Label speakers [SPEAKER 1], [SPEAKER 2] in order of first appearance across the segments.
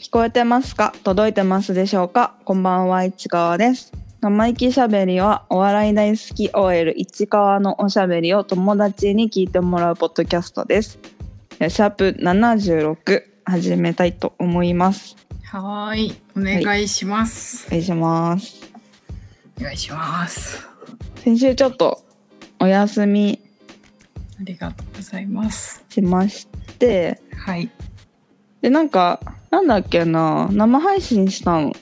[SPEAKER 1] 聞こえてますか届いてますでしょうかこんばんは、市川です。生意気しゃべりは、お笑い大好き OL 市川のおしゃべりを友達に聞いてもらうポッドキャストです。えシャープ76、始めたいと思います。
[SPEAKER 2] はーい、お願いします。
[SPEAKER 1] お願いします。
[SPEAKER 2] お願いします。
[SPEAKER 1] 先週ちょっとお休み
[SPEAKER 2] ありがとうございます。
[SPEAKER 1] しまして、
[SPEAKER 2] はい。
[SPEAKER 1] で、なんか、なんだっけな、生配信したの。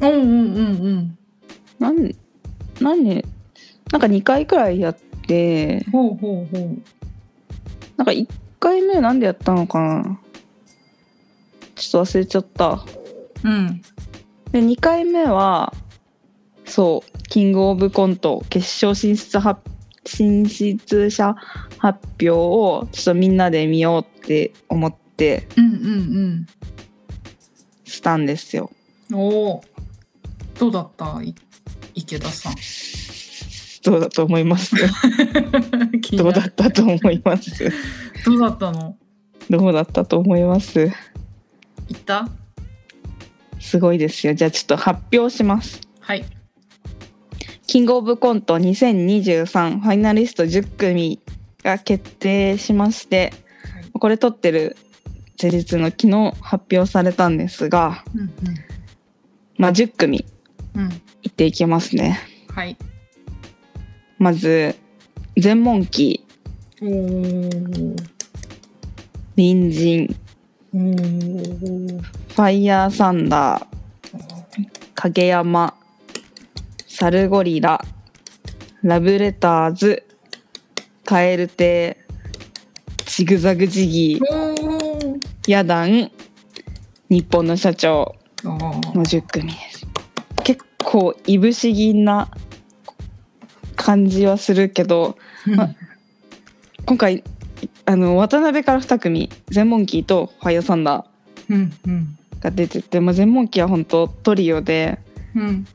[SPEAKER 2] うんうんうんうん。
[SPEAKER 1] なん、何なんか2回くらいやって、
[SPEAKER 2] ほうほうほ
[SPEAKER 1] なんか1回目なんでやったのかなちょっと忘れちゃった。
[SPEAKER 2] う。うん。
[SPEAKER 1] で、2回目は、そう、キングオブコント決勝進出発進出者発表をちょっとみんなで見ようって思って
[SPEAKER 2] うんうん
[SPEAKER 1] したんですよ。
[SPEAKER 2] うん。おお。どうだったい池田 さん。
[SPEAKER 1] どうだと思います
[SPEAKER 2] 気に
[SPEAKER 1] ど
[SPEAKER 2] な
[SPEAKER 1] う
[SPEAKER 2] る
[SPEAKER 1] だったと思います
[SPEAKER 2] どうだったの
[SPEAKER 1] どうだったと思います
[SPEAKER 2] 行った
[SPEAKER 1] すごいですよ。じゃあちょっと発表します。
[SPEAKER 2] はい。
[SPEAKER 1] キングオブコント2023ファイナリスト10組が決定しまして、
[SPEAKER 2] はい
[SPEAKER 1] これ撮ってる前日の昨日発表されたんですが、
[SPEAKER 2] うん
[SPEAKER 1] まあ、10組
[SPEAKER 2] うん。うん。
[SPEAKER 1] いっていきますね。
[SPEAKER 2] はい。
[SPEAKER 1] まず、全問期、
[SPEAKER 2] おお。
[SPEAKER 1] 隣人、
[SPEAKER 2] おー
[SPEAKER 1] ファイヤーサンダー、影山、サルゴリラ、ラブレターズ、カエル亭、ジグザグジギー、
[SPEAKER 2] おー
[SPEAKER 1] 野団日本の社長
[SPEAKER 2] おー
[SPEAKER 1] の10組です結構いぶし銀な感じはするけどあ今回あの渡辺から2組全問キーとファイアサンダ
[SPEAKER 2] うんうん
[SPEAKER 1] ーが出てて、まあ、全問キーは本当トリオで
[SPEAKER 2] うん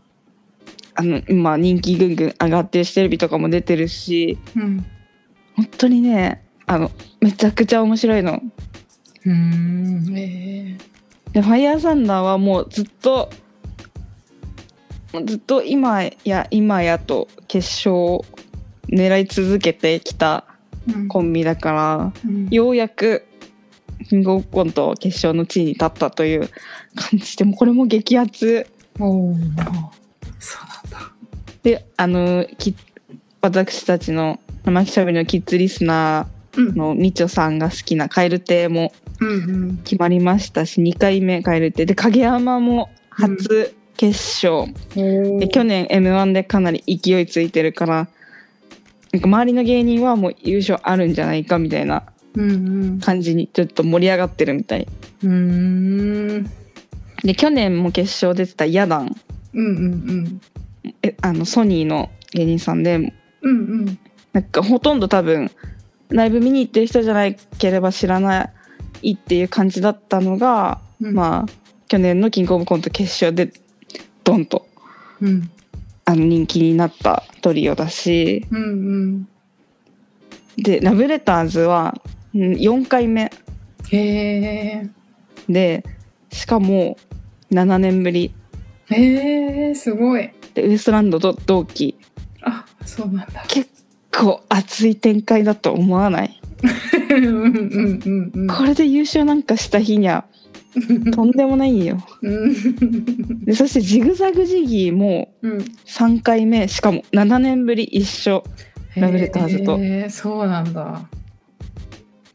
[SPEAKER 1] あの今人気ぐんぐん上がってるしテレビとかも出てるし
[SPEAKER 2] うん
[SPEAKER 1] 本当にねあのめちゃくちゃ面白いの。
[SPEAKER 2] うんえ
[SPEAKER 1] でファイヤーサンダーはもうずっともうずっと今や今やと決勝を狙い続けてきた
[SPEAKER 2] ーうん
[SPEAKER 1] コンビだから
[SPEAKER 2] うん
[SPEAKER 1] ようやくキングオブコント決勝の地位に立ったという感じでもうこれも激アツ
[SPEAKER 2] おお、そうなんだ。
[SPEAKER 1] であのき私たちの生きしゃべりのキッズリスナ
[SPEAKER 2] うん
[SPEAKER 1] ーのみちょさんが好きな蛙亭も
[SPEAKER 2] うんうん。
[SPEAKER 1] 決まりましたし2回目蛙亭で影山も初決勝、
[SPEAKER 2] お
[SPEAKER 1] で去年 m 1でかなり勢いついてるからなんか周りの芸人はもう優勝あるんじゃないかみたいな
[SPEAKER 2] うん
[SPEAKER 1] 感じにちょっと盛り上がってるみたい
[SPEAKER 2] うん。うん。
[SPEAKER 1] で去年も決勝出てたヤダン
[SPEAKER 2] うんうん
[SPEAKER 1] えあのソニーの芸人さんで
[SPEAKER 2] うん。うんうん。
[SPEAKER 1] なんかほとんど多分ライブ見に行ってる人じゃないければ知らないっていう感じだったのが、
[SPEAKER 2] あ。
[SPEAKER 1] まあ去年のキングオブコント決勝でドンと
[SPEAKER 2] うん
[SPEAKER 1] あの人気になったトリオだし
[SPEAKER 2] うんうん。
[SPEAKER 1] で「ラブレターズは」うん4回目
[SPEAKER 2] へえ。
[SPEAKER 1] でしかも7年ぶり
[SPEAKER 2] へえ、すごい。
[SPEAKER 1] でウエストランドと同期
[SPEAKER 2] あ、そうなんだ。
[SPEAKER 1] こう熱い展開だと思わない
[SPEAKER 2] うんうんうんうん。
[SPEAKER 1] これで優勝なんかした日にはとんでもないよ
[SPEAKER 2] うん。
[SPEAKER 1] でそしてジグザグジギーも
[SPEAKER 2] うん。
[SPEAKER 1] 3回目しかも7年ぶり一緒ラブレターズと
[SPEAKER 2] へえ、そうなんだ。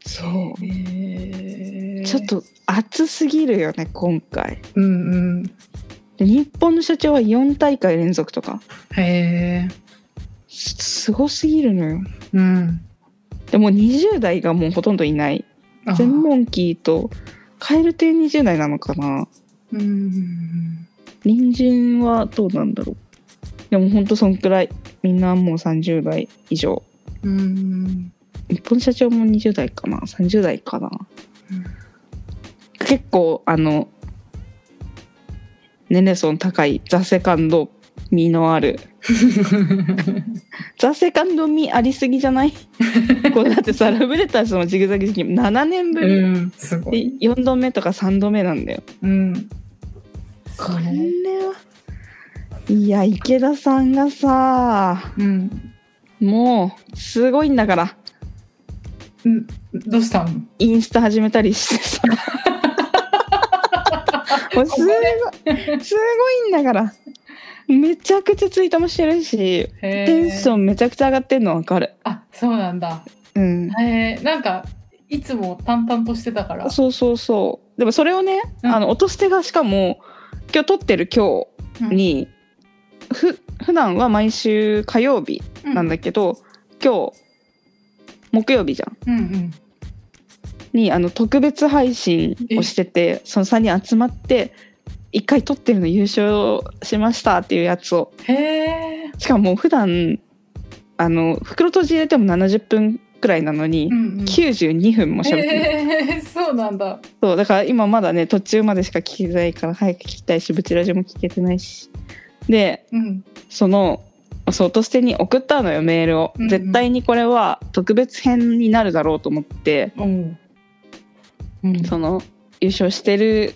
[SPEAKER 1] そ
[SPEAKER 2] へえ。
[SPEAKER 1] ちょっ。と熱すぎるよね今回
[SPEAKER 2] うんうん。
[SPEAKER 1] で日本の社長は4大会連続とか
[SPEAKER 2] へえ。
[SPEAKER 1] すすごすぎるのよ
[SPEAKER 2] うん。
[SPEAKER 1] でもう20代がもうほとんどいない
[SPEAKER 2] あー
[SPEAKER 1] 全問キーとカエル亭20代なのかな
[SPEAKER 2] うんうん
[SPEAKER 1] 隣人はどうなんだろうでもほんとそんくらいみんなもう30代以上
[SPEAKER 2] うん。うん。
[SPEAKER 1] 日本社長も20代かな30代かな、
[SPEAKER 2] うん
[SPEAKER 1] 結構あの年齢層の高いザ・セカンド実のあるザ・セカンド・ミありすぎじゃ ないこれだってさラブレターズのジグザグ時期7年ぶり
[SPEAKER 2] うん、すごい。
[SPEAKER 1] で4度目とか3度目なんだよ
[SPEAKER 2] うん。
[SPEAKER 1] これはいや池田さんがさ
[SPEAKER 2] うん。
[SPEAKER 1] もうすごいんだから
[SPEAKER 2] うんどうしたの
[SPEAKER 1] インスタ始めたりして さもうすごいすごいんだからめちゃくちゃツイートもしてるし
[SPEAKER 2] へ
[SPEAKER 1] テンショ
[SPEAKER 2] ン。
[SPEAKER 1] ンめちゃくちゃ上がってんのわかる
[SPEAKER 2] あ、そうなんだ。
[SPEAKER 1] うん
[SPEAKER 2] へえ、なんか、いつも淡々としてたから。
[SPEAKER 1] そうそうそうでもそれをね、
[SPEAKER 2] うん
[SPEAKER 1] あの落とし手がしかも今日撮ってる今日に、ふ普段は毎週火曜日
[SPEAKER 2] う
[SPEAKER 1] なんだけど、今日木曜日じゃん
[SPEAKER 2] うんうん。
[SPEAKER 1] にあの特別配信をしててその3人集まって一回撮ってるの優勝しましたっていうやつを
[SPEAKER 2] へえ。
[SPEAKER 1] しかも普段あの袋閉じ入れても70分くらいなのに、
[SPEAKER 2] うんうん。
[SPEAKER 1] 92分も喋ってる、
[SPEAKER 2] へえ、そうなんだ。
[SPEAKER 1] そうだから今まだね途中までしか聞けないから早く聞きたいしブチラジも聞けてないしで
[SPEAKER 2] うん。
[SPEAKER 1] そのそうとしてに送ったのよメールを、
[SPEAKER 2] うんうん
[SPEAKER 1] 絶対にこれは特別編になるだろうと思って
[SPEAKER 2] おう。うん。
[SPEAKER 1] その優勝してる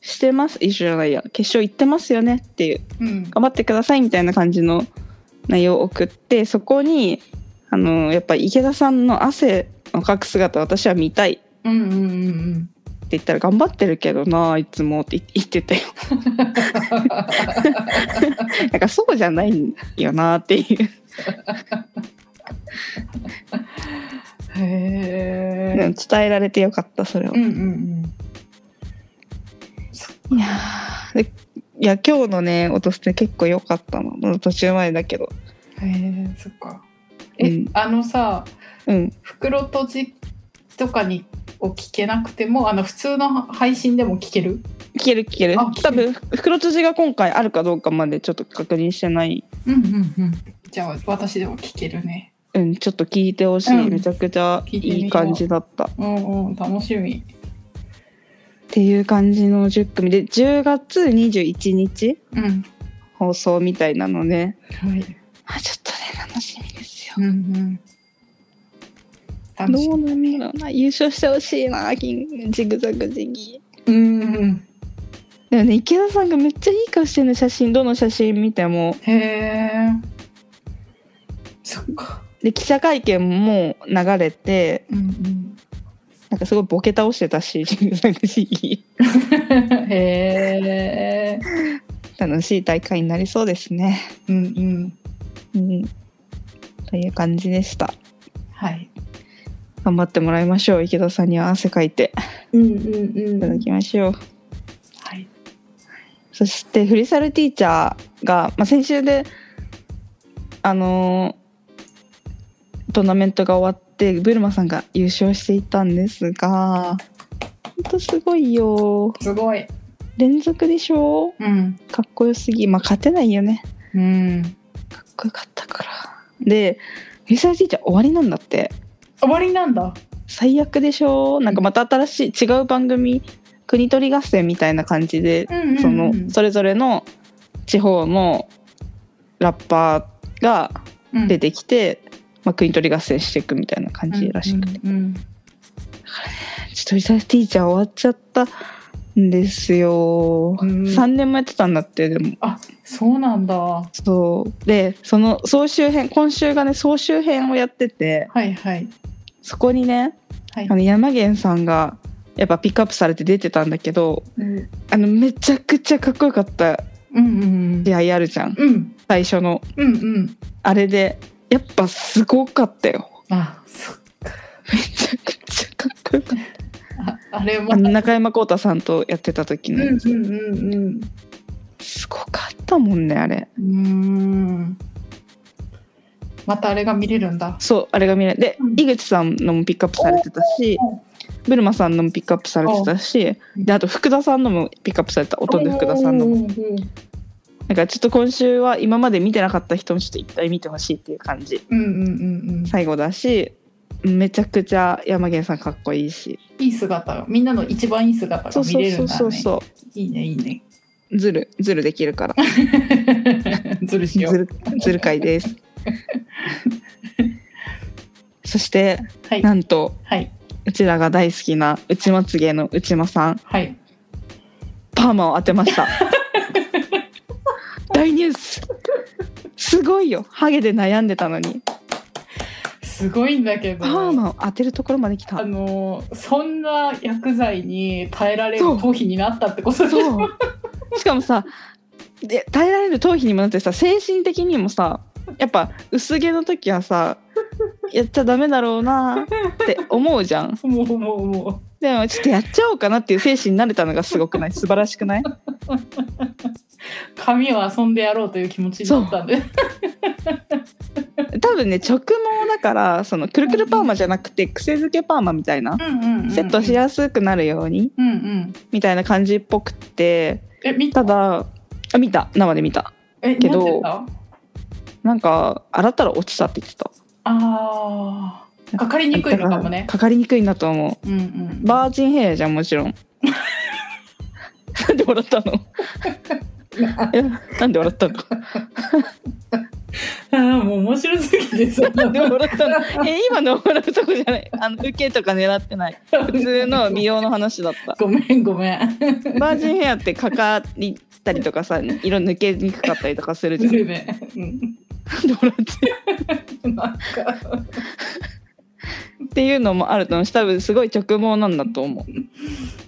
[SPEAKER 1] してます優勝じゃないや決勝行ってますよねっていう
[SPEAKER 2] うん。
[SPEAKER 1] 頑張ってくださいみたいな感じの内容を送ってそこにあのやっぱ池田さんの汗のかく姿私は見たい
[SPEAKER 2] うんうんうんうん。
[SPEAKER 1] って言ったら「頑張ってるけどないつも」って言って てなんかそうじゃないんよなっていう、
[SPEAKER 2] へ
[SPEAKER 1] で
[SPEAKER 2] え。
[SPEAKER 1] も伝えられてよかったそれを、
[SPEAKER 2] うん
[SPEAKER 1] い
[SPEAKER 2] うんうん。
[SPEAKER 1] やーでいや今日のね落として結構良かったのまだ途中までだけど
[SPEAKER 2] へえ、そっか。え、
[SPEAKER 1] うん
[SPEAKER 2] あのさ、
[SPEAKER 1] うん
[SPEAKER 2] 袋閉じとかにを聞けなくても、あの普通の配信でも聞ける。
[SPEAKER 1] 聞ける聞ける
[SPEAKER 2] あ聞ける
[SPEAKER 1] 多分袋とじが今回あるかどうかまでちょっと確認してない
[SPEAKER 2] うんうんうん。じゃあ私でも聞けるね。
[SPEAKER 1] うんちょっと聞いてほしい、
[SPEAKER 2] うん
[SPEAKER 1] めちゃくちゃ
[SPEAKER 2] 聞いてみよう
[SPEAKER 1] いい感じだったっ
[SPEAKER 2] うんうん、楽しみ。
[SPEAKER 1] ていう感じの10組で10月21日
[SPEAKER 2] うん。
[SPEAKER 1] 放送みたいなのね
[SPEAKER 2] はい。
[SPEAKER 1] あちょっとね楽しみですよ
[SPEAKER 2] うんうん。楽し
[SPEAKER 1] ど
[SPEAKER 2] み。
[SPEAKER 1] うなんだろうな優勝してほしいなキンジグザグジギ
[SPEAKER 2] うんうん。
[SPEAKER 1] でもね池田さんがめっちゃいい顔してるの写真どの写真見ても
[SPEAKER 2] へえ。そっか。
[SPEAKER 1] で記者会見も流れて
[SPEAKER 2] うんうん。
[SPEAKER 1] なんかすごいボケ倒してたしジグザグジギ
[SPEAKER 2] へえ。
[SPEAKER 1] 楽しい大会になりそうですね
[SPEAKER 2] うん
[SPEAKER 1] う
[SPEAKER 2] うん。
[SPEAKER 1] んという感じでした
[SPEAKER 2] はい。
[SPEAKER 1] 頑張ってもらいましょう池田さんには汗かいて
[SPEAKER 2] うんうんう
[SPEAKER 1] いただきましょう
[SPEAKER 2] はい。
[SPEAKER 1] そしてフリーサルティーチャーが、まあ、先週であのートーナメントが終わってブルマさんが優勝していたんですが本当すごいよ
[SPEAKER 2] すごい。
[SPEAKER 1] 連続でしょ
[SPEAKER 2] うん。
[SPEAKER 1] かっこよすぎまあ勝てないよね
[SPEAKER 2] うん。
[SPEAKER 1] かっこよかったからでフリーサルティーチャー終わりなんだって
[SPEAKER 2] 終わりなんだ。
[SPEAKER 1] 最悪でしょなんかまた新しい違う番組国取り合戦みたいな感じで
[SPEAKER 2] うんうんうん
[SPEAKER 1] そのそれぞれの地方のラッパーが
[SPEAKER 2] うん
[SPEAKER 1] 出てきて、まあ、国取り合戦していくみたいな感じらしくて、ちょ
[SPEAKER 2] うんうん
[SPEAKER 1] っとリサーチティーチャー終わっちゃったんですよ、
[SPEAKER 2] うん
[SPEAKER 1] 3年もやってたんだってでも
[SPEAKER 2] あ、そうなんだ。は
[SPEAKER 1] そうでその総集編今週がね総集編をやってて
[SPEAKER 2] いはい。
[SPEAKER 1] そこにね
[SPEAKER 2] はい
[SPEAKER 1] あ。の山源さんがやっぱピックアップされて出てたんだけど
[SPEAKER 2] うん
[SPEAKER 1] あのめちゃくちゃかっこよかった
[SPEAKER 2] うんうん。
[SPEAKER 1] 試合あるじゃん
[SPEAKER 2] うん
[SPEAKER 1] 最初の
[SPEAKER 2] うんうん。
[SPEAKER 1] あれでやっぱすごかったよ
[SPEAKER 2] あ、そっか。
[SPEAKER 1] めちゃくちゃかっこよかっ
[SPEAKER 2] ああれも。
[SPEAKER 1] たあの中山浩太さんとやってた時
[SPEAKER 2] うん
[SPEAKER 1] の
[SPEAKER 2] う
[SPEAKER 1] や
[SPEAKER 2] ん
[SPEAKER 1] つ、
[SPEAKER 2] うん
[SPEAKER 1] すごかったもんねあれ
[SPEAKER 2] うん。うん。またあれが見れるんだ。
[SPEAKER 1] そうあれが見れで、
[SPEAKER 2] うん
[SPEAKER 1] 井口さんのもピックアップされてたし
[SPEAKER 2] おー
[SPEAKER 1] ブルマさんのもピックアップされてたし
[SPEAKER 2] うん
[SPEAKER 1] であと福田さんのもピックアップされた音で福田さんの
[SPEAKER 2] う
[SPEAKER 1] も
[SPEAKER 2] んうん
[SPEAKER 1] なんかちょっと今週は今まで見てなかった人もちょっと一回見てほしいっていう感じ
[SPEAKER 2] うんうんうん。
[SPEAKER 1] 最後だしめちゃくちゃ山源さんかっこいいし
[SPEAKER 2] いい姿がみんなの一番いい姿
[SPEAKER 1] そう
[SPEAKER 2] が見
[SPEAKER 1] そう
[SPEAKER 2] れる
[SPEAKER 1] そ
[SPEAKER 2] ん
[SPEAKER 1] う
[SPEAKER 2] だ
[SPEAKER 1] そう
[SPEAKER 2] ね。
[SPEAKER 1] そ
[SPEAKER 2] いいねいいね。
[SPEAKER 1] ずるずるできるから
[SPEAKER 2] ずるしよ
[SPEAKER 1] ず
[SPEAKER 2] う。
[SPEAKER 1] るずる会です そして
[SPEAKER 2] はい。
[SPEAKER 1] なんと
[SPEAKER 2] はい。
[SPEAKER 1] うちらが大好きな内まつげの内間さん
[SPEAKER 2] はい。
[SPEAKER 1] パーマを当てま した大ニュースすごいよハゲで悩んでたのに
[SPEAKER 2] すごいんだけど。
[SPEAKER 1] パーマを当てるところまで来
[SPEAKER 2] あ
[SPEAKER 1] た
[SPEAKER 2] のそんな薬剤に耐えられる
[SPEAKER 1] そう
[SPEAKER 2] 頭皮になったってことでしょ
[SPEAKER 1] そう しかもさで耐えられる頭皮にもなってさ精神的にもさやっぱ薄毛の時はさやっちゃダメだろうなって思うじゃん
[SPEAKER 2] もうもうも
[SPEAKER 1] でもちょっとやっちゃおうかなっていう精神になれたのがすごくない素晴らしくないう
[SPEAKER 2] 髪を遊んでやろうという気持ちになったんで
[SPEAKER 1] 多分ね直毛だからそのくるくるパーマじゃなくて癖づけパーマみたいな
[SPEAKER 2] うんうんうん
[SPEAKER 1] セットしやすくなるように
[SPEAKER 2] うんうん
[SPEAKER 1] みたいな感じっぽくって
[SPEAKER 2] え見
[SPEAKER 1] ただあ見た生で見た
[SPEAKER 2] え
[SPEAKER 1] けど
[SPEAKER 2] 持ってた
[SPEAKER 1] なんか洗ったら落ちたって言ってた
[SPEAKER 2] あーかかりにくいのかもね
[SPEAKER 1] かかりにくいんだと思
[SPEAKER 2] うんうん
[SPEAKER 1] うバージンヘアじゃんもちろんなんで笑ったのいやなんで笑ったの
[SPEAKER 2] あー もう面白すぎてさ
[SPEAKER 1] なんで笑ったのえ今の笑うとこじゃないあの受けとか狙ってない普通の美容の話だった
[SPEAKER 2] ごめんごめん
[SPEAKER 1] バージンヘアってかかりたりとかさ色抜けにくかったりとかするじ
[SPEAKER 2] ず
[SPEAKER 1] ゃん
[SPEAKER 2] るねう
[SPEAKER 1] なんで笑って
[SPEAKER 2] んなんか
[SPEAKER 1] っていうのもあると思うし多分すごい直毛なんだと思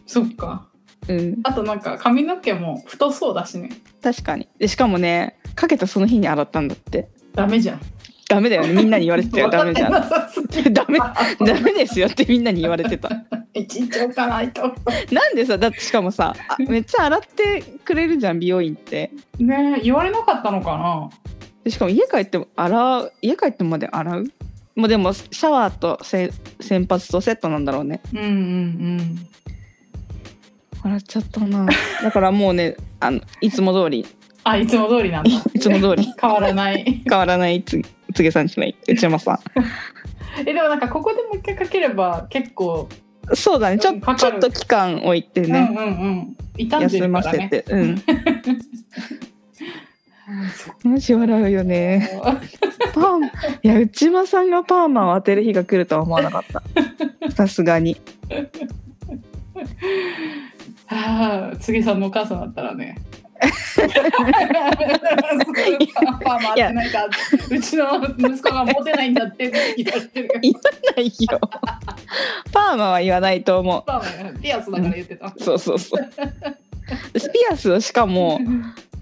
[SPEAKER 2] そっか
[SPEAKER 1] う、うん、
[SPEAKER 2] あとなんか髪の毛も太そうだしね
[SPEAKER 1] 確かにでしかもねかけたその日に洗ったんだって
[SPEAKER 2] ダメじゃん
[SPEAKER 1] ダメだよねみんなに言われてたよダメじゃん
[SPEAKER 2] わかってなさすぎる
[SPEAKER 1] ダメダメですよってみんなに言われてた
[SPEAKER 2] 一日置かないと。
[SPEAKER 1] なんでさだってしかもさ あめっちゃ洗ってくれるじゃん美容院って
[SPEAKER 2] ねえ言われなかったのかな。
[SPEAKER 1] でしかも家帰っても洗う家帰ってもまで洗うもうでもシャワーとせ洗髪とセットなんだろうね
[SPEAKER 2] うんうん
[SPEAKER 1] 洗っちゃった なだからもうねあのいつも通り
[SPEAKER 2] あいつも通りなんだ。
[SPEAKER 1] いつも通り
[SPEAKER 2] 変わらない。
[SPEAKER 1] 変わらないつつげさんじゃない内山さん
[SPEAKER 2] えでもなんかここでもう一回かければ結構、
[SPEAKER 1] そうだねちょ
[SPEAKER 2] うんか
[SPEAKER 1] ち
[SPEAKER 2] か
[SPEAKER 1] ょっ
[SPEAKER 2] る
[SPEAKER 1] と期間置いて
[SPEAKER 2] うんう
[SPEAKER 1] ね、
[SPEAKER 2] んうん傷んで
[SPEAKER 1] 休
[SPEAKER 2] るか
[SPEAKER 1] ま
[SPEAKER 2] ら
[SPEAKER 1] せ
[SPEAKER 2] ね。
[SPEAKER 1] て、うん、
[SPEAKER 2] うんそっ
[SPEAKER 1] マジ笑うよね
[SPEAKER 2] か
[SPEAKER 1] パーマいや内間さんがパーマを当てる日が来るとは思わなか ったさすがに
[SPEAKER 2] ああ次さんのお母さんだったらね。パーマ当てないかうちの息子がモテないんだって言われてるよ
[SPEAKER 1] ないよパーマは言わないと思
[SPEAKER 2] パーマピアスだから言ってた
[SPEAKER 1] うそうそうそうスピアスをしかも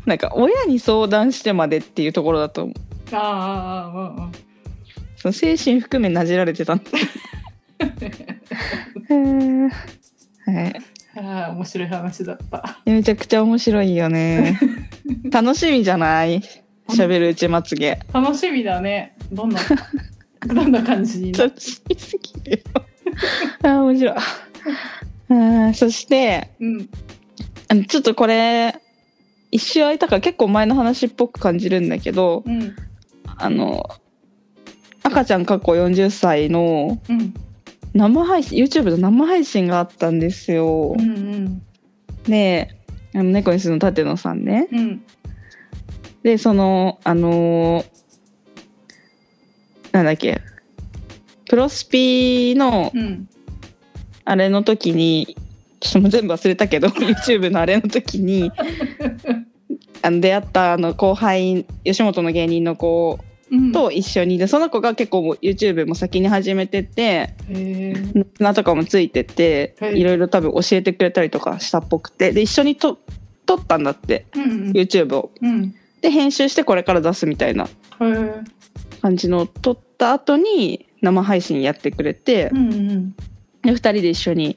[SPEAKER 1] なんか親に相談してまでっていうところだと思う
[SPEAKER 2] ああああうんうん
[SPEAKER 1] その精神含めなじられて たんだへーはい
[SPEAKER 2] ああ面白い話だった。
[SPEAKER 1] いやめちゃくちゃ面白いよね楽しみじゃない喋るうちまつげ
[SPEAKER 2] 楽しみだね。どんなどんな感じになる。
[SPEAKER 1] 楽しみすぎるよあー面白いうんそして
[SPEAKER 2] うん
[SPEAKER 1] あのちょっとこれ一周空いたから結構前の話っぽく感じるんだけど
[SPEAKER 2] うん
[SPEAKER 1] あの赤ちゃん過去40歳の
[SPEAKER 2] うん
[SPEAKER 1] 生配信 YouTube の生配信があったんですよ
[SPEAKER 2] うんう。ん
[SPEAKER 1] であの猫にするの舘野さんね。
[SPEAKER 2] うん
[SPEAKER 1] でそのあのーなんだっけプロスピの
[SPEAKER 2] うん
[SPEAKER 1] あれの時にちょっともう全部忘れたけど YouTube のあれの時にあの出会ったあの後輩吉本の芸人の子
[SPEAKER 2] うん。
[SPEAKER 1] と一緒にでその子が結構もう YouTube も先に始めてて
[SPEAKER 2] へえ
[SPEAKER 1] 綱とかもついてて
[SPEAKER 2] はい
[SPEAKER 1] いろいろ多分教えてくれたりとかしたっぽくてで一緒にと撮ったんだって
[SPEAKER 2] うんうん
[SPEAKER 1] YouTube を。
[SPEAKER 2] うん
[SPEAKER 1] で編集してこれから出すみたいな
[SPEAKER 2] へえ
[SPEAKER 1] 感じのを撮った後に生配信やってくれて
[SPEAKER 2] うんうん
[SPEAKER 1] で2人で一緒に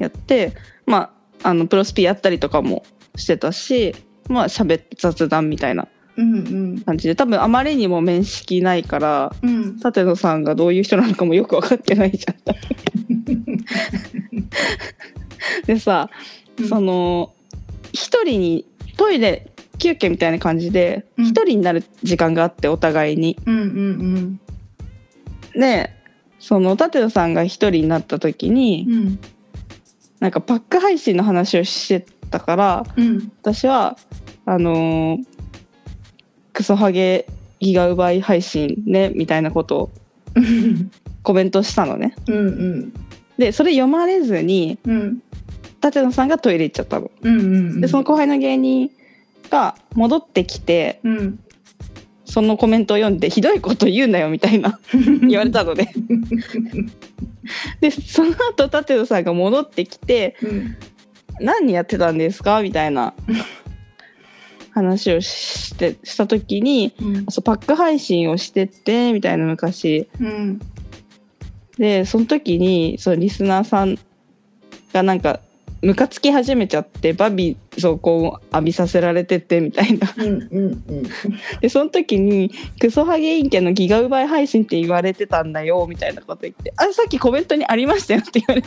[SPEAKER 1] やってまああのプロスピやったりとかもしてたしまあ喋っ雑談みたいな
[SPEAKER 2] うんうん
[SPEAKER 1] 感じで多分あまりにも面識ないから
[SPEAKER 2] うん。
[SPEAKER 1] 舘野さんがどういう人なのかもよく分かってないじゃん。 でさ
[SPEAKER 2] うん
[SPEAKER 1] その一人にトイレ休憩みたいな感じで
[SPEAKER 2] うん
[SPEAKER 1] 一人になる時間があってお互いに。
[SPEAKER 2] うんうん
[SPEAKER 1] でその舘野さんが一人になった時に
[SPEAKER 2] うんうん
[SPEAKER 1] なんかパック配信の話をしてったから
[SPEAKER 2] うん
[SPEAKER 1] 私はあのークソハゲギガ奪い配信ねみたいなことを
[SPEAKER 2] うん
[SPEAKER 1] コメントしたのね
[SPEAKER 2] うん
[SPEAKER 1] でそれ読まれずに
[SPEAKER 2] うん
[SPEAKER 1] 舘野さんがトイレ行っちゃったの
[SPEAKER 2] うんうん
[SPEAKER 1] でその後輩の芸人が戻ってきて
[SPEAKER 2] うん
[SPEAKER 1] そのコメントを読んでひどいこと言うなよみたい な言われたのででその後舘野さんが戻ってきて
[SPEAKER 2] うん
[SPEAKER 1] 何やってたんですかみたいな話をしてした時に
[SPEAKER 2] うん
[SPEAKER 1] そうパック配信をしててみたいな昔
[SPEAKER 2] うん
[SPEAKER 1] でその時にそのリスナーさんがなんかムカつき始めちゃってバビ増行を浴びさせられててみたいな
[SPEAKER 2] うんうんうん
[SPEAKER 1] でその時に「クソハゲインケのギガ奪い配信って言われてたんだよ」みたいなこと言って「あさっきコメントにありましたよ」って言われ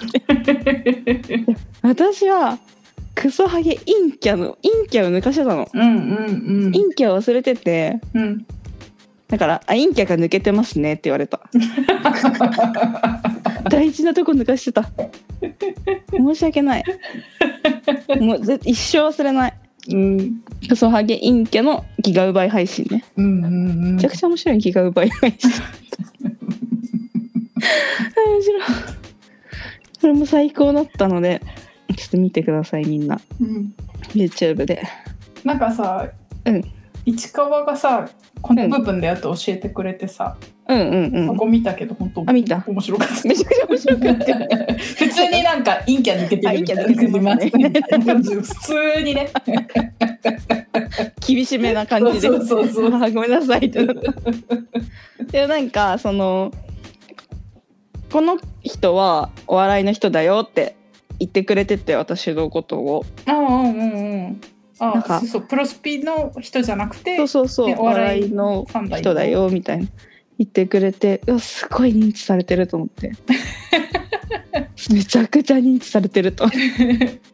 [SPEAKER 1] て 私はクソハゲインキャのインキャを抜かしてたの
[SPEAKER 2] うんうん
[SPEAKER 1] インキャを忘れてて
[SPEAKER 2] うん
[SPEAKER 1] だから「あインキャが抜けてますね」って言われた大事なとこ抜かしてた申し訳ないもうぜ一生忘れない
[SPEAKER 2] うん
[SPEAKER 1] クソハゲインキャのギガ奪い配信ね
[SPEAKER 2] うんうんうん
[SPEAKER 1] めちゃくちゃ面白いギガ奪い配信あ面白いこれも最高だったのでちょっと見てくださいみんな
[SPEAKER 2] うん
[SPEAKER 1] YouTube で
[SPEAKER 2] なんかさ、
[SPEAKER 1] うん
[SPEAKER 2] 市川がさこの部分だよって教えてくれてさ、
[SPEAKER 1] うんうんう
[SPEAKER 2] そ
[SPEAKER 1] ん
[SPEAKER 2] こ見たけど本当
[SPEAKER 1] あ見た
[SPEAKER 2] 面白かった。
[SPEAKER 1] めちゃくちゃ面白かった よね
[SPEAKER 2] 普通になんか陰キャ抜けてるみたいな
[SPEAKER 1] あ陰キャ抜けてますね
[SPEAKER 2] みたいな感じ普通にね。
[SPEAKER 1] 厳しめな感じで
[SPEAKER 2] そうそうそうそ
[SPEAKER 1] あーごめんなさいってなったでなんかそのこの人はお笑いの人だよって言ってくれてて私のことを
[SPEAKER 2] うんうんうんうん。あ
[SPEAKER 1] なんか
[SPEAKER 2] そうそうプロスピの人じゃなくて
[SPEAKER 1] そうそうそう、
[SPEAKER 2] ね
[SPEAKER 1] お
[SPEAKER 2] お
[SPEAKER 1] 笑
[SPEAKER 2] 笑
[SPEAKER 1] い
[SPEAKER 2] い
[SPEAKER 1] の
[SPEAKER 2] ファンだよ
[SPEAKER 1] 人だよみたいな言ってくれてうわすごい認知されてると思って めちゃくちゃ認知されてる と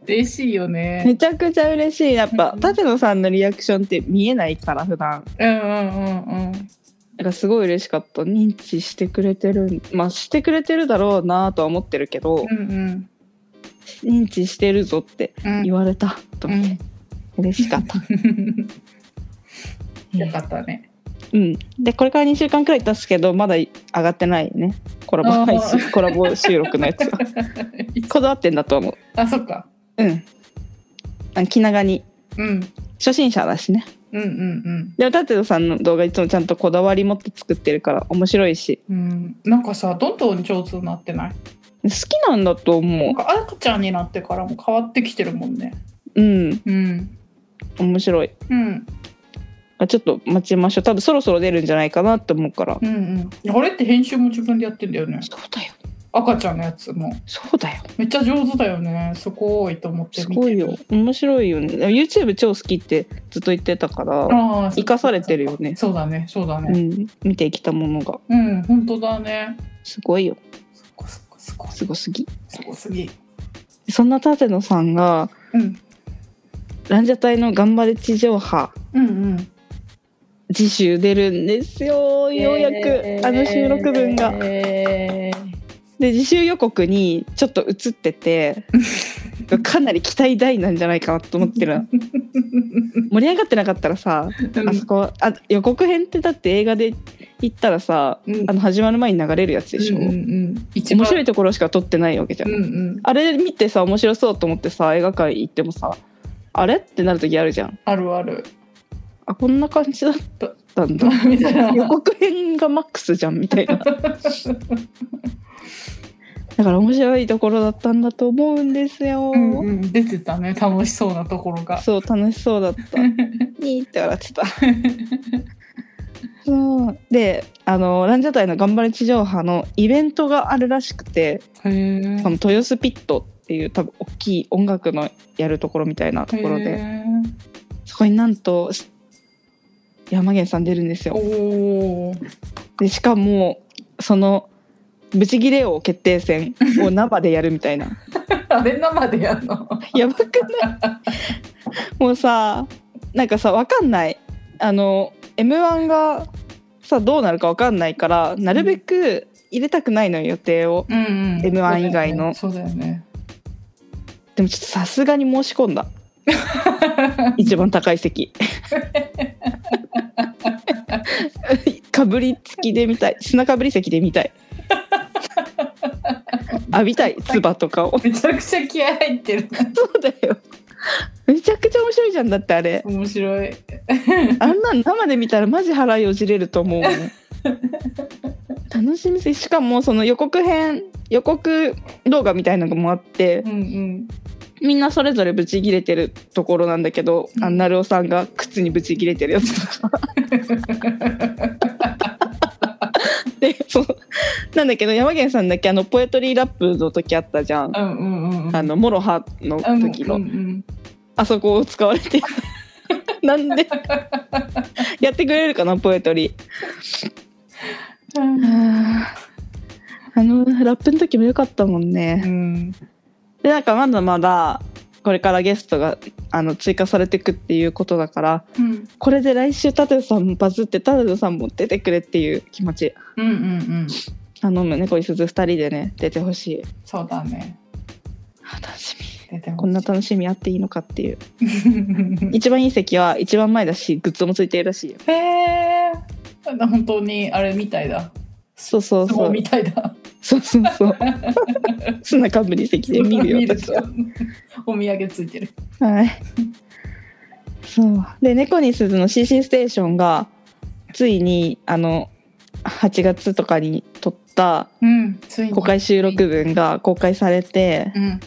[SPEAKER 2] 嬉しいよね
[SPEAKER 1] め。ちゃくちゃ嬉しいやっぱ
[SPEAKER 2] うん
[SPEAKER 1] 舘野さんのリアクションって見えないから普段
[SPEAKER 2] うんうんうんうん。
[SPEAKER 1] なんかすごい嬉しかった認知してくれてるまあしてくれてるだろうなとは思ってるけど
[SPEAKER 2] うんうん
[SPEAKER 1] 認知してるぞって
[SPEAKER 2] うん
[SPEAKER 1] 言われたと思っ
[SPEAKER 2] う
[SPEAKER 1] て
[SPEAKER 2] ん
[SPEAKER 1] 嬉しかった、
[SPEAKER 2] よかったね。
[SPEAKER 1] うん、でこれから2週間くらい経つけどまだ上がってないねコラボ配
[SPEAKER 2] あ
[SPEAKER 1] 信コラボ収録のや つはこだわってんだと思う
[SPEAKER 2] あそっか。
[SPEAKER 1] うんあ気長に
[SPEAKER 2] うん
[SPEAKER 1] 初心者だしね
[SPEAKER 2] うんうん
[SPEAKER 1] でも舘野さんの動画いつもちゃんとこだわり持って作ってるから面白いし
[SPEAKER 2] うん。うん、なんかさどんどん上手になってない
[SPEAKER 1] 好きなんだと
[SPEAKER 2] な
[SPEAKER 1] 思
[SPEAKER 2] んか赤ちゃんになってからも変わってきてるもんね。
[SPEAKER 1] ううん
[SPEAKER 2] うん。
[SPEAKER 1] 面白い
[SPEAKER 2] うん。
[SPEAKER 1] ちょっと待ちましょう多分そろそろ出るんじゃないかなって思うから、
[SPEAKER 2] うんうん。あれって編集も自分でやってんだよね。
[SPEAKER 1] そうだよ
[SPEAKER 2] 赤ちゃんのやつも。
[SPEAKER 1] そうだよ
[SPEAKER 2] めっちゃ上手だよね。すごいと思って
[SPEAKER 1] す
[SPEAKER 2] 見て
[SPEAKER 1] ごいよ。面白いよね YouTube 超好きってずっと言ってたから
[SPEAKER 2] ああ。
[SPEAKER 1] 生かされてるよね
[SPEAKER 2] そうだね。そうだ
[SPEAKER 1] う
[SPEAKER 2] ね。
[SPEAKER 1] ん見てきたものが
[SPEAKER 2] うん、本当だね。
[SPEAKER 1] すごいよ
[SPEAKER 2] すごいすごいすごい
[SPEAKER 1] すごすぎ
[SPEAKER 2] すごすぎ。
[SPEAKER 1] そんな舘野さんが
[SPEAKER 2] うん。
[SPEAKER 1] ランジャタイの頑張れ地上波
[SPEAKER 2] うんうん。
[SPEAKER 1] 次週出るんですよ ようやくあの収録分が。
[SPEAKER 2] えー
[SPEAKER 1] で次週予告にちょっと映って てかなり期待大なんじゃないかなと思ってるの盛り上がってなかったらさ
[SPEAKER 2] うん
[SPEAKER 1] あそこあ予告編ってだって映画で行ったらさ
[SPEAKER 2] うん
[SPEAKER 1] あの始まる前に流れるやつでしょ、
[SPEAKER 2] うんうんうん、一
[SPEAKER 1] 面
[SPEAKER 2] 番
[SPEAKER 1] 白いところしか撮ってないわけじゃん、
[SPEAKER 2] うんうん、
[SPEAKER 1] あれ見てさ面白そうと思ってさ映画館行ってもさあれってなる時あるじゃん
[SPEAKER 2] あるある。
[SPEAKER 1] あこんな感じだったんだ
[SPEAKER 2] みたいな。
[SPEAKER 1] 予告編がマックスじゃんみた いなだから面白いところだったんだと思うんですよ、
[SPEAKER 2] うんうん、出てたね楽しそうなところが。
[SPEAKER 1] そう楽しそうだった にーって笑ってたそうであのランジャタイの「頑張れ地上波」のイベントがあるらしくて
[SPEAKER 2] へえ。
[SPEAKER 1] この豊洲ピットっていう多分大きい音楽のやるところみたいなところ
[SPEAKER 2] へ
[SPEAKER 1] で
[SPEAKER 2] え。
[SPEAKER 1] そこになんとし山源さん出るんです
[SPEAKER 2] お
[SPEAKER 1] よ
[SPEAKER 2] お。
[SPEAKER 1] でしかもそのブチギレ王決定戦を生でやるみたいな
[SPEAKER 2] あれ生でやんの。
[SPEAKER 1] やばくないもうさなんかさわかんないあの m 1がさどうなるかわかんないからなるべく入れたくないのよ予定を
[SPEAKER 2] うんうん。
[SPEAKER 1] M1 以外の
[SPEAKER 2] そうだよね。
[SPEAKER 1] でもちょっとさすがに申し込んだ一番高い席かぶりつきで見たい砂かぶり席で見たい浴びたい唾とかを
[SPEAKER 2] めちゃくちゃ気合入ってるな
[SPEAKER 1] そうだよめちゃくちゃ面白いじゃんだってあれ
[SPEAKER 2] 面白い
[SPEAKER 1] あんなん生で見たらマジ腹よじれると思うもん楽しみすぎしかもその予告編予告動画みたいなのもあって
[SPEAKER 2] うんうん
[SPEAKER 1] みんなそれぞれブチギレてるところなんだけど、
[SPEAKER 2] うん
[SPEAKER 1] あなるおさんが靴にブチギレてるやつ とかでそうなんだけど山源さんだけあのポエトリーラップの時あったじゃん、
[SPEAKER 2] うんうんうんうん
[SPEAKER 1] あのモロハの
[SPEAKER 2] うん
[SPEAKER 1] 時の、
[SPEAKER 2] うんうん
[SPEAKER 1] あそこを使われ てなんでやってくれるかなポエトリー
[SPEAKER 2] うん
[SPEAKER 1] あーあのラップの時も良かったもん
[SPEAKER 2] う
[SPEAKER 1] ね。
[SPEAKER 2] ん
[SPEAKER 1] でなんかまだまだこれからゲストがあの追加されていくっていうことだから
[SPEAKER 2] うん
[SPEAKER 1] これで来週タテさんもバズってタテさんも出てくれっていう気持ち
[SPEAKER 2] うんうん
[SPEAKER 1] 頼むねこいすず2人でね出てほしい
[SPEAKER 2] そうだね
[SPEAKER 1] あ楽しみ
[SPEAKER 2] 出てほしい
[SPEAKER 1] こんな 楽しみあっていいのかっていう
[SPEAKER 2] へ
[SPEAKER 1] 一番いい席は一番前だしグッズもついてるらしいよ
[SPEAKER 2] え本当にあれみたいだ
[SPEAKER 1] そうそう
[SPEAKER 2] 相
[SPEAKER 1] そ
[SPEAKER 2] 撲
[SPEAKER 1] う
[SPEAKER 2] みたいだ
[SPEAKER 1] そうそうそう砂かぶり席で見るよ
[SPEAKER 2] 見る
[SPEAKER 1] 私
[SPEAKER 2] と
[SPEAKER 1] は
[SPEAKER 2] お土産ついてる
[SPEAKER 1] はい。そう。で、猫に鈴の CC ステーションが、ついに、あの、8月とかに撮った
[SPEAKER 2] うんついに
[SPEAKER 1] 公開収録分が公開されて
[SPEAKER 2] う、ん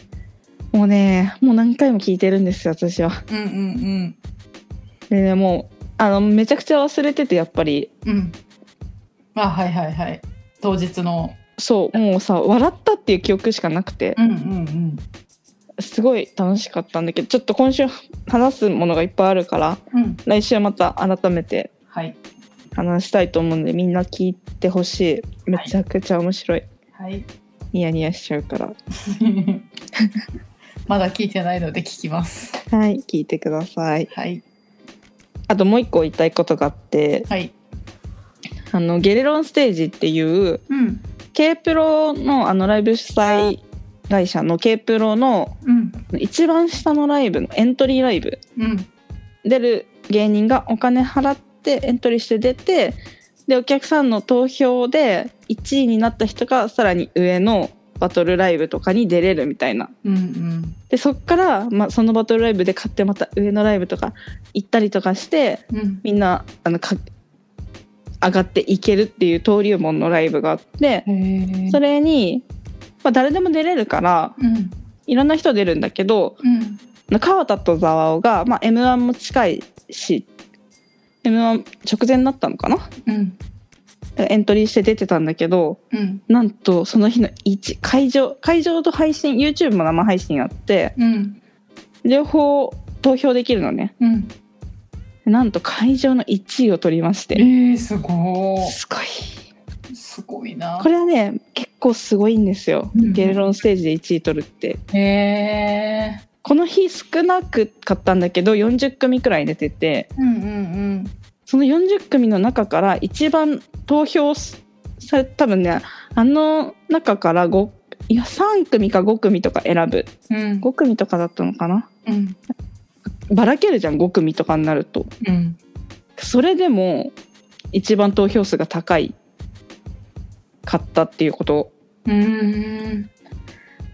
[SPEAKER 1] もうね、もう何回も聞いてるんですよ、私は。
[SPEAKER 2] うんうん
[SPEAKER 1] で、ね、もう、あの、めちゃくちゃ忘れてて、やっぱり、
[SPEAKER 2] うんうんあはいはいはい当日の
[SPEAKER 1] そう、もうさ、笑ったっていう記憶しかなくて
[SPEAKER 2] う、んうん
[SPEAKER 1] すごい楽しかったんだけど、ちょっと今週話すものがいっぱいあるから、
[SPEAKER 2] うんうん
[SPEAKER 1] 来週また改めて
[SPEAKER 2] はい
[SPEAKER 1] 話したいと思うんでみんな聞いてほしいめちゃくちゃ面白い、
[SPEAKER 2] はい
[SPEAKER 1] ニヤニヤしちゃうから
[SPEAKER 2] まだ聞いてないので聞きます
[SPEAKER 1] はい聞いてください
[SPEAKER 2] はい
[SPEAKER 1] あともう一個言いたいことがあって
[SPEAKER 2] はい
[SPEAKER 1] あのゲレロンステージっていう
[SPEAKER 2] うん
[SPEAKER 1] K プロのあのライブ主催会社の K プロの
[SPEAKER 2] うん
[SPEAKER 1] 一番下のライブのエントリーライブ
[SPEAKER 2] うん
[SPEAKER 1] 出る芸人がお金払ってエントリーして出てでお客さんの投票で1位になった人がさらに上のバトルライブとかに出れるみたいな
[SPEAKER 2] うんうん
[SPEAKER 1] でそっから、まあ、そのバトルライブで買ってまた上のライブとか行ったりとかして
[SPEAKER 2] うん
[SPEAKER 1] みんなあのか上がっていけるっていう登竜門のライブがあって
[SPEAKER 2] へえ
[SPEAKER 1] それに、まあ、誰でも出れるから
[SPEAKER 2] うん
[SPEAKER 1] いろんな人出るんだけど
[SPEAKER 2] うん
[SPEAKER 1] 川田と沢尾が、まあ、m 1も近いし m 1直前になったのかな
[SPEAKER 2] うん
[SPEAKER 1] エントリーして出てたんだけど
[SPEAKER 2] うん
[SPEAKER 1] なんとその日の1会場会場と配信 YouTube も生配信あって
[SPEAKER 2] うん
[SPEAKER 1] 両方投票できるのね。
[SPEAKER 2] うん
[SPEAKER 1] なんと会場の1位を取りまし
[SPEAKER 2] え
[SPEAKER 1] て
[SPEAKER 2] ー、すご
[SPEAKER 1] すごい
[SPEAKER 2] いすごいな
[SPEAKER 1] これはね結構すごいんですよ、
[SPEAKER 2] うん
[SPEAKER 1] ゲレロンステージで1位取るって
[SPEAKER 2] へえ
[SPEAKER 1] この日少なくかったんだけど40組くらい出てて
[SPEAKER 2] うんうん
[SPEAKER 1] その40組の中から一番投票され多分ねあの中から5いや3組か5組とか選ぶ
[SPEAKER 2] うんうん
[SPEAKER 1] 5組とかだったのかな
[SPEAKER 2] うん
[SPEAKER 1] ばらけるじゃん5組とかになると
[SPEAKER 2] うん
[SPEAKER 1] それでも一番投票数が高いかったっていうこと
[SPEAKER 2] うん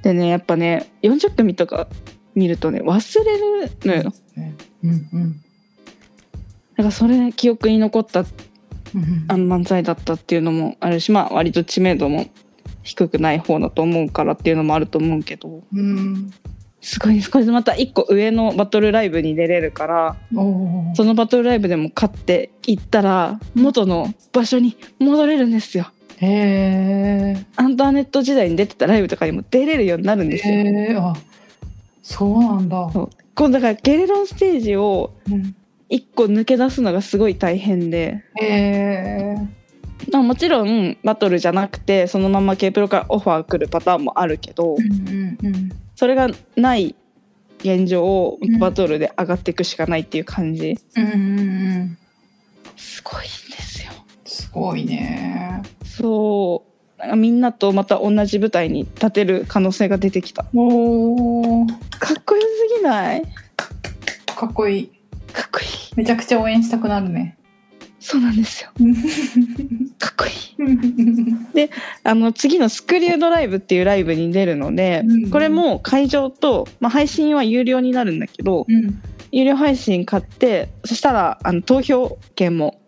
[SPEAKER 1] でねやっぱね40組とか見るとね忘れるのよだ
[SPEAKER 2] うん
[SPEAKER 1] からそれ、記憶に残った
[SPEAKER 2] うん
[SPEAKER 1] あの漫才だったっていうのもあるしまあ割と知名度も低くない方だと思うからっていうのもあると思うけど
[SPEAKER 2] うん
[SPEAKER 1] すごいですこれでまた1個上のバトルライブに出れるから
[SPEAKER 2] お
[SPEAKER 1] そのバトルライブでも勝っていったら元の場所に戻れるんですよ。
[SPEAKER 2] へえ
[SPEAKER 1] アンターネット時代に出てたライブとかにも出れるようになるんですよ。
[SPEAKER 2] へえあそうなんだ
[SPEAKER 1] そうこうだからゲレロンステージを
[SPEAKER 2] うん
[SPEAKER 1] 一個抜け出すのがすごい大変で、
[SPEAKER 2] へえ
[SPEAKER 1] まあ、もちろんバトルじゃなくてそのまま K プロからオファー来るパターンもあるけど
[SPEAKER 2] うんうんうん
[SPEAKER 1] それがない現状を
[SPEAKER 2] うん
[SPEAKER 1] バトルで上がっていくしかないっていう感じ、
[SPEAKER 2] うんうんうん
[SPEAKER 1] すごいんですよ
[SPEAKER 2] すごいね
[SPEAKER 1] そうなんかみんなとまた同じ舞台に立てる可能性が出てきた
[SPEAKER 2] おお
[SPEAKER 1] かっこよすぎない
[SPEAKER 2] かっこいい。
[SPEAKER 1] かっこいい
[SPEAKER 2] めちゃくちゃ応援したくなるね。
[SPEAKER 1] そうなん ですよかっこいい
[SPEAKER 2] うん
[SPEAKER 1] あの次のスクリュードライブっていうライブに出るので、
[SPEAKER 2] うん
[SPEAKER 1] これも会場と、まあ、配信は有料になるんだけど、有料配信買ってそしたらあの投票券も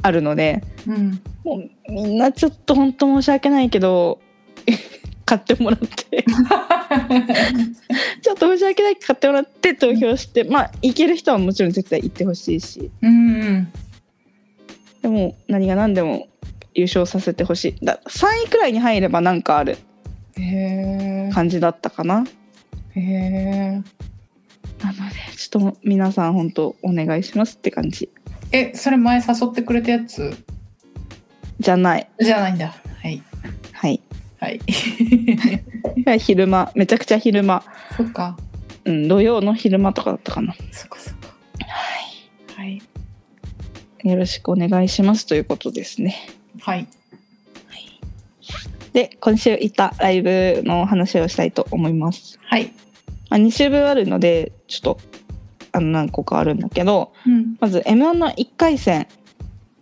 [SPEAKER 1] あるので
[SPEAKER 2] うん、
[SPEAKER 1] もうみんなちょっと本当申し訳ないけど 買ってもらって ちょっと申し訳ないけど買ってもらって投票してまあ行ける人はもちろん絶対行ってほしいし
[SPEAKER 2] うんうん
[SPEAKER 1] でも何が何でも優勝させてほしいだ3位くらいに入ればなんかある
[SPEAKER 2] へ
[SPEAKER 1] 感じだったかな。
[SPEAKER 2] えへ
[SPEAKER 1] なのでちょっと皆さん本当お願いしますって感じ
[SPEAKER 2] ええそれ前誘ってくれたやつ
[SPEAKER 1] じゃない
[SPEAKER 2] じゃないんだはい
[SPEAKER 1] はい
[SPEAKER 2] はい
[SPEAKER 1] いや昼間めちゃくちゃ昼間、
[SPEAKER 2] そっか
[SPEAKER 1] うん、土曜の昼間とかだったかな
[SPEAKER 2] そっかそっか
[SPEAKER 1] は
[SPEAKER 2] はい
[SPEAKER 1] いよろしくお願いしますということですね
[SPEAKER 2] はい
[SPEAKER 1] で今週行ったライブの話をしたいと思います、
[SPEAKER 2] はい
[SPEAKER 1] まあ、2週分あるのでちょっとあの何個かあるんだけど
[SPEAKER 2] うん
[SPEAKER 1] まず m 1の1回戦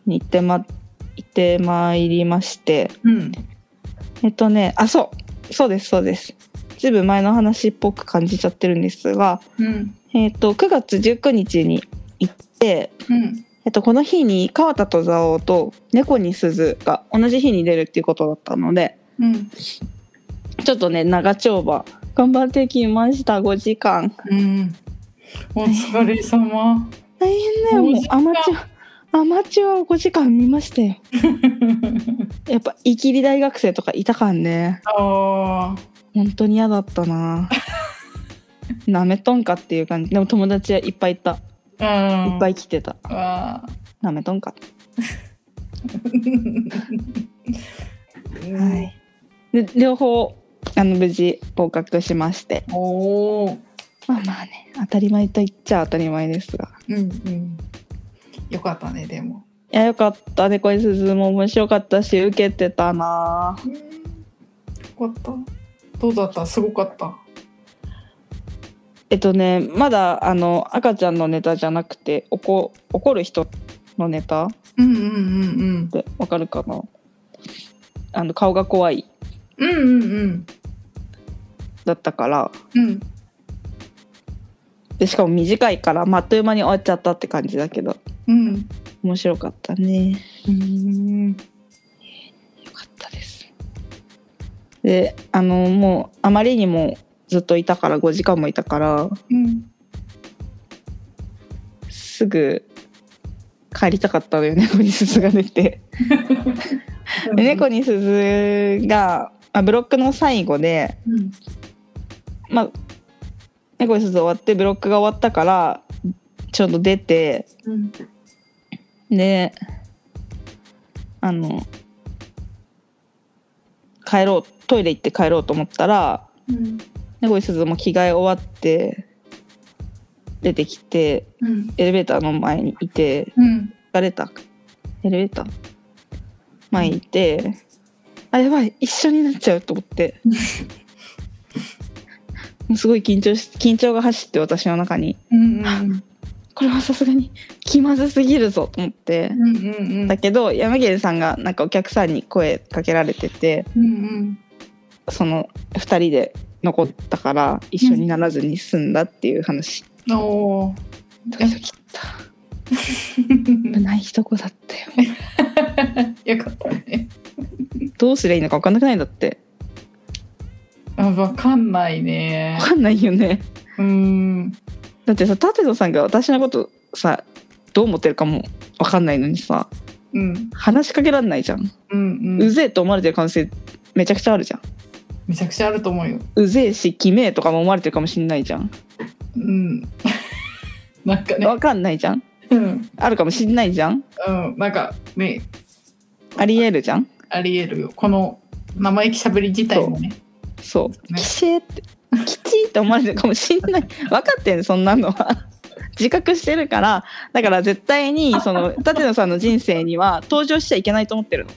[SPEAKER 1] に行ってま行ってまいりまして
[SPEAKER 2] うん
[SPEAKER 1] えっとねあそうそうですそうですずいぶん前の話っぽく感じちゃってるんですが
[SPEAKER 2] うん
[SPEAKER 1] えっと9月19日に行って、
[SPEAKER 2] うん
[SPEAKER 1] えっと、この日に川田と蔵王と猫に鈴が同じ日に出るっていうことだったので
[SPEAKER 2] うん
[SPEAKER 1] ちょっとね長丁場頑張ってきました5時間
[SPEAKER 2] うんお疲れ様
[SPEAKER 1] 大変だよもう
[SPEAKER 2] 5時
[SPEAKER 1] ア
[SPEAKER 2] 間
[SPEAKER 1] マチュアアマチュアを5時間見ましたよやっぱイキリ大学生とかいたかんね
[SPEAKER 2] ああ
[SPEAKER 1] 本当に嫌だった ななめとんかっていう感じでも友達はいっぱいいたい
[SPEAKER 2] うん
[SPEAKER 1] っぱい来てた
[SPEAKER 2] わー
[SPEAKER 1] なめとんか
[SPEAKER 2] は
[SPEAKER 1] は。いで両方あの無事合格しまして
[SPEAKER 2] おお。
[SPEAKER 1] まあまあね当たり前と言っちゃ当たり前ですが
[SPEAKER 2] うんうん。よかったね、でも。
[SPEAKER 1] いやよかったね恋すずも面白かったし受けてたな
[SPEAKER 2] うん。よかった。どうだったすごかった。
[SPEAKER 1] えっとねまだあの赤ちゃんのネタじゃなくておこ怒る人のネタっ
[SPEAKER 2] うんうんうん
[SPEAKER 1] てわかるかなあの顔が怖い
[SPEAKER 2] うん。うんうんうん。
[SPEAKER 1] だったから
[SPEAKER 2] うん。
[SPEAKER 1] でしかも短いから、まああっという間に終わっちゃったって感じだけど
[SPEAKER 2] うん。
[SPEAKER 1] 面白かったね
[SPEAKER 2] うん。
[SPEAKER 1] よかったですであのもうあまりにもずっといたから5時間もいたから
[SPEAKER 2] うん。
[SPEAKER 1] すぐ帰りたかったのよ猫に鈴が出てで猫に鈴が、まあ、ブロックの最後で、
[SPEAKER 2] うん。
[SPEAKER 1] まあ、猫に鈴終わってブロックが終わったからちょうど出て
[SPEAKER 2] うん。
[SPEAKER 1] であの帰ろうトイレ行って帰ろうと思ったら
[SPEAKER 2] うん。
[SPEAKER 1] 猫に鈴も着替え終わって出てきて
[SPEAKER 2] うん。
[SPEAKER 1] エレベーターの前にいて
[SPEAKER 2] うん。
[SPEAKER 1] 誰だエレベーター前にいてあやばい一緒になっちゃうと思ってもうすごい緊張し緊張が走って私の中に
[SPEAKER 2] うん。うん。
[SPEAKER 1] これはさすがに気まずすぎるぞと思って
[SPEAKER 2] うん。うん。
[SPEAKER 1] だけど山桐さんがなんかお客さんに声かけられてて
[SPEAKER 2] うん。
[SPEAKER 1] その2人で残ったから一緒にならずに済んだっていう話、
[SPEAKER 2] うん。おお。
[SPEAKER 1] ドキドキだった危ない一子だったよ
[SPEAKER 2] よかったね。
[SPEAKER 1] どうすりゃいいのか分かんなくないんだって
[SPEAKER 2] あ、わかんないね
[SPEAKER 1] 分。かんないよね
[SPEAKER 2] うん。
[SPEAKER 1] だってさ舘野さんが私のことさどう思ってるかも分かんないのにさ
[SPEAKER 2] うん。
[SPEAKER 1] 話しかけらんないじゃん、
[SPEAKER 2] うん。
[SPEAKER 1] うぜえと思われてる可能性めちゃくちゃあるじゃん
[SPEAKER 2] めちゃくちゃあると思うよ。
[SPEAKER 1] うぜえしきめえとかも思われてるかもしんないじゃん
[SPEAKER 2] うん。なんかね。
[SPEAKER 1] 分かんないじゃん
[SPEAKER 2] うん。
[SPEAKER 1] あるかもしんないじゃん
[SPEAKER 2] うん。なんかね、
[SPEAKER 1] ありえるじゃん
[SPEAKER 2] ありえるよ。この生意気しゃべり自体もね。
[SPEAKER 1] そう
[SPEAKER 2] ね
[SPEAKER 1] きしえってきちいって思われてるかもしんない分かってんそんなのは自覚してるからだから絶対にその舘野さんの人生には登場しちゃいけないと思ってるの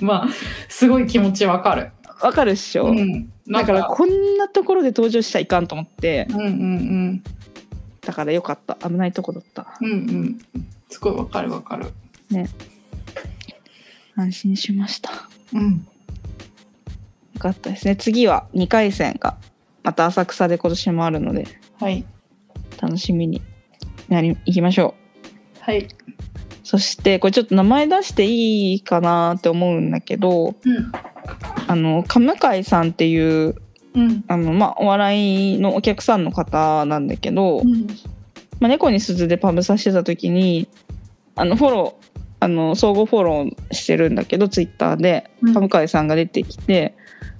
[SPEAKER 2] まあ、すごい気持ちわかる。
[SPEAKER 1] わかるっしょ、
[SPEAKER 2] うん、
[SPEAKER 1] だ
[SPEAKER 2] なん
[SPEAKER 1] か
[SPEAKER 2] から
[SPEAKER 1] こんなところで登場しちゃいかんと思って
[SPEAKER 2] うんうん
[SPEAKER 1] だからよかった危ないとこだった
[SPEAKER 2] うんうんうんすごいわかるわかる
[SPEAKER 1] 安心しましたよ
[SPEAKER 2] うん
[SPEAKER 1] かったですね次は2回戦がまた浅草で今年もあるので
[SPEAKER 2] はい
[SPEAKER 1] 楽しみになりいきましょ
[SPEAKER 2] はい、
[SPEAKER 1] うそしてこれちょっと名前出していいかなって思うんだけど
[SPEAKER 2] うん
[SPEAKER 1] あの亀井さんっていう
[SPEAKER 2] うん
[SPEAKER 1] あの、まあ、お笑いのお客さんの方なんだけど、
[SPEAKER 2] うん
[SPEAKER 1] まあ、猫に鈴でパブさしてた時にあのフォローあの相互フォローしてるんだけどツイッターで
[SPEAKER 2] うん
[SPEAKER 1] 上海さんが出てきて、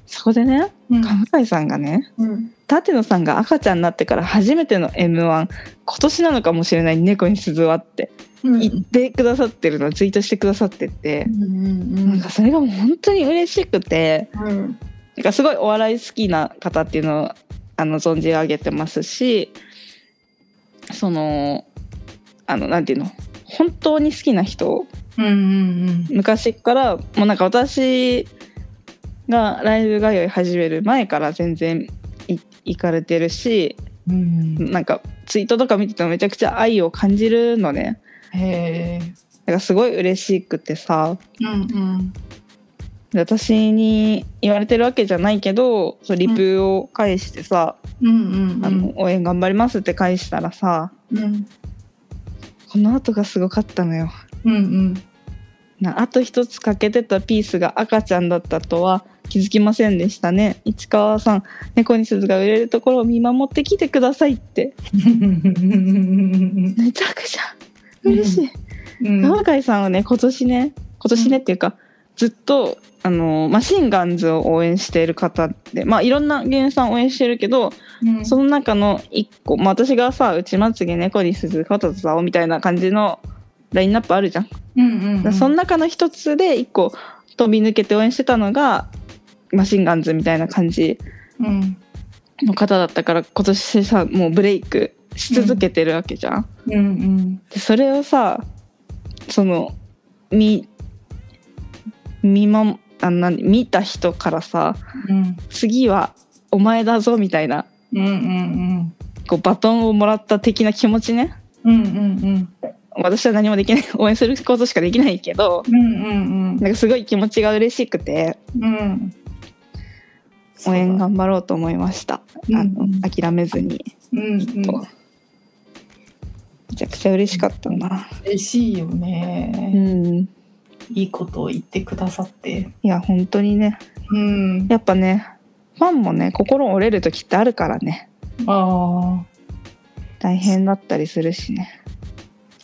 [SPEAKER 1] そこでね
[SPEAKER 2] うん
[SPEAKER 1] 上海さんがね
[SPEAKER 2] うん
[SPEAKER 1] 舘野さんが赤ちゃんになってから初めての m 1今年なのかもしれない猫に鈴はって
[SPEAKER 2] うん
[SPEAKER 1] 言ってくださってるのツイートしてくださってて
[SPEAKER 2] う、んうん
[SPEAKER 1] なんかそれがもう本当に嬉しくて
[SPEAKER 2] うん
[SPEAKER 1] なんかすごいお笑い好きな方っていうのをあの存じ上げてますしそのあのなんていうの本当に好きな人
[SPEAKER 2] うんうん
[SPEAKER 1] 昔からもうなんか私がライブ通い始める前から全然い行かれてるし
[SPEAKER 2] うんうん
[SPEAKER 1] なんかツイートとか見ててもめちゃくちゃ愛を感じるのね
[SPEAKER 2] へえ
[SPEAKER 1] なんかすごい嬉しくてさ
[SPEAKER 2] うんうん
[SPEAKER 1] で私に言われてるわけじゃないけどそうリプを返してさ、
[SPEAKER 2] うんうん
[SPEAKER 1] あの応援頑張りますって返したらさ
[SPEAKER 2] うん
[SPEAKER 1] この後がすごかったのよ
[SPEAKER 2] うんうん
[SPEAKER 1] なあと一つ欠けてたピースが赤ちゃんだったとは気づきませんでしたね市川さん猫に鈴が売れるところを見守ってきてくださいってめちゃくちゃ嬉しい
[SPEAKER 2] うん
[SPEAKER 1] 川海さんはね今年ね今年ねっていうか、ずっとあのマシンガンズを応援している方でまあいろんな芸人さんを応援してるけど
[SPEAKER 2] うん
[SPEAKER 1] その中の一個、まあ、私がさうちまつげ猫に鈴片田さおみたいな感じのラインナップあるじゃん、
[SPEAKER 2] うんうんうん
[SPEAKER 1] その中の一つで一個飛び抜けて応援してたのがマシンガンズみたいな感じ
[SPEAKER 2] うん
[SPEAKER 1] の方だったから今年さもうブレイクし続けてるわけじゃん、
[SPEAKER 2] うん
[SPEAKER 1] でそれをさその見見,、ま、あの何見た人からさ
[SPEAKER 2] うん
[SPEAKER 1] 次はお前だぞみたいな
[SPEAKER 2] うんうん
[SPEAKER 1] こうバトンをもらった的な気持ちね
[SPEAKER 2] うんうんうん
[SPEAKER 1] 私は何もできない 応援することしかできないけど
[SPEAKER 2] うんうん
[SPEAKER 1] なんかすごい気持ちが嬉しくて
[SPEAKER 2] うんうん
[SPEAKER 1] 応援頑張ろうと思いました、あ
[SPEAKER 2] うんうん
[SPEAKER 1] の諦めずに
[SPEAKER 2] うんうん
[SPEAKER 1] めちゃくちゃ嬉しかったな
[SPEAKER 2] 嬉しいよ
[SPEAKER 1] う
[SPEAKER 2] ね、
[SPEAKER 1] んい
[SPEAKER 2] いいことを言ってくださって
[SPEAKER 1] や本当にね
[SPEAKER 2] うん
[SPEAKER 1] やっぱねファンもね心折れる時ってあるからね
[SPEAKER 2] あ
[SPEAKER 1] 大変だったりするしね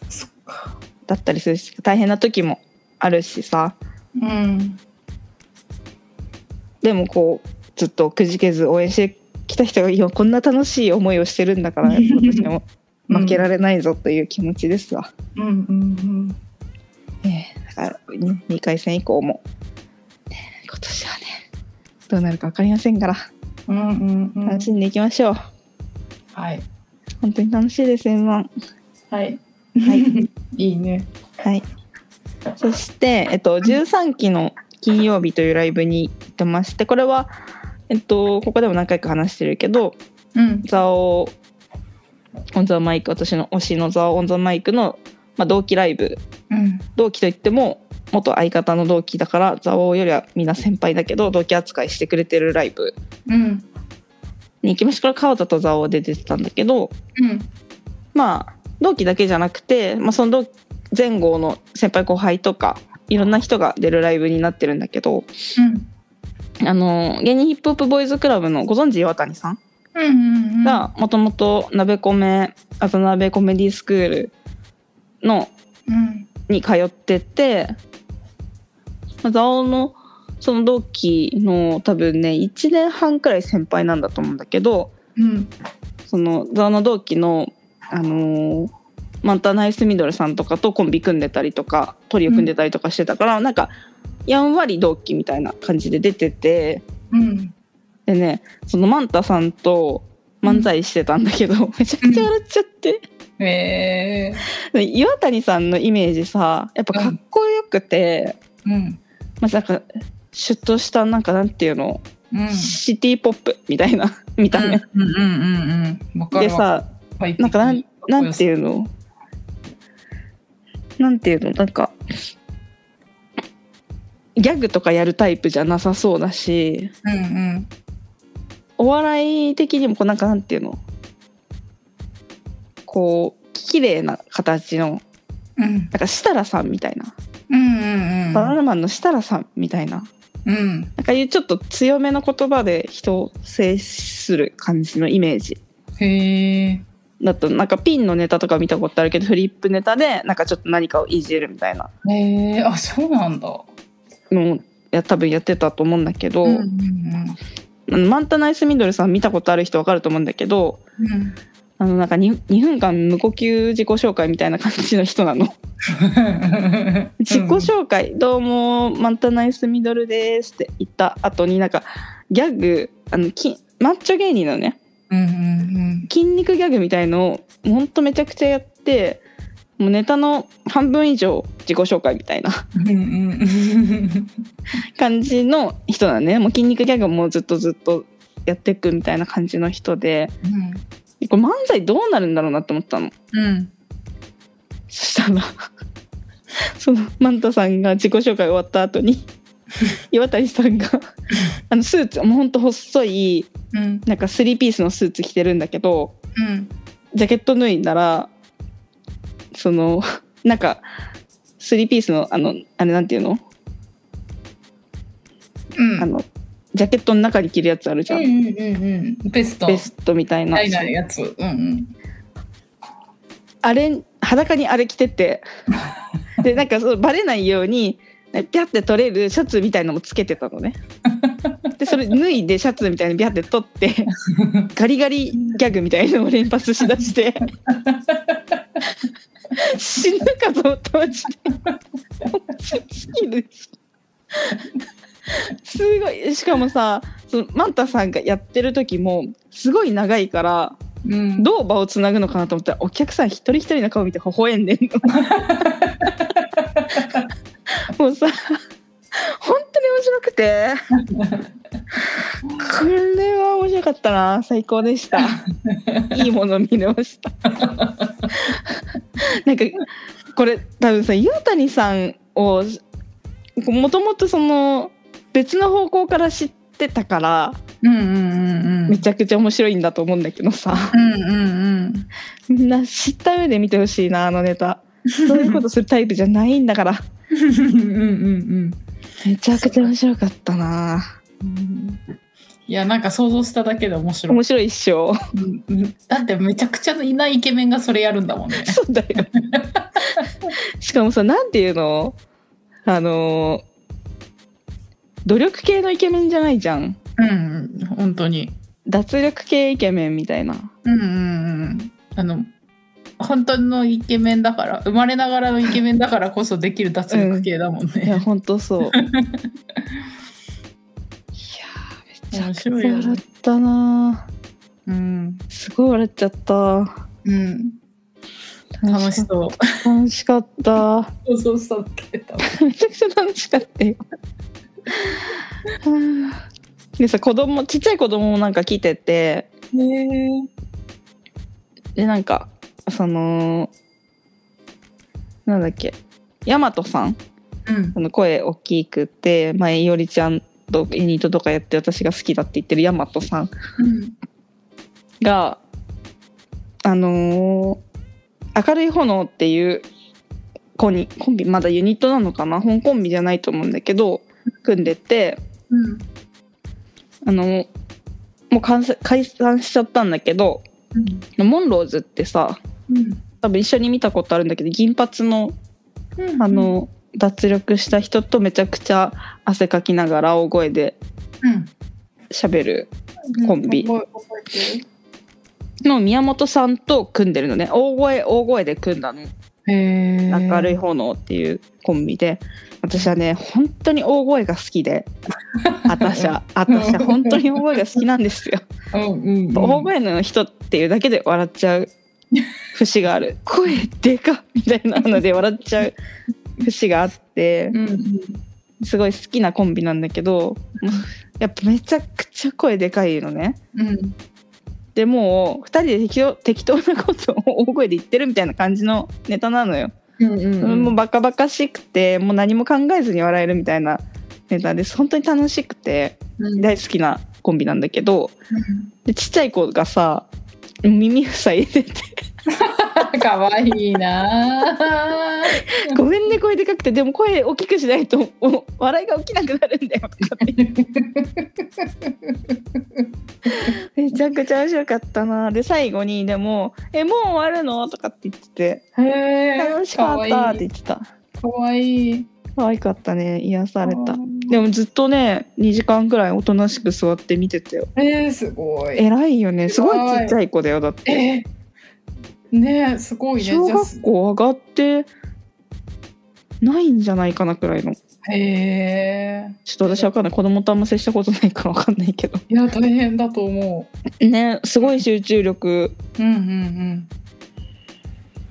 [SPEAKER 2] あそっか
[SPEAKER 1] だったりするし大変な時もあるしさ
[SPEAKER 2] うん
[SPEAKER 1] でもこうずっとくじけず応援してきた人がいやこんな楽しい思いをしてるんだから 私も負けられないぞという気持ちですわ。
[SPEAKER 2] うんうん
[SPEAKER 1] ねえだからね2回戦以降も、ねえ今年はねどうなるか分かりませんから
[SPEAKER 2] うんうんうんうん
[SPEAKER 1] 楽しんでいきましょう、
[SPEAKER 2] はい
[SPEAKER 1] 本当に楽しいです M1 は
[SPEAKER 2] はい
[SPEAKER 1] い、
[SPEAKER 2] いいね
[SPEAKER 1] はい、そして、えっと、13期の金曜日というライブに行ってましてこれは、えっと、ここでも何回か話してるけど
[SPEAKER 2] うん
[SPEAKER 1] ザオオンザマイク私の推しのザオオンザマイクの、まあ、同期ライブ
[SPEAKER 2] うん
[SPEAKER 1] 同期といっても元相方の同期だから蔵王よりはみんな先輩だけど同期扱いしてくれてるライブ
[SPEAKER 2] うん
[SPEAKER 1] に行きましたこれ川田と蔵王で出てたんだけど
[SPEAKER 2] うん
[SPEAKER 1] まあ同期だけじゃなくて、まあ、その同前後の先輩後輩とかいろんな人が出るライブになってるんだけど
[SPEAKER 2] うん
[SPEAKER 1] あの芸人ヒップホップボーイズクラブのご存知岩谷さん
[SPEAKER 2] うんうんうん
[SPEAKER 1] がもともと鍋米渡辺コメディスクールの
[SPEAKER 2] うん
[SPEAKER 1] に通っててまあ蔵王のその同期の多分ね1年半くらい先輩なんだと思うんだけど
[SPEAKER 2] うん
[SPEAKER 1] その蔵王の同期の、あのーマンタナイスミドルさんとかとコンビ組んでたりとかトリオ組んでたりとかしてたから、なんかやんわり同期みたいな感じで出てて
[SPEAKER 2] うん
[SPEAKER 1] でねそのマンタさんと漫才してたんだけど、めちゃくちゃ笑っちゃって、
[SPEAKER 2] え
[SPEAKER 1] で岩谷さんのイメージさやっぱかっこよくて。
[SPEAKER 2] ー、うん
[SPEAKER 1] まあ、なんかシュッとしたなんかなんていうの、
[SPEAKER 2] うん
[SPEAKER 1] シティポップみたいな 見た目、
[SPEAKER 2] うんうんうんうんわかる
[SPEAKER 1] で
[SPEAKER 2] わ
[SPEAKER 1] さ
[SPEAKER 2] はい
[SPEAKER 1] なんかなんなんていうのなんていうのなんかギャグとかやるタイプじゃなさそうだし
[SPEAKER 2] うんうん
[SPEAKER 1] お笑い的にもこうなんかなんていうのこう綺麗な形の
[SPEAKER 2] うん
[SPEAKER 1] なんか設楽さんみたいな、
[SPEAKER 2] うんうん
[SPEAKER 1] バナナマンの設楽さんみたいな
[SPEAKER 2] うんうん
[SPEAKER 1] なんかいうちょっと強めの言葉で人を制する感じのイメージ
[SPEAKER 2] へえ
[SPEAKER 1] だとなんかピンのネタとか見たことあるけどフリップネタでなんかちょっと何かをいじるみたいな
[SPEAKER 2] へえあそうなんだ
[SPEAKER 1] のをや多分やってたと思うんだけど、
[SPEAKER 2] うんうん
[SPEAKER 1] あのマンタナイスミドルさん見たことある人わかると思うんだけど
[SPEAKER 2] うんうん
[SPEAKER 1] あのなんか 2, 2分間無呼吸自己紹介みたいな感じの人なの。自己紹介、どうもマンタナイスミドルですって言った後になんかギャグあのきマッチョ芸人なのね
[SPEAKER 2] うんうん
[SPEAKER 1] 筋肉ギャグみたいのをほんとめちゃくちゃやってもうネタの半分以上自己紹介みたいな
[SPEAKER 2] うんうんうん
[SPEAKER 1] 感じの人なのねもう 筋肉ギャグもずっとずっとやっていくみたいな感じの人で
[SPEAKER 2] うん
[SPEAKER 1] これ漫才どうなるんだろうなって思ったの
[SPEAKER 2] うん
[SPEAKER 1] そしたら そのマンタさんが自己紹介終わった後に 岩谷さんが あのスーツもうほんと細い
[SPEAKER 2] うん
[SPEAKER 1] なんかスリーピースのスーツ着てるんだけど
[SPEAKER 2] うん
[SPEAKER 1] ジャケット脱いだらその なんかスリーピースのあのあれなんていうの,、
[SPEAKER 2] うん
[SPEAKER 1] あのジャケットの中に着るやつあるじゃん、
[SPEAKER 2] うんうんうんうんベスト
[SPEAKER 1] ベストみたいな
[SPEAKER 2] ないないやつうん
[SPEAKER 1] あれ裸にあれ着ててでなんかそうバレないようにビャって取れるシャツみたいのもつけてたのねでそれ脱いでシャツみたいにビャって取って
[SPEAKER 2] うん
[SPEAKER 1] ガリガリギャグみたいのを連発しだして死ぬかと思ったマジでスキルすごいしかもさそのマンタさんがやってる時もすごい長いから
[SPEAKER 2] うん
[SPEAKER 1] どう場をつなぐのかなと思ったらお客さん一人一人の顔見て微笑んでん のもうさ本当に面白くてこれは面白かったな最高で したいいもの見れましたなんかこれ多分さ岩谷さんをもともとその別の方向から知ってたから
[SPEAKER 2] うんうんうんうん
[SPEAKER 1] めちゃくちゃ面白いんだと思うんだけどさ
[SPEAKER 2] うんうんうん
[SPEAKER 1] みんな知った上で見てほしいなあのネタそういうことするタイプじゃないんだから
[SPEAKER 2] うんうん
[SPEAKER 1] めちゃくちゃ面白かったな
[SPEAKER 2] うんいやなんか想像しただけで面白い
[SPEAKER 1] 面白いっしょ
[SPEAKER 2] うんうんだってめちゃくちゃいないイケメンがそれやるんだもんね
[SPEAKER 1] そうだよしかもさなんていうのあの努力系のイケメンじゃないじゃん
[SPEAKER 2] うんうん本当に
[SPEAKER 1] 脱力系イケメンみたいな
[SPEAKER 2] うんうんうんあの本当のイケメンだから生まれながらのイケメンだからこそできる脱力系だもん
[SPEAKER 1] いや
[SPEAKER 2] ね、
[SPEAKER 1] ほんとそういやーめちゃくちゃ笑ったな
[SPEAKER 2] うん
[SPEAKER 1] すごい笑っちゃった
[SPEAKER 2] うん、楽しそう
[SPEAKER 1] 楽しかった
[SPEAKER 2] そうそうそうってた。
[SPEAKER 1] めちゃくちゃ楽しかったよ。はあでさ子供ちっちゃい子供もなんか来てて
[SPEAKER 2] ね
[SPEAKER 1] でなんかそのなんだっけヤマトさん
[SPEAKER 2] うん
[SPEAKER 1] あの声大きくて前いおりちゃんとユニットとかやって私が好きだって言ってるヤマトさん
[SPEAKER 2] うん
[SPEAKER 1] があのー明るい炎」っていうコンビコンビまだユニットなのかな本コンビじゃないと思うんだけど組んでて。
[SPEAKER 2] うん
[SPEAKER 1] あのもう完成解散しちゃったんだけどモンローズってさ
[SPEAKER 2] うん
[SPEAKER 1] 多分一緒に見たことあるんだけど銀髪の
[SPEAKER 2] うん
[SPEAKER 1] あの、脱力した人とめちゃくちゃ汗かきながら大声で
[SPEAKER 2] うん
[SPEAKER 1] 喋る
[SPEAKER 2] うん
[SPEAKER 1] コンビ
[SPEAKER 2] 覚え覚えて
[SPEAKER 1] の宮本さんと組んでるのね大声大声で組んだの
[SPEAKER 2] るへー
[SPEAKER 1] 明るい炎っていうコンビで私はね本当に大声が好きで私は私は本当に大声が好きなんですよ
[SPEAKER 2] うんうんうん
[SPEAKER 1] 大声の人っていうだけで笑っち ゃう節がある 声でかっみたいなので笑っちゃう節があって
[SPEAKER 2] うん
[SPEAKER 1] すごい好きなコンビなんだけどもうやっぱめちゃくちゃ声でかいのね
[SPEAKER 2] うん
[SPEAKER 1] でもう2人で適当適当なことを大声で言ってるみたいな感じのネタなのよ、
[SPEAKER 2] うんうんうん
[SPEAKER 1] もうバカバカしくてもう何も考えずに笑えるみたいなネタです本当に楽しくて
[SPEAKER 2] うん
[SPEAKER 1] 大好きなコンビなんだけどでちっちゃい子がさ耳塞いでて
[SPEAKER 2] かわいいな ぁ
[SPEAKER 1] 「ごめんね声でかくてでも声大きくしないとお笑いが起きなくなるんだよ」とかって めちゃくちゃ面白かったなで最後にでも「えもう終わるの?」とかって言ってて
[SPEAKER 2] へ
[SPEAKER 1] 「
[SPEAKER 2] え
[SPEAKER 1] 楽しかった」って
[SPEAKER 2] い
[SPEAKER 1] 言ってた
[SPEAKER 2] かわいい
[SPEAKER 1] 可愛かったね癒された
[SPEAKER 2] あー
[SPEAKER 1] でもずっとね2時間くらいおとなしく座って見てたよ
[SPEAKER 2] えー、すごい
[SPEAKER 1] 偉いよねすごいちっちゃい子だよだって
[SPEAKER 2] えー、ねえすごいね
[SPEAKER 1] 小学校上がってないんじゃないかなくらいのちょ
[SPEAKER 2] へえ
[SPEAKER 1] っと私わかんない子供とあんま接したことないからわかんないけど
[SPEAKER 2] いや大変だと思
[SPEAKER 1] ねすごい集中力
[SPEAKER 2] ううんうん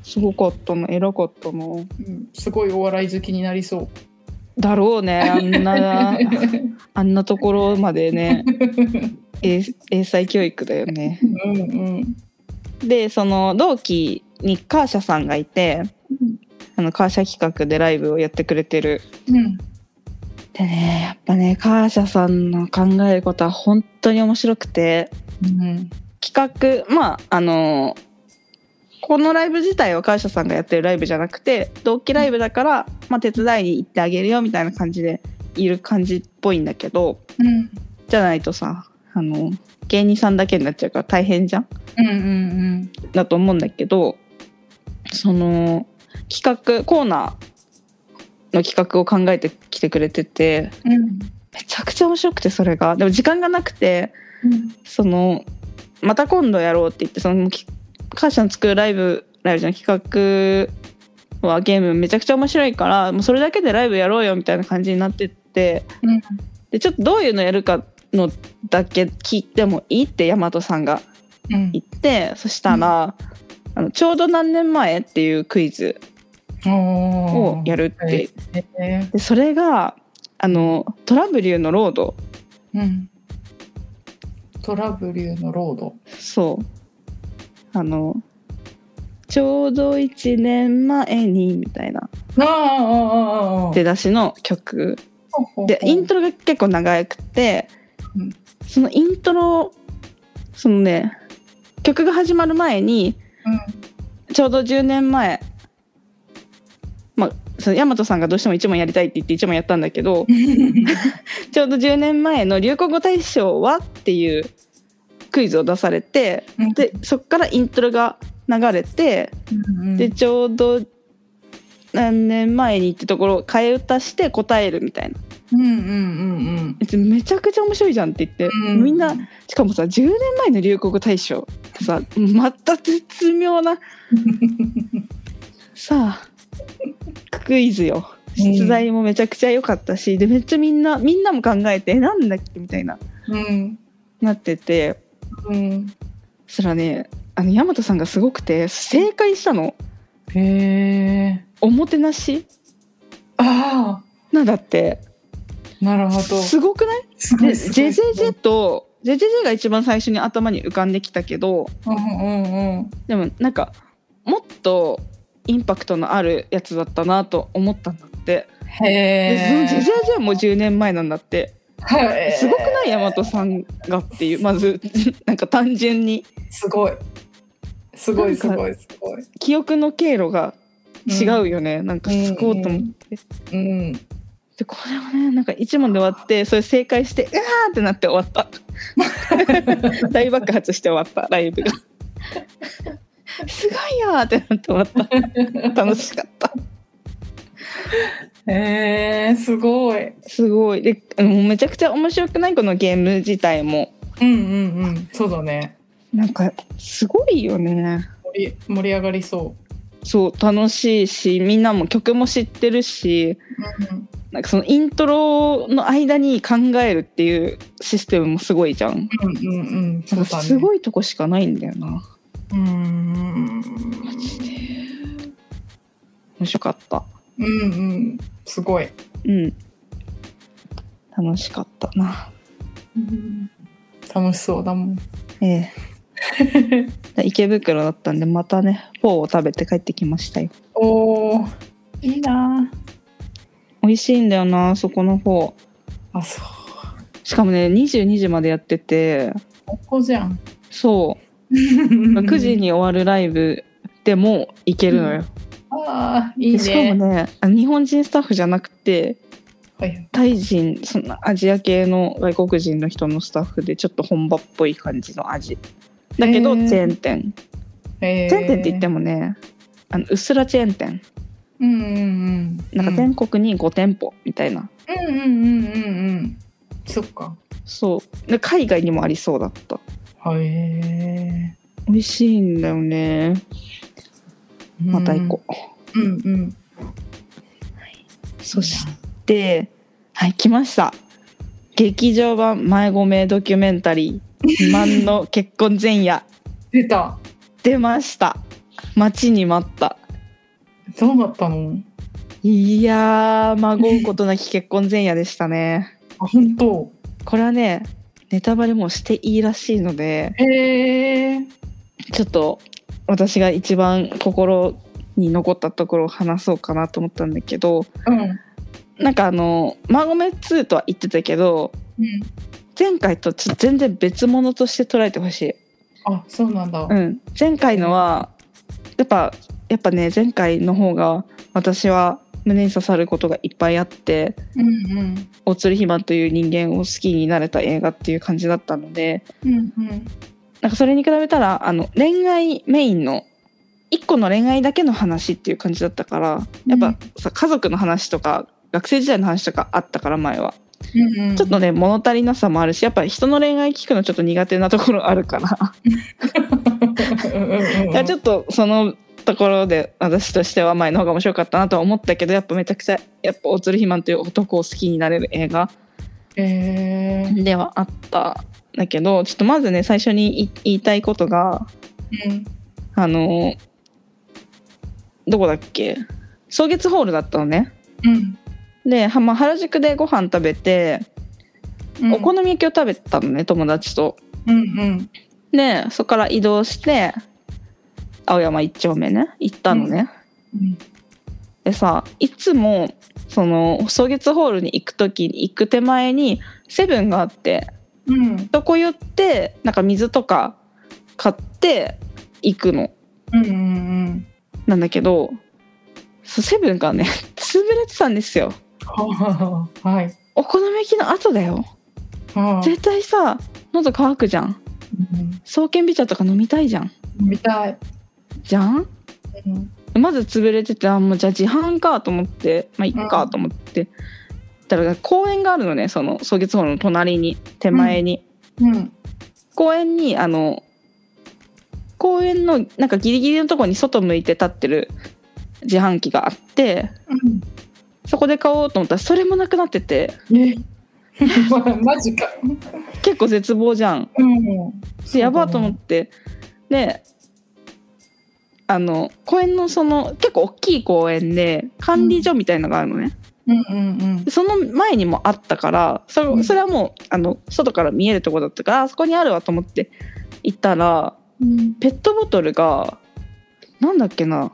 [SPEAKER 1] すごかったな偉かったな
[SPEAKER 2] うんうんすごいお笑い好きになりそう
[SPEAKER 1] だろう ねあん なあんなところまでね
[SPEAKER 2] う
[SPEAKER 1] 英英才教育だよね
[SPEAKER 2] んうん
[SPEAKER 1] でその同期にカーシャさんがいて
[SPEAKER 2] うん
[SPEAKER 1] あのカーシャ企画でライブをやってくれてる
[SPEAKER 2] うん
[SPEAKER 1] でねやっぱねカーシャさんの考えることは本当に面白くて
[SPEAKER 2] うん
[SPEAKER 1] 企画まああのこのライブ自体はカーシャさんがやってるライブじゃなくて同期ライブだから、まあ、手伝いに行ってあげるよみたいな感じでいる感じっぽいんだけど
[SPEAKER 2] うん
[SPEAKER 1] じゃないとさあの芸人さんだけになっちゃうから大変じゃん
[SPEAKER 2] うんうん
[SPEAKER 1] だと思うんだけどその企画コーナーの企画を考えてきてくれてて
[SPEAKER 2] うんうん
[SPEAKER 1] めちゃくちゃ面白くてそれがでも時間がなくて
[SPEAKER 2] うん
[SPEAKER 1] そのまた今度やろうって言ってそのきカーシャの作るライブライブじゃない企画はゲームめちゃくちゃ面白いからもうそれだけでライブやろうよみたいな感じになってって、
[SPEAKER 2] うん
[SPEAKER 1] でちょっとどういうのやるかのだけ聞いてもいいって大和さんが
[SPEAKER 2] うん
[SPEAKER 1] 行ってそしたら、あのちょうど何年前っていうクイズを
[SPEAKER 2] お
[SPEAKER 1] や
[SPEAKER 2] る
[SPEAKER 1] るって、
[SPEAKER 2] て、え
[SPEAKER 1] でそれがあのトラブリューのロード
[SPEAKER 2] うん、トラブルのロード
[SPEAKER 1] そうあのちょうど1年前にみたいな
[SPEAKER 2] ああああああ
[SPEAKER 1] 出だしの曲
[SPEAKER 2] ほうほうほう
[SPEAKER 1] でイントロが結構長くて
[SPEAKER 2] うん
[SPEAKER 1] そのイントロそのね曲が始まる前にちょうど10年前、まあ、その大和さんがどうしても一問やりたいって言って一問やったんだけど
[SPEAKER 2] うん、
[SPEAKER 1] ちょうど10年前の流行語大賞はっていうクイズを出されてでそっからイントロが流れて
[SPEAKER 2] うんうん、
[SPEAKER 1] でちょうど何年前にってところを替え歌して答えるみたいな
[SPEAKER 2] うんうんうん
[SPEAKER 1] 「めちゃくちゃ面白いじゃん」って言って、
[SPEAKER 2] うんうん、
[SPEAKER 1] みんなしかもさ10年前の流行語大賞ってさまた絶妙 なさあクイズよ
[SPEAKER 2] うん
[SPEAKER 1] 出題もめちゃくちゃ良かったし、でめっちゃみんなみんなも考えてえなんだっけみたいな
[SPEAKER 2] うん
[SPEAKER 1] なってて
[SPEAKER 2] うん
[SPEAKER 1] そしたらねあの大和さんがすごくて正解したの
[SPEAKER 2] へえ
[SPEAKER 1] おもてなし
[SPEAKER 2] あ
[SPEAKER 1] なんだって
[SPEAKER 2] あなるほど
[SPEAKER 1] すごくない
[SPEAKER 2] すご
[SPEAKER 1] で
[SPEAKER 2] いすごい
[SPEAKER 1] ?JJJ と JJJ が一番最初に頭に浮かんできたけど
[SPEAKER 2] うんうんうん
[SPEAKER 1] でもなんかもっとインパクトのあるやつだったなと思ったんだって
[SPEAKER 2] へ
[SPEAKER 1] でその JJJ
[SPEAKER 2] え
[SPEAKER 1] も10年前なんだって。
[SPEAKER 2] はい
[SPEAKER 1] すごくない大和さんがっていうまず なんか単純に
[SPEAKER 2] すごいすごいすごいすごい
[SPEAKER 1] 記憶の経路が違うよね、なんかすごいと思って、
[SPEAKER 2] うんうん
[SPEAKER 1] でこれはねなんか一問で終わってそれ正解してうわーってなって終わった 大爆発して終わったライ ブがすごいよーってなって終わった楽しかった
[SPEAKER 2] へえすごい
[SPEAKER 1] すごいでもうめちゃくちゃ面白くないこのゲーム自体も
[SPEAKER 2] うんうんうんそうだね
[SPEAKER 1] なんかすごいよね
[SPEAKER 2] 盛り盛り上がりそ
[SPEAKER 1] そう楽しいしみんなも曲も知ってるし
[SPEAKER 2] う、うん、
[SPEAKER 1] なんかそのイントロの間に考えるっていうシステムもすごいじゃん。
[SPEAKER 2] うんうんうん
[SPEAKER 1] な
[SPEAKER 2] そ
[SPEAKER 1] ん
[SPEAKER 2] う
[SPEAKER 1] か
[SPEAKER 2] だね
[SPEAKER 1] すごいとこしかないんだよな。
[SPEAKER 2] うーん
[SPEAKER 1] 面白かった。
[SPEAKER 2] うんうんすごい
[SPEAKER 1] うん。楽しかったな。
[SPEAKER 2] うん楽しそうだもん。
[SPEAKER 1] え え。で池袋だったんで、またね、フォーを食べて帰ってきましたよ。
[SPEAKER 2] おお、いいな
[SPEAKER 1] 美味しいんだよな、あそこのフォー。
[SPEAKER 2] あ。あ、そう。
[SPEAKER 1] しかもね、22時までやってて、
[SPEAKER 2] ここじゃん。
[SPEAKER 1] そう、9時。に終わるライブでも行けるのよ。
[SPEAKER 2] ああ、いい
[SPEAKER 1] で
[SPEAKER 2] ね。
[SPEAKER 1] しかもね、あ日本人スタッフじゃなくて、
[SPEAKER 2] はい。
[SPEAKER 1] タイ人そんなアジア系の外国人の人のスタッフでちょっと本場っぽい感じの味だけど
[SPEAKER 2] へー
[SPEAKER 1] チェーン店、
[SPEAKER 2] えー
[SPEAKER 1] チェーン店って言ってもねあのうっすらチェーン店
[SPEAKER 2] うんうんうん。
[SPEAKER 1] なんか
[SPEAKER 2] うん
[SPEAKER 1] 全国に5店舗みたいな、
[SPEAKER 2] うんうんうんうんうん。そっか。
[SPEAKER 1] そうで海外にもありそうだった
[SPEAKER 2] はい、え
[SPEAKER 1] 美味しいんだよね
[SPEAKER 2] ー。
[SPEAKER 1] また行こう、
[SPEAKER 2] う。うんうん。
[SPEAKER 1] そしてはい来ました劇場版前込ドキュメンタリー「未満の結婚前夜
[SPEAKER 2] 出た。」
[SPEAKER 1] 出ました待ちに待った
[SPEAKER 2] どうなったの？
[SPEAKER 1] いやー、まごうことなき結婚前夜でしたね。
[SPEAKER 2] あ本当。
[SPEAKER 1] これはね、ネタバレもうしていいらしいので、
[SPEAKER 2] へえー。
[SPEAKER 1] ちょっと私が一番心に残ったところを話そうかなと思ったんだけど、
[SPEAKER 2] うん
[SPEAKER 1] なんかあの、マゴメ2とは言ってたけど、
[SPEAKER 2] うん。
[SPEAKER 1] 前回とちょっと全然別物として捉えてほしい。
[SPEAKER 2] あそうなんだ。
[SPEAKER 1] うん。前回のは、やっぱ、やっぱね、前回の方が私は胸に刺さることがいっぱいあって、
[SPEAKER 2] うんうん
[SPEAKER 1] おつるひまという人間を好きになれた映画っていう感じだったので
[SPEAKER 2] うんうん。
[SPEAKER 1] なんかそれに比べたらあの恋愛メインの一個の恋愛だけの話っていう感じだったからやっ
[SPEAKER 2] う
[SPEAKER 1] ぱ
[SPEAKER 2] ん
[SPEAKER 1] さ、家族の話とか学生時代の話とかあったから前は
[SPEAKER 2] うんうん、
[SPEAKER 1] ちょっとね物足りなさもあるしやっぱ人の恋愛聞くのちょっと苦手なところあるから
[SPEAKER 2] うんうんうん
[SPEAKER 1] いやちょっとそのところで私としては前の方が面白かったなとは思ったけどやっぱめちゃくちゃやっぱおつるひまという男を好きになれる映画
[SPEAKER 2] えー
[SPEAKER 1] ではあったんだけどちょっとまずね最初にい言いたいことが
[SPEAKER 2] うん
[SPEAKER 1] あのどこだっけ草月ホールだったのね
[SPEAKER 2] うん
[SPEAKER 1] で、はまあ、原宿でご飯食べて、
[SPEAKER 2] うん
[SPEAKER 1] お好み焼きを食べたのね友達と
[SPEAKER 2] うんうん
[SPEAKER 1] でそこから移動して青山一丁目ね行ったのね、
[SPEAKER 2] うん
[SPEAKER 1] でさいつもその草月ホールに行く時に行く手前にセブンがあって
[SPEAKER 2] うん
[SPEAKER 1] そこ寄ってなんか水とか買って行くの
[SPEAKER 2] うんうん
[SPEAKER 1] なんだけどそうセブンがね 潰れてたんですよ
[SPEAKER 2] はあはい
[SPEAKER 1] お好み焼きの後だよ
[SPEAKER 2] はあ
[SPEAKER 1] 絶対さ喉乾くじゃん
[SPEAKER 2] うん
[SPEAKER 1] 爽健美茶とか飲みたいじゃん
[SPEAKER 2] 見たい
[SPEAKER 1] じゃん
[SPEAKER 2] うん
[SPEAKER 1] まず潰れててあもうじゃあ自販かと思ってまあいっかと思って、だから公園があるのねその草月ホールの隣に手前に、
[SPEAKER 2] うん
[SPEAKER 1] 公園にあの公園のなんかギリギリのとこに外向いて立ってる自販機があってそこで買おうと思ったらそれもなくなってて
[SPEAKER 2] うんえま マジか
[SPEAKER 1] 結構絶望じゃん
[SPEAKER 2] うん
[SPEAKER 1] でやばと思ってであの公園のその結構大きい公園で管理所みたいのがあるのね、
[SPEAKER 2] うんうんうん
[SPEAKER 1] その前にもあったからそれそれはもうあの外から見えるとこだったからあそこにあるわと思って行ったら
[SPEAKER 2] うん
[SPEAKER 1] ペットボトルがなんだっけな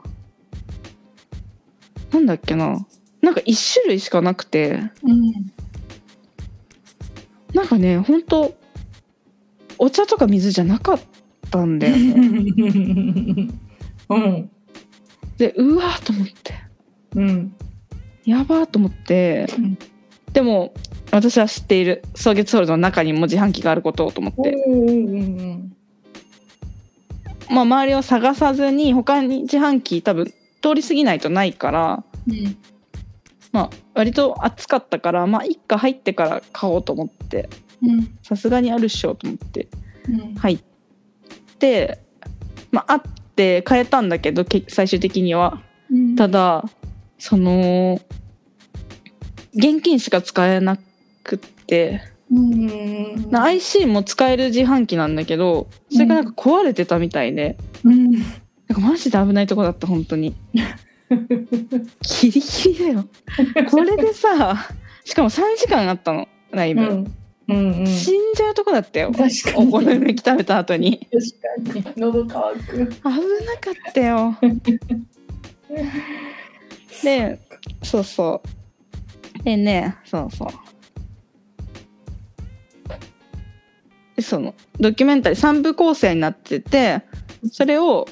[SPEAKER 1] なんだっけななんか1種類しかなくて
[SPEAKER 2] うん
[SPEAKER 1] なんかねほんとお茶とか水じゃなかったんだよね
[SPEAKER 2] うん
[SPEAKER 1] でうわーと思って
[SPEAKER 2] うん
[SPEAKER 1] やばーと思って
[SPEAKER 2] うん
[SPEAKER 1] でも私は知っている草月ホールの中にも自販機があることをと思っ
[SPEAKER 2] おー
[SPEAKER 1] て、
[SPEAKER 2] うんうん
[SPEAKER 1] まあ、周りを探さずに他に自販機多分通り過ぎないとないから、
[SPEAKER 2] うん
[SPEAKER 1] まあ、割と暑かったからまあ一家入ってから買おうと思って
[SPEAKER 2] うん
[SPEAKER 1] さすがにあるっしょと思って
[SPEAKER 2] うん
[SPEAKER 1] 入ってまああって変えたんだけどけ最終的には
[SPEAKER 2] うん
[SPEAKER 1] ただその現金しか使えなくって
[SPEAKER 2] うんうん
[SPEAKER 1] な IC も使える自販機なんだけどそれがなんか壊れてたみたいで、
[SPEAKER 2] うん
[SPEAKER 1] なんかマジで危ないとこだった本当にギリギリだよこれでさしかも3時間あったのライ
[SPEAKER 2] う
[SPEAKER 1] ブ、
[SPEAKER 2] んうんうん
[SPEAKER 1] 死んじゃうとこだったよ
[SPEAKER 2] 確か
[SPEAKER 1] お
[SPEAKER 2] に
[SPEAKER 1] 好み焼き食べた後に
[SPEAKER 2] 確かに喉乾く
[SPEAKER 1] 危なかったよでそうそうでねそうそうでそのドキュメンタリー3部構成になっててそれを、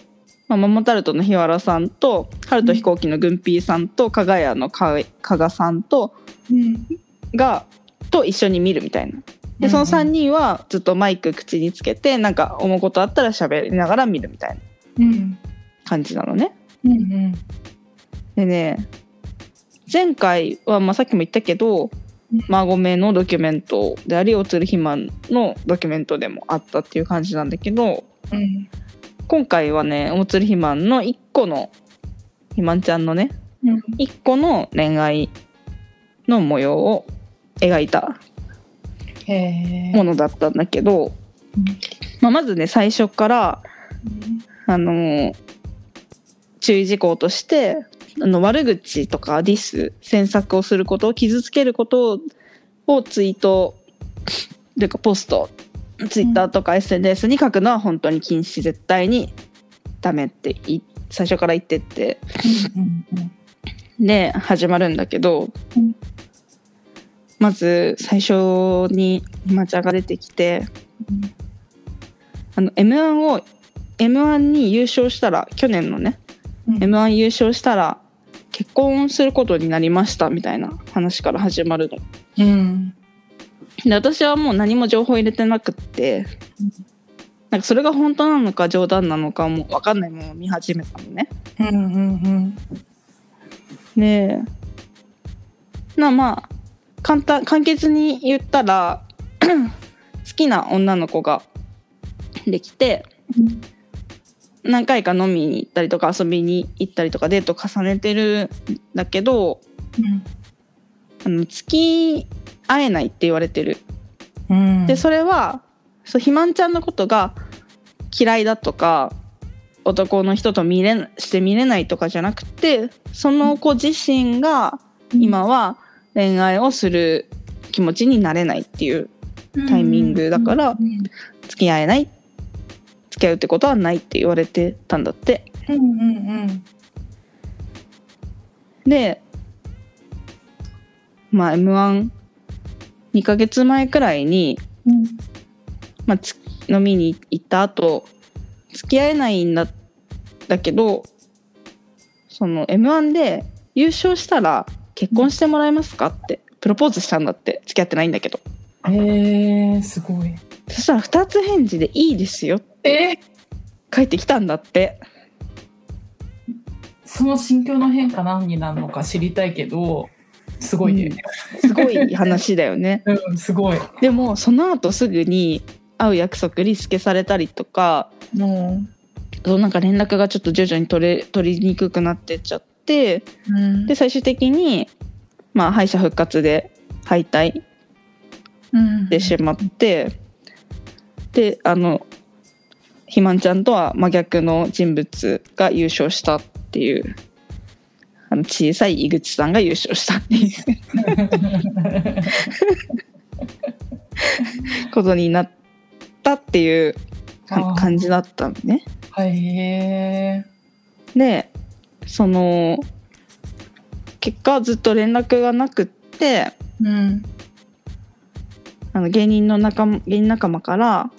[SPEAKER 1] まあ、ママタルトの日原さんと春と飛行機の軍ーさんと加賀屋のか加賀さんと
[SPEAKER 2] うん
[SPEAKER 1] がと一緒に見るみたいなでその3人はずっとマイク口につけてなんか思うことあったら喋りながら見るみたいな
[SPEAKER 2] うん
[SPEAKER 1] 感じなのね。
[SPEAKER 2] うんうん
[SPEAKER 1] でね前回は、まあ、さっきも言ったけど
[SPEAKER 2] うん
[SPEAKER 1] 「馬込のドキュメントであり「おつるひまん」のドキュメントでもあったっていう感じなんだけど
[SPEAKER 2] うん
[SPEAKER 1] 今回はね「おつるひまん」の1個のひまんちゃんのね
[SPEAKER 2] うん
[SPEAKER 1] 1個の恋愛の模様を描いた
[SPEAKER 2] へえ
[SPEAKER 1] ものだったんだけど、まあ、まずね最初からあのー注意事項としてあの悪口とかディス詮索をすること傷つけることをツイートというかポストツイッターとか SNS に書くのは本当に禁止絶対にダメってい最初から言ってって
[SPEAKER 2] うんうん
[SPEAKER 1] で始まるんだけど、
[SPEAKER 2] うん
[SPEAKER 1] まず最初にマチャが出てきて。
[SPEAKER 2] うん
[SPEAKER 1] あの M1 を M1 に優勝したら去年のね、
[SPEAKER 2] うん
[SPEAKER 1] M1 優勝したら結婚することになりましたみたいな話から始まるの。
[SPEAKER 2] うん
[SPEAKER 1] で私はもう何も情報入れてなくって
[SPEAKER 2] うん
[SPEAKER 1] なんかそれが本当なのか冗談なのかも分かんないものを見始めたのね。
[SPEAKER 2] うんうん
[SPEAKER 1] でなまあ簡単簡潔に言ったら 好きな女の子ができて、
[SPEAKER 2] うん
[SPEAKER 1] 何回か飲みに行ったりとか遊びに行ったりとかデート重ねてるんだけどあの月会えないって言われてる、
[SPEAKER 2] うん
[SPEAKER 1] でそれはそうひまんちゃんのことが嫌いだとか男の人と見れなして見れないとかじゃなくてその子自身が今は恋愛をする気持ちになれないっていうタイミングだから
[SPEAKER 2] うん
[SPEAKER 1] 付き合えない付き合うってことはないって言われてたんだって。
[SPEAKER 2] うんうん
[SPEAKER 1] でまあ m 12ヶ月前くらいに、
[SPEAKER 2] うん
[SPEAKER 1] まあ、つ飲みに行った後付き合えないんだだけどその m 1で優勝したら結婚してもらえますかってプロポーズしたんだって付き合ってないんだけど
[SPEAKER 2] うんへえすごい
[SPEAKER 1] そしたら2つ返事で「いいですよ」
[SPEAKER 2] え
[SPEAKER 1] 帰ってきたんだって
[SPEAKER 2] その心境の変化何になるのか知りたいけどすごいね、
[SPEAKER 1] すごい話だよね
[SPEAKER 2] うんすごい
[SPEAKER 1] でもその後すぐに会う約束リスケされたりとか
[SPEAKER 2] も
[SPEAKER 1] そうなんか連絡がちょっと徐々に取れ取りにくくなってっちゃって
[SPEAKER 2] う、うん
[SPEAKER 1] で最終的に、まあ、敗者復活で敗退
[SPEAKER 2] うん
[SPEAKER 1] してしまってであのひまんちゃんとは真逆の人物が優勝したっていうあの小さい井口さんが優勝したっていう ことになったっていうか
[SPEAKER 2] あー
[SPEAKER 1] 感じだったのね。
[SPEAKER 2] はいへ
[SPEAKER 1] でその結果ずっと連絡がなくって
[SPEAKER 2] ーうん
[SPEAKER 1] あの芸人の仲間芸人仲間から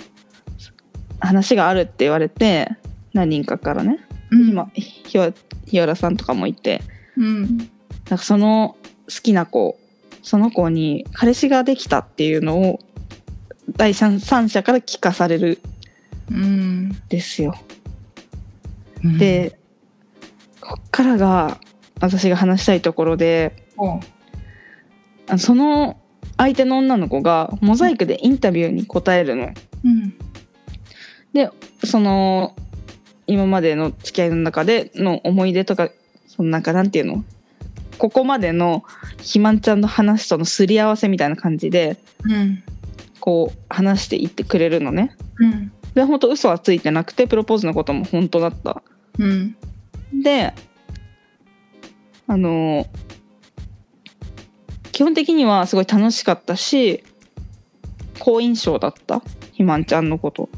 [SPEAKER 1] 話があるって言われて何人かからね今ひわ日原さんとかもいて
[SPEAKER 2] うん
[SPEAKER 1] なんかその好きな子その子に彼氏ができたっていうのを第三三者から聞かされる
[SPEAKER 2] うん
[SPEAKER 1] んですよ。でこっからが私が話したいところで。
[SPEAKER 2] うん
[SPEAKER 1] あその相手の女の子がモザイクでインタビューに答えるの
[SPEAKER 2] うん
[SPEAKER 1] その今までの付き合いの中での思い出とかそのなんかなんていうのここまでのひまんちゃんの話とのすり合わせみたいな感じで
[SPEAKER 2] うん
[SPEAKER 1] こう話していってくれるのね
[SPEAKER 2] うん
[SPEAKER 1] で本当嘘はついてなくてプロポーズのことも本当だった
[SPEAKER 2] うん
[SPEAKER 1] であの基本的にはすごい楽しかったし好印象だったひまんちゃんのこと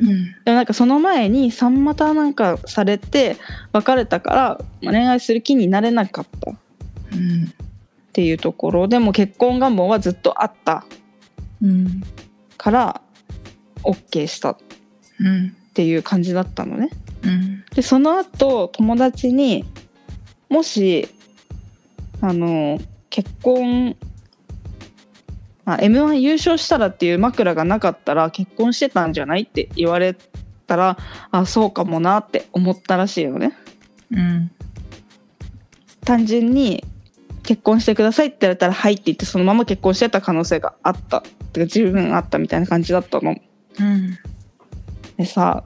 [SPEAKER 2] うん
[SPEAKER 1] でもなんかその前に三股なんかされて別れたからまあ恋愛する気になれなかったっ
[SPEAKER 2] うん
[SPEAKER 1] ていうところでも結婚願望はずっとあった
[SPEAKER 2] うん
[SPEAKER 1] から OK したっ
[SPEAKER 2] うん
[SPEAKER 1] ていう感じだったのね
[SPEAKER 2] うん
[SPEAKER 1] でその後友達にもしあの結婚あ m 1優勝したらっていう枕がなかったら結婚してたんじゃないって言われたらあそうかもなって思ったらしいのね
[SPEAKER 2] うん
[SPEAKER 1] 単純に結婚してくださいって言われたら「はい」って言ってそのまま結婚してた可能性があったてか十分あったみたいな感じだったの
[SPEAKER 2] うん
[SPEAKER 1] でさ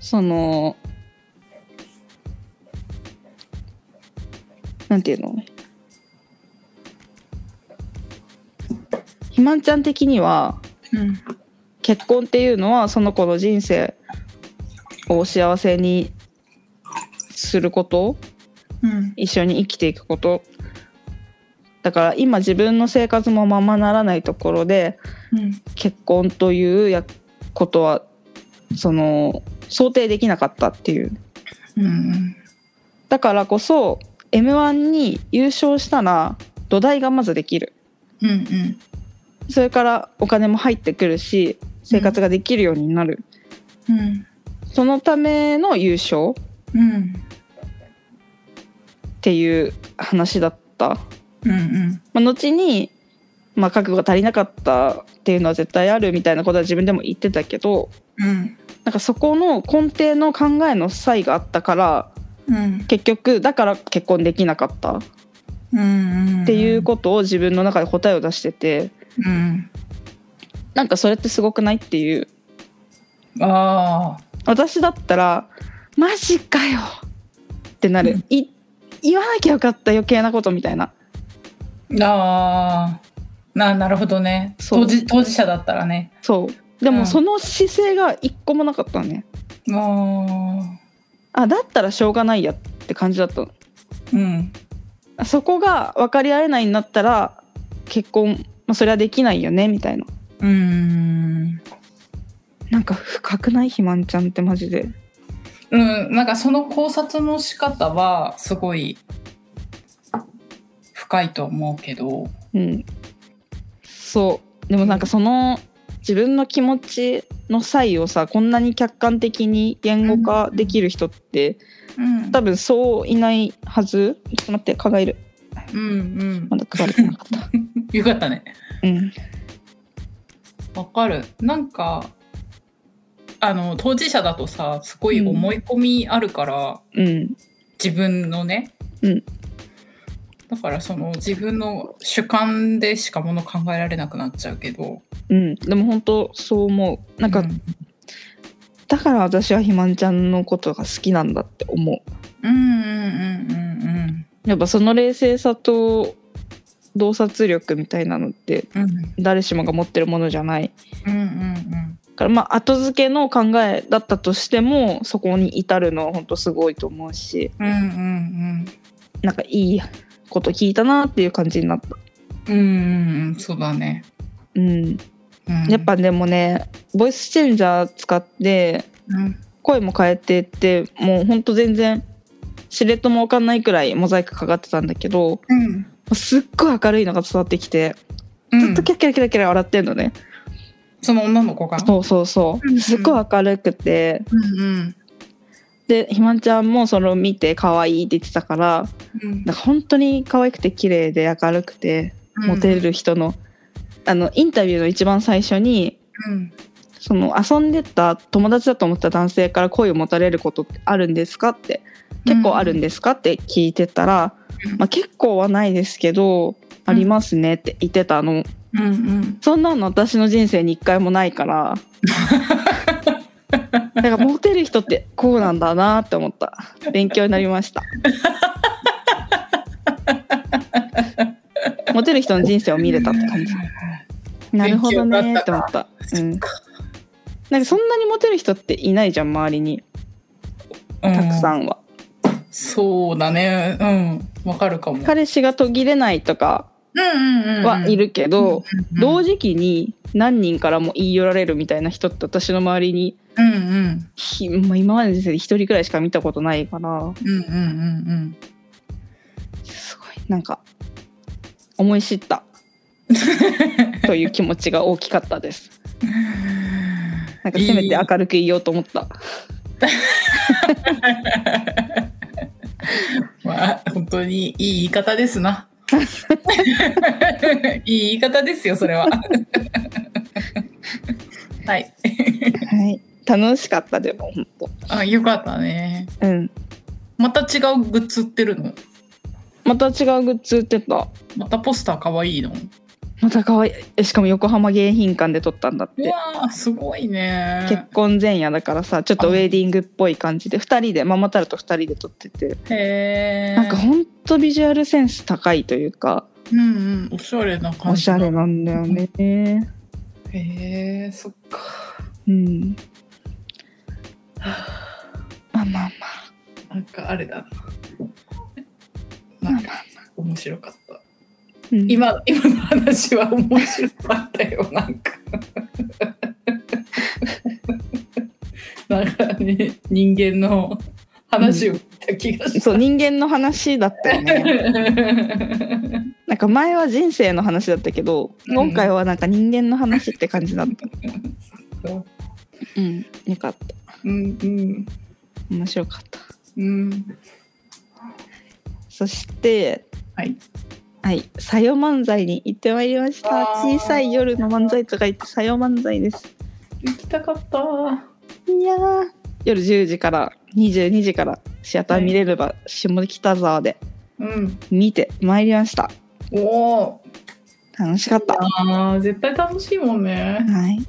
[SPEAKER 1] そのなんていうのひまんちゃん的には
[SPEAKER 2] うん
[SPEAKER 1] 結婚っていうのはその子の人生を幸せにすること
[SPEAKER 2] うん
[SPEAKER 1] 一緒に生きていくことだから今自分の生活もままならないところで
[SPEAKER 2] うん
[SPEAKER 1] 結婚というやことはその想定できなかったっていう
[SPEAKER 2] うん
[SPEAKER 1] だからこそ m 1に優勝したら土台がまずできる
[SPEAKER 2] うんうん
[SPEAKER 1] それからお金も入ってくるし生活ができるようになる、
[SPEAKER 2] うん
[SPEAKER 1] そのための優勝
[SPEAKER 2] うん
[SPEAKER 1] っていう話だった、ま
[SPEAKER 2] うん
[SPEAKER 1] あ、後に、まあ、覚悟が足りなかったっていうのは絶対あるみたいなことは自分でも言ってたけど
[SPEAKER 2] うん
[SPEAKER 1] なんかそこの根底の考えの差異があったから
[SPEAKER 2] うん
[SPEAKER 1] 結局だから結婚できなかったっ
[SPEAKER 2] うん
[SPEAKER 1] ていうことを自分の中で答えを出してて
[SPEAKER 2] うん
[SPEAKER 1] なんかそれってすごくないっていう
[SPEAKER 2] ああ
[SPEAKER 1] 私だったら「マジかよ!」ってなる、
[SPEAKER 2] うん
[SPEAKER 1] い言わなきゃよかった余計なことみたいな
[SPEAKER 2] ああななるほどね
[SPEAKER 1] そう
[SPEAKER 2] 当事当事者だったらね
[SPEAKER 1] そうで
[SPEAKER 2] う
[SPEAKER 1] も
[SPEAKER 2] ん
[SPEAKER 1] その姿勢が一個もなかったのね
[SPEAKER 2] あー
[SPEAKER 1] あだったらしょうがないやって感じだったの
[SPEAKER 2] うん
[SPEAKER 1] あそこが分かり合えないんだったら結婚、まあ、それはできないよねみたいな
[SPEAKER 2] うん
[SPEAKER 1] なんか深くないひまんちゃんってマジで
[SPEAKER 2] うんなんかその考察の仕方はすごい深いと思うけど
[SPEAKER 1] うんそうでもなんかその自分の気持ちの際をさこんなに客観的に言語化できる人って
[SPEAKER 2] うん
[SPEAKER 1] 多分そういないはずちょっと待って蚊がいる
[SPEAKER 2] うん
[SPEAKER 1] まだ食われてなか った
[SPEAKER 2] うんよかったね
[SPEAKER 1] うん
[SPEAKER 2] わかるなんかあの当事者だとさすごい思い込みあるから、
[SPEAKER 1] うん
[SPEAKER 2] 自分のね、
[SPEAKER 1] うん
[SPEAKER 2] だからその自分の主観でしかもの考えられなくなっちゃうけど
[SPEAKER 1] うんでも本当そう思うなんか、
[SPEAKER 2] うん
[SPEAKER 1] だから私はひまんちゃんのことが好きなんだって思う
[SPEAKER 2] うんうんうん
[SPEAKER 1] やっぱその冷静さと洞察力みたいなのって
[SPEAKER 2] うんうん
[SPEAKER 1] 誰しもが持ってるものじゃない
[SPEAKER 2] うんうん
[SPEAKER 1] からまあ後付けの考えだったとしてもそこに至るのは本当すごいと思うし
[SPEAKER 2] うんうんうん
[SPEAKER 1] なんかいいこと聞いたなっていう感じになった
[SPEAKER 2] うんうんうんそうだね、
[SPEAKER 1] うん
[SPEAKER 2] うん、
[SPEAKER 1] やっぱでもねボイスチェンジャー使って
[SPEAKER 2] うん
[SPEAKER 1] 声も変えてってもうほんと全然しれっとも分かんないくらいモザイクかかってたんだけど
[SPEAKER 2] うん
[SPEAKER 1] すっごい明るいのが伝わってきて
[SPEAKER 2] うん
[SPEAKER 1] ずっとキャッキャラキャラキャラ笑ってんのね、
[SPEAKER 2] その女の子が
[SPEAKER 1] そうそうそ
[SPEAKER 2] うんう
[SPEAKER 1] うんすっごい明るくて
[SPEAKER 2] うんうん
[SPEAKER 1] でひまんちゃんもそれを見て可愛いって言ってたから
[SPEAKER 2] うん
[SPEAKER 1] なんか本当に可愛くて綺麗で明るくてモテる人の,、あのインタビューの一番最初に
[SPEAKER 2] うん
[SPEAKER 1] その遊んでた友達だと思った男性から恋を持たれることってあるんですかって結構あるんですかって聞いてたら、
[SPEAKER 2] うん
[SPEAKER 1] まあ、結構はないですけどありますねって言ってたの
[SPEAKER 2] うんうん
[SPEAKER 1] そんなの私の人生に一回もないからだからモテる人ってこうなんだなって思った勉強になりました モテる人の人生を見れたって感じなるほどねーって思ったうん、なんかそんなにモテる人っていないじゃん周りにたくさ
[SPEAKER 2] うん
[SPEAKER 1] は、
[SPEAKER 2] そうだねうんわかるかも
[SPEAKER 1] 彼氏が途切れないとか
[SPEAKER 2] うんうんうん
[SPEAKER 1] はいるけど、同
[SPEAKER 2] 時
[SPEAKER 1] 時期に何人からも言い寄られるみたいな人って私の周りに
[SPEAKER 2] うんうん
[SPEAKER 1] ひまあ今までの人生で一人くらいしか見たことないから
[SPEAKER 2] うんうんうん
[SPEAKER 1] すごいなんか思い知 ったという気持ちが大きかったです。なんかせめて明るく言おうと思った。
[SPEAKER 2] まあ本当にいい言い方です な いい言い方ですよそ れははい
[SPEAKER 1] はい、楽しかったでも本当。
[SPEAKER 2] あよかったね
[SPEAKER 1] うん。
[SPEAKER 2] また違うグッズ売ってるの
[SPEAKER 1] また違うグッズ売ってた。
[SPEAKER 2] またポスターかわいいの
[SPEAKER 1] また可愛いえ。しかも横浜迎賓館で撮ったんだっ
[SPEAKER 2] う
[SPEAKER 1] て。
[SPEAKER 2] わーすごい
[SPEAKER 1] 結
[SPEAKER 2] ね
[SPEAKER 1] 婚前夜だからさちょっとウェディングっぽい感じで2人でママタルと2人で撮ってて
[SPEAKER 2] へえ
[SPEAKER 1] なんかほんとビジュアルセンス高いというか
[SPEAKER 2] うんうんおしゃれな感
[SPEAKER 1] お
[SPEAKER 2] じ
[SPEAKER 1] し
[SPEAKER 2] だ
[SPEAKER 1] ゃれなんだよね
[SPEAKER 2] へえそっか
[SPEAKER 1] うんまあまあ
[SPEAKER 2] なんかあれだ
[SPEAKER 1] ま
[SPEAKER 2] な
[SPEAKER 1] あまあ
[SPEAKER 2] なんか面白かった
[SPEAKER 1] うん
[SPEAKER 2] 今今の話は面白かったよなんかなんかね人間の話を聞いた気がした、
[SPEAKER 1] そう人間の話だったよ ねなんか前は人生の話だったけど
[SPEAKER 2] うん
[SPEAKER 1] 今回はなんか人間の話って感じだったうんよかった
[SPEAKER 2] うんうん
[SPEAKER 1] 面白かった
[SPEAKER 2] うん
[SPEAKER 1] そして
[SPEAKER 2] はい
[SPEAKER 1] はい、さよ漫才に行ってまいりました。
[SPEAKER 2] わ
[SPEAKER 1] 小
[SPEAKER 2] ー
[SPEAKER 1] さい夜の漫才とか言ってさよ漫才です。
[SPEAKER 2] 行きたかった
[SPEAKER 1] いやー、夜10時から22時からシアター見れれば、下北沢で
[SPEAKER 2] うん
[SPEAKER 1] 見てまいりました。
[SPEAKER 2] おお
[SPEAKER 1] 楽しかった。は
[SPEAKER 2] あー絶対楽しいもんね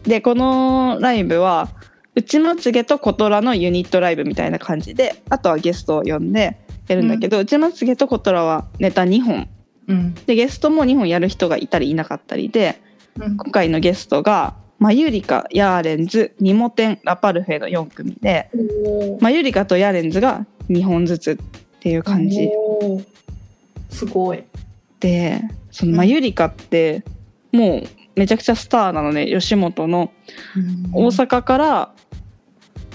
[SPEAKER 1] い。で、このライブは。うちまつげとコトラのユニットライブみたいな感じであとはゲストを呼んでやるんだけど、うちまつげとコトラはネタ2本
[SPEAKER 2] うん
[SPEAKER 1] でゲストも2本やる人がいたりいなかったりで
[SPEAKER 2] うん
[SPEAKER 1] 今回のゲストがマユリカ、ヤーレンズ、ニモテン、ラパルフェの4組で
[SPEAKER 2] おー
[SPEAKER 1] マユリカとヤーレンズが2本ずつっていう感じ
[SPEAKER 2] おーすごい
[SPEAKER 1] でそのマユリカってもうめちゃくちゃスターなのね吉本の大阪から、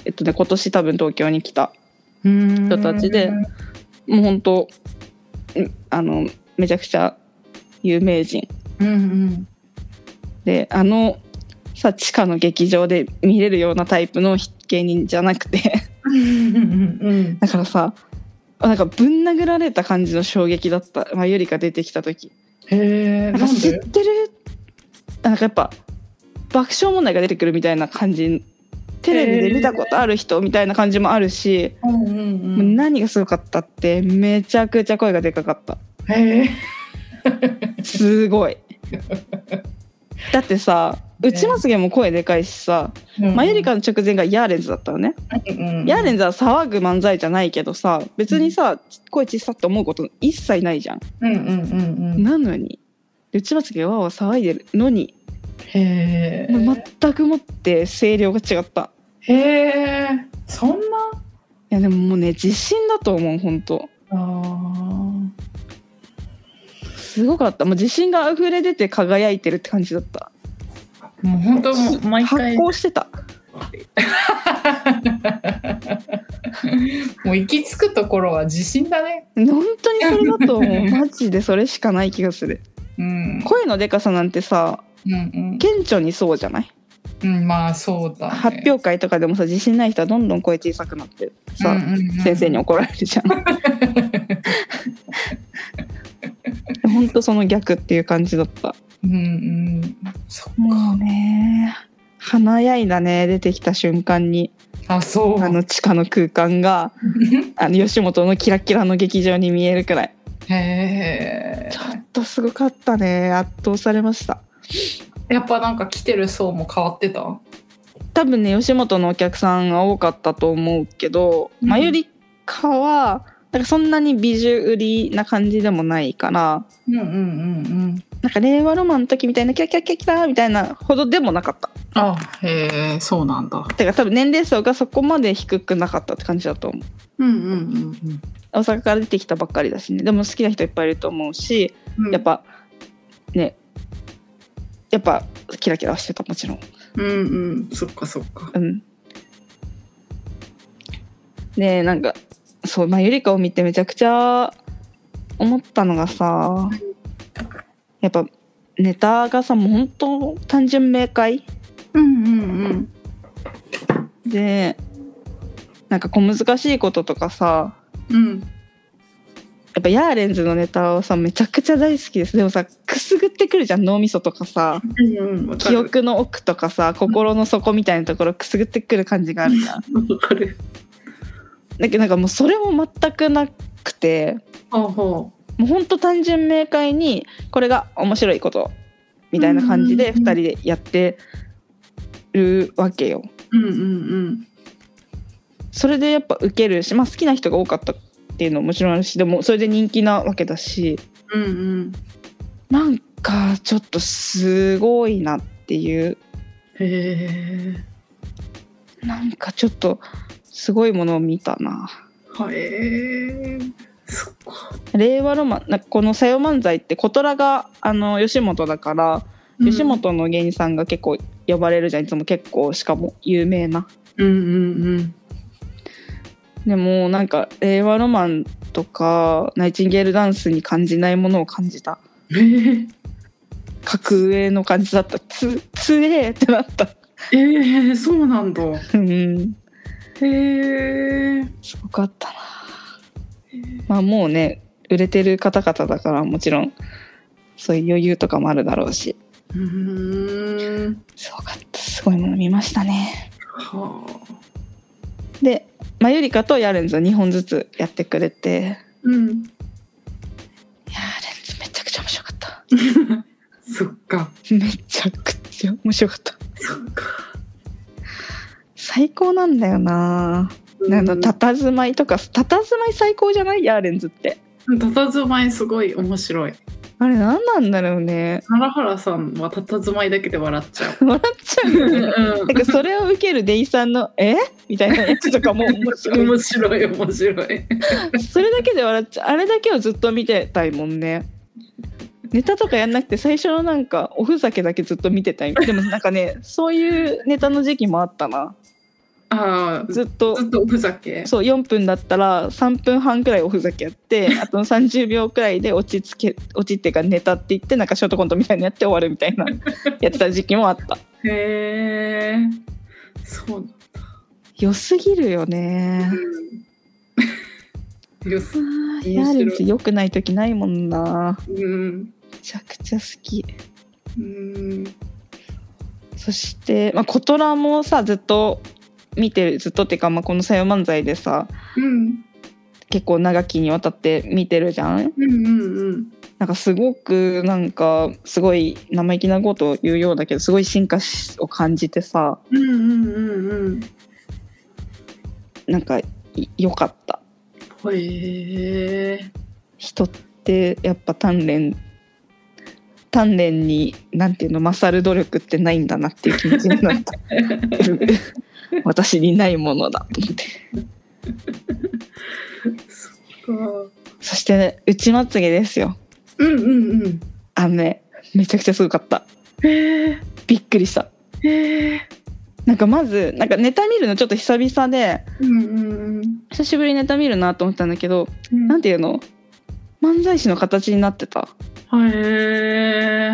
[SPEAKER 1] えっとね、今年多分東京に来た
[SPEAKER 2] 人
[SPEAKER 1] 人たちでもう本当うんあのめちゃくちゃ有名人
[SPEAKER 2] うんうん
[SPEAKER 1] であのさ地下の劇場で見れるようなタイプの芸人じゃなくて。
[SPEAKER 2] うんうんうん
[SPEAKER 1] だからさなんかぶん殴られた感じの衝撃だった、まあ、ゆりか出てきた時
[SPEAKER 2] へえ
[SPEAKER 1] なんか
[SPEAKER 2] なん
[SPEAKER 1] 知っ
[SPEAKER 2] で
[SPEAKER 1] てるなんかやっぱ爆笑問題が出てくるみたいな感じテレビで見たことある人みたいな感じもあるし、
[SPEAKER 2] うんうん
[SPEAKER 1] もう
[SPEAKER 2] うん
[SPEAKER 1] 何がすごかったってめちゃくちゃ声がでかかった
[SPEAKER 2] へえ
[SPEAKER 1] すご いだってさうちまつげも声でかいしさ、まあゆりかの直前がヤーレンズだったのねヤーレ
[SPEAKER 2] ン
[SPEAKER 1] ンズは騒ぐ漫才じゃないけどさ別にさ声小さって思うこと一切ないじゃん。
[SPEAKER 2] うんうんうんうん
[SPEAKER 1] なのにで内まつげはわーわー騒いでるのに、
[SPEAKER 2] へえ
[SPEAKER 1] 全くもって声量が違った。
[SPEAKER 2] へえそんない
[SPEAKER 1] やでももうね自信だと思う本当
[SPEAKER 2] あー
[SPEAKER 1] すごかったもう自信が溢れ出て輝いてるって感じだった
[SPEAKER 2] もう本当もう毎
[SPEAKER 1] 発
[SPEAKER 2] 回
[SPEAKER 1] 光してた
[SPEAKER 2] もう行き着くところは自信だね
[SPEAKER 1] 本当にそれだ と思うマジでそれしかない気がする
[SPEAKER 2] うん
[SPEAKER 1] 声のでかさなんてさ
[SPEAKER 2] うん
[SPEAKER 1] 顕著にそうじゃない
[SPEAKER 2] うんうんまあそうだね
[SPEAKER 1] 発表会とかでもさ自信ない人はどんどん声小さくなってさ、
[SPEAKER 2] うんうんうん
[SPEAKER 1] 先生に怒られるじゃ ん。本当その逆っていう感じだった。
[SPEAKER 2] うんうんそっ
[SPEAKER 1] も
[SPEAKER 2] か
[SPEAKER 1] うね、華やいだね出てきた瞬間に
[SPEAKER 2] あそう
[SPEAKER 1] あの地下の空間があの吉本のキラキラの劇場に見えるくらい。
[SPEAKER 2] へえ
[SPEAKER 1] ちょっとすごかったね圧倒されました。
[SPEAKER 2] やっぱなんか来てる層も変わってた
[SPEAKER 1] 多分ね吉本のお客さんが多かったと思うけど、
[SPEAKER 2] うん
[SPEAKER 1] マユリカはなんかそんなに美女売りな感じでもないから。
[SPEAKER 2] うんうんうんうん
[SPEAKER 1] なんか令和ロマンの時みたいなキラキラキラキラみたいなほどでもなかった。
[SPEAKER 2] あへえそうなんだ
[SPEAKER 1] てか多分年齢層がそこまで低くなかったって感じだと思う。
[SPEAKER 2] うんうんうん
[SPEAKER 1] 大阪から出てきたばっかりだしね。でも好きな人いっぱいいると思うし、
[SPEAKER 2] うん
[SPEAKER 1] やっぱねやっぱキラキラしてたもちろん
[SPEAKER 2] うんうんそっかそっか
[SPEAKER 1] うんでなんかそうまあゆりかを見てめちゃくちゃ思ったのがさやっぱネタがさもう本当単純明快
[SPEAKER 2] うんうん
[SPEAKER 1] でなんか小難しいこととかさ
[SPEAKER 2] うんうん
[SPEAKER 1] やっぱヤーレンズのネタをさめちゃくちゃ大好きですでもさくすぐってくるじゃん脳みそとかさ
[SPEAKER 2] うんわか
[SPEAKER 1] 記
[SPEAKER 2] る
[SPEAKER 1] 憶の奥とかさ心の底みたいなところくすぐってくる感じがあるじゃん
[SPEAKER 2] わかる
[SPEAKER 1] だけどなんかもうそれも全くなくて
[SPEAKER 2] ほうほ
[SPEAKER 1] もうほんと単純明快にこれが面白いことみたいな感じで
[SPEAKER 2] うん
[SPEAKER 1] 2人でやってるわけよ
[SPEAKER 2] ううんうん
[SPEAKER 1] それでやっぱ受けるし、まあ、好きな人が多かったっていうのももちろんあるしでもそれで人気なわけだし
[SPEAKER 2] うんうんうん
[SPEAKER 1] なんかちょっとすごいなっていう
[SPEAKER 2] へえ
[SPEAKER 1] なんかちょっとすごいものを見たな
[SPEAKER 2] はえー、そっか
[SPEAKER 1] 令和ロマンなんかこの「さよ漫才」って小虎があの吉本だから、吉本の芸人さんが結構呼ばれるじゃんいつも結構しかも有名な
[SPEAKER 2] うんうん
[SPEAKER 1] でもなんか令和ロマンとかナイチンゲールダンスに感じないものを感じた
[SPEAKER 2] うんえ
[SPEAKER 1] 格上の感じだったつつえーってなった
[SPEAKER 2] ー、えー、そうなんだへ
[SPEAKER 1] うん
[SPEAKER 2] えー、
[SPEAKER 1] すごかったなまあもうね売れてる方々だからもちろんそういう余裕とかもあるだろうし
[SPEAKER 2] うーん
[SPEAKER 1] すごかったすごいもの見ましたね
[SPEAKER 2] はあ
[SPEAKER 1] でマユリカとヤーレンズは2本ずつやってくれてヤーレン
[SPEAKER 2] うん
[SPEAKER 1] ズめちゃくちゃ面白かった
[SPEAKER 2] そっか
[SPEAKER 1] めちゃくちゃ面白かった
[SPEAKER 2] そっか
[SPEAKER 1] 最高なんだよなあのたたずまいとかたたずまい最高じゃないヤーレンズって
[SPEAKER 2] たたずまいすごい面白い
[SPEAKER 1] あれ何なんだろうね
[SPEAKER 2] 奈良原さんはたたずまいだけで笑っちゃう
[SPEAKER 1] 笑っちゃうよね
[SPEAKER 2] うん
[SPEAKER 1] なんかそれを受けるデイさんの「えみたいなやつとかも面白い
[SPEAKER 2] 面白い面白い
[SPEAKER 1] それだけで笑っちゃうあれだけをずっと見てたいもんねネタとかやんなくて最初のなんかおふざけだけずっと見てたいでもなんかねそういうネタの時期もあったな
[SPEAKER 2] ああず
[SPEAKER 1] ずっと
[SPEAKER 2] ずっとおふざけ
[SPEAKER 1] そう4分だったら3分半くらいおふざけやってあと30秒くらいで落ち着け落ちっていうかネタって言ってなんかショートコントみたいにやって終わるみたいなやってた時期もあった
[SPEAKER 2] へえそう
[SPEAKER 1] 良すぎるよね
[SPEAKER 2] うんよす
[SPEAKER 1] ヤーレンズ良くない時ないもんな
[SPEAKER 2] うん
[SPEAKER 1] めちゃくちゃ好き
[SPEAKER 2] うん
[SPEAKER 1] そして、まあ、コトラもさずっと見てるずっとっていうか、まあ、この「さよ漫才」でさ
[SPEAKER 2] うん
[SPEAKER 1] 結構長きにわたって見てるじゃん
[SPEAKER 2] うんうん
[SPEAKER 1] なんかすごくなんかすごい生意気なことを言うようだけどすごい進化しを感じてさ
[SPEAKER 2] うんうんうんうん
[SPEAKER 1] なんかい良かった
[SPEAKER 2] うんへえ
[SPEAKER 1] 人ってやっぱ鍛錬鍛錬になんていうの勝る努力ってないんだなっていう気持ちになった私にないものだと思って
[SPEAKER 2] そっか
[SPEAKER 1] そして内まつげですよ
[SPEAKER 2] うんうんうん
[SPEAKER 1] あのねめちゃくちゃすごかった
[SPEAKER 2] へえ
[SPEAKER 1] びっくりした
[SPEAKER 2] へえ
[SPEAKER 1] なんかまずなんかネタ見るのちょっと久々で
[SPEAKER 2] うんうんうん
[SPEAKER 1] 久しぶりにネタ見るなと思ってたんだけど
[SPEAKER 2] うん
[SPEAKER 1] なんていうの漫才師の形になってた
[SPEAKER 2] へえ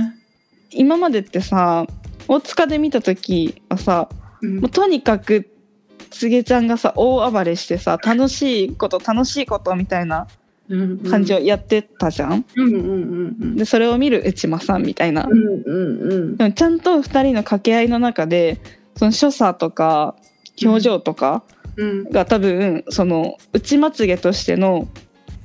[SPEAKER 1] 今までってさ大塚で見た時はさ
[SPEAKER 2] うん
[SPEAKER 1] もうとにかくつげちゃんがさ大暴れしてさ楽しいこと楽しいことみたいな
[SPEAKER 2] うん
[SPEAKER 1] 感じをやってたじゃん、
[SPEAKER 2] うんうんうんうん
[SPEAKER 1] でそれを見る内間さんみたいな、
[SPEAKER 2] うんうんうん
[SPEAKER 1] でもちゃんと2人の掛け合いの中でその所作とか表情とか、
[SPEAKER 2] うん
[SPEAKER 1] が多分その内まつげとしての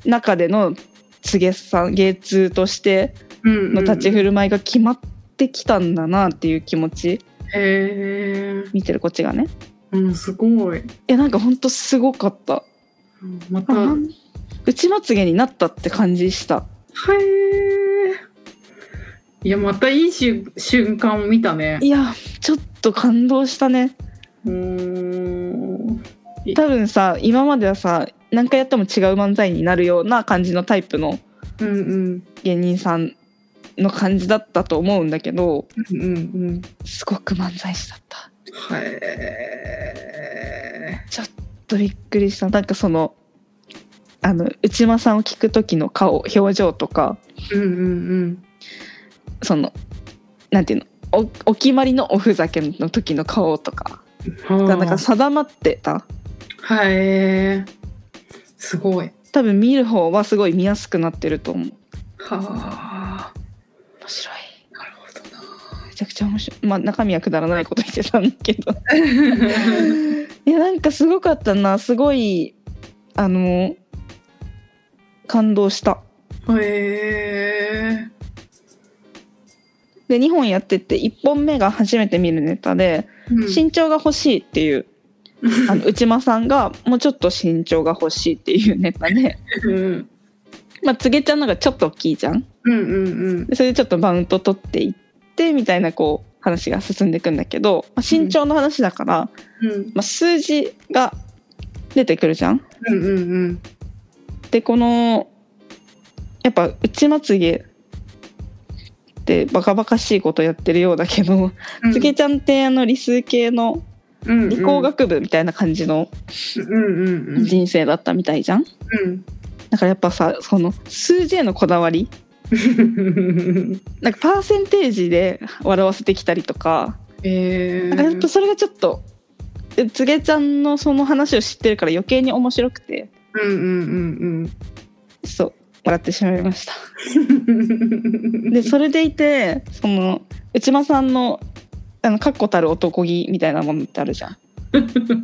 [SPEAKER 1] 中でのつげさん芸通として
[SPEAKER 2] うん
[SPEAKER 1] の立ち振る舞いが決まってきたんだなっていう気持ち
[SPEAKER 2] へえ
[SPEAKER 1] 見てるこっちがね
[SPEAKER 2] うんすごい
[SPEAKER 1] いやなんかほんとすごかった、
[SPEAKER 2] うんまた
[SPEAKER 1] あ
[SPEAKER 2] は
[SPEAKER 1] ん内まつげになったって感じした
[SPEAKER 2] えいやまたいい瞬瞬間を見たね
[SPEAKER 1] いやちょっと感動したね
[SPEAKER 2] うーん
[SPEAKER 1] 多分さ今まではさ何回やっても違う漫才になるような感じのタイプの
[SPEAKER 2] うんうん
[SPEAKER 1] 芸人さんの感じだったと思うんだけど
[SPEAKER 2] うんうん。
[SPEAKER 1] すごく漫才師だった
[SPEAKER 2] へ
[SPEAKER 1] ちょっとびっくりしたなんかそのあの内間さんを聞く時の顔表情とか
[SPEAKER 2] え。うんうん
[SPEAKER 1] そのなんていうのおお決まりのおふざけの時の顔とか
[SPEAKER 2] うん。
[SPEAKER 1] がなんか定まってた
[SPEAKER 2] はいへえ。すごい。
[SPEAKER 1] 多分見る方はすごい見やすくなってると思う
[SPEAKER 2] はあ。
[SPEAKER 1] 面白い
[SPEAKER 2] なるほどな。
[SPEAKER 1] めちゃくちゃ面白いまあ中身はくだらないこと言ってたんだけど いやなんかすごかったなすごいあの感動した
[SPEAKER 2] へえ。
[SPEAKER 1] で2本やってて1本目が初めて見るネタで
[SPEAKER 2] うん
[SPEAKER 1] 身長が欲しいっていう、あの内間さんがもうちょっと身長が欲しいっていうネタ で、
[SPEAKER 2] うん
[SPEAKER 1] まあ、つげちゃんのがちょっと大きいじゃん
[SPEAKER 2] うんうん
[SPEAKER 1] でそれでちょっとマウント取っていってみたいなこう話が進んでいくんだけど、まあ、身長の話だから、
[SPEAKER 2] うん
[SPEAKER 1] まあ、数字が出てくるじゃん
[SPEAKER 2] うんうんうん
[SPEAKER 1] でこのやっぱ内まつげってバカバカしいことやってるようだけど、
[SPEAKER 2] うん
[SPEAKER 1] つげちゃんってあの理数系の理工学部みたいな感じの
[SPEAKER 2] うんうんうんうん
[SPEAKER 1] 人生だったみたいじゃん、
[SPEAKER 2] うん
[SPEAKER 1] だからやっぱさその数字へのこだわりなんかパーセンテージで笑わせてきたりとか
[SPEAKER 2] へえ
[SPEAKER 1] なんかやっぱそれがちょっとつげちゃんのその話を知ってるから余計に面白くて
[SPEAKER 2] うんうん
[SPEAKER 1] ちょっと笑ってしまいました。
[SPEAKER 2] うんうん
[SPEAKER 1] でそれでいてその内間さんのあの確固たる男気みたいなものってあるじゃん。だ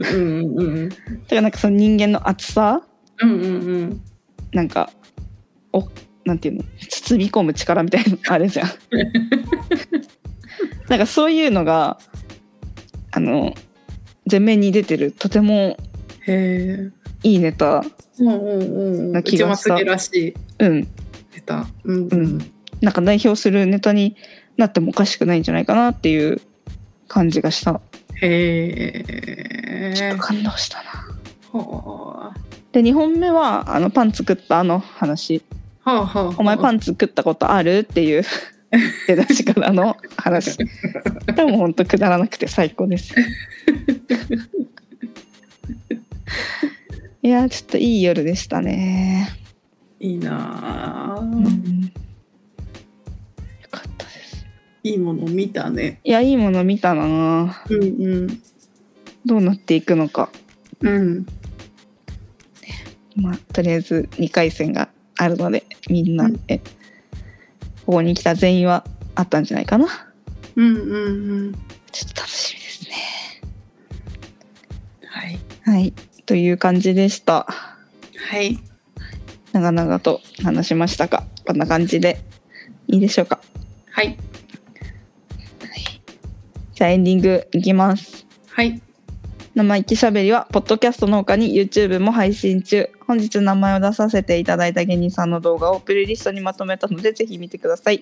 [SPEAKER 2] うんうんうん
[SPEAKER 1] からなんかその人間の厚さ
[SPEAKER 2] うんうんうん
[SPEAKER 1] なんかおなんていうの包み込む力みたいなのあるじゃん。なんかそういうのがあの前面に出てるとても
[SPEAKER 2] へえ
[SPEAKER 1] いいネタ
[SPEAKER 2] うんうんうん
[SPEAKER 1] な気がした
[SPEAKER 2] 内まつげらしい
[SPEAKER 1] うん
[SPEAKER 2] ネタうん
[SPEAKER 1] うんなんか代表するネタになってもおかしくないんじゃないかなっていう感じがした。
[SPEAKER 2] へ
[SPEAKER 1] ちょっ
[SPEAKER 2] え
[SPEAKER 1] と感動したな。
[SPEAKER 2] は
[SPEAKER 1] で2本目はあのパン作ったあの話
[SPEAKER 2] あはあはあ
[SPEAKER 1] 「お前パン作ったことある?」っていう出だしからの話でも本当くだらなくて最高 ですよいやーちょっといい夜でしたね、
[SPEAKER 2] いいなあ
[SPEAKER 1] うん、よかったです
[SPEAKER 2] いいもの見たね
[SPEAKER 1] いやいいもの見たな
[SPEAKER 2] うんうん
[SPEAKER 1] どうなっていくのか
[SPEAKER 2] うん
[SPEAKER 1] まあとりあえず2回戦があるのでみんな
[SPEAKER 2] うん
[SPEAKER 1] えここに来た全員はあったんじゃないかな
[SPEAKER 2] うんうんうん
[SPEAKER 1] ちょっと楽しみですね。
[SPEAKER 2] はい
[SPEAKER 1] はい。という感じでした。
[SPEAKER 2] はい
[SPEAKER 1] 長々と話しましたが、こんな感じでいいでしょうか。
[SPEAKER 2] はい
[SPEAKER 1] じゃあエンディングいきます。
[SPEAKER 2] はい
[SPEAKER 1] 生意気しゃべりは、ポッドキャストの他に YouTube も配信中。本日名前を出させていただいた芸人さんの動画をプレイリストにまとめたので、ぜひ見てください。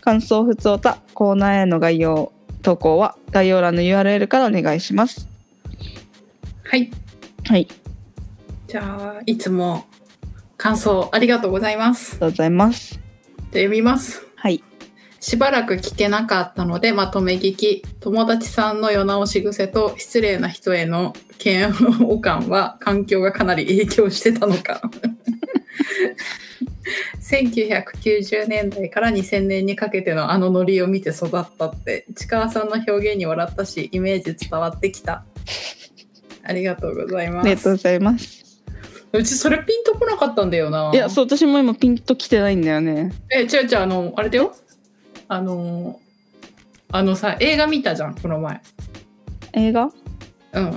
[SPEAKER 1] 感想、ふつおた、コーナーへの概要、投稿は概要欄の URL からお願いします。
[SPEAKER 2] はい
[SPEAKER 1] はい、ありが
[SPEAKER 2] じゃあいつも感想ありがとうございます
[SPEAKER 1] とうございます。
[SPEAKER 2] じゃあ読みます
[SPEAKER 1] はい。
[SPEAKER 2] しばらく聞けなかったのでまとめ聞き友達さんの世直し癖と失礼な人への嫌悪感は環境がかなり影響してたのか 1990年代から2000年にかけてのあのノリを見て育ったって市川さんの表現に笑ったしイメージ伝わってきたありがとうござい
[SPEAKER 1] あ
[SPEAKER 2] ま
[SPEAKER 1] りがとうご
[SPEAKER 2] す
[SPEAKER 1] ざいます。
[SPEAKER 2] うちそれピンとこなかったんだよない
[SPEAKER 1] や、そう、私も今ピンときてないんだよね。
[SPEAKER 2] え、違う違う、あの、あれだよ。あのー、あのさ、映画見たじゃん、この前。
[SPEAKER 1] 映画
[SPEAKER 2] う
[SPEAKER 1] ああ
[SPEAKER 2] ん。
[SPEAKER 1] ああ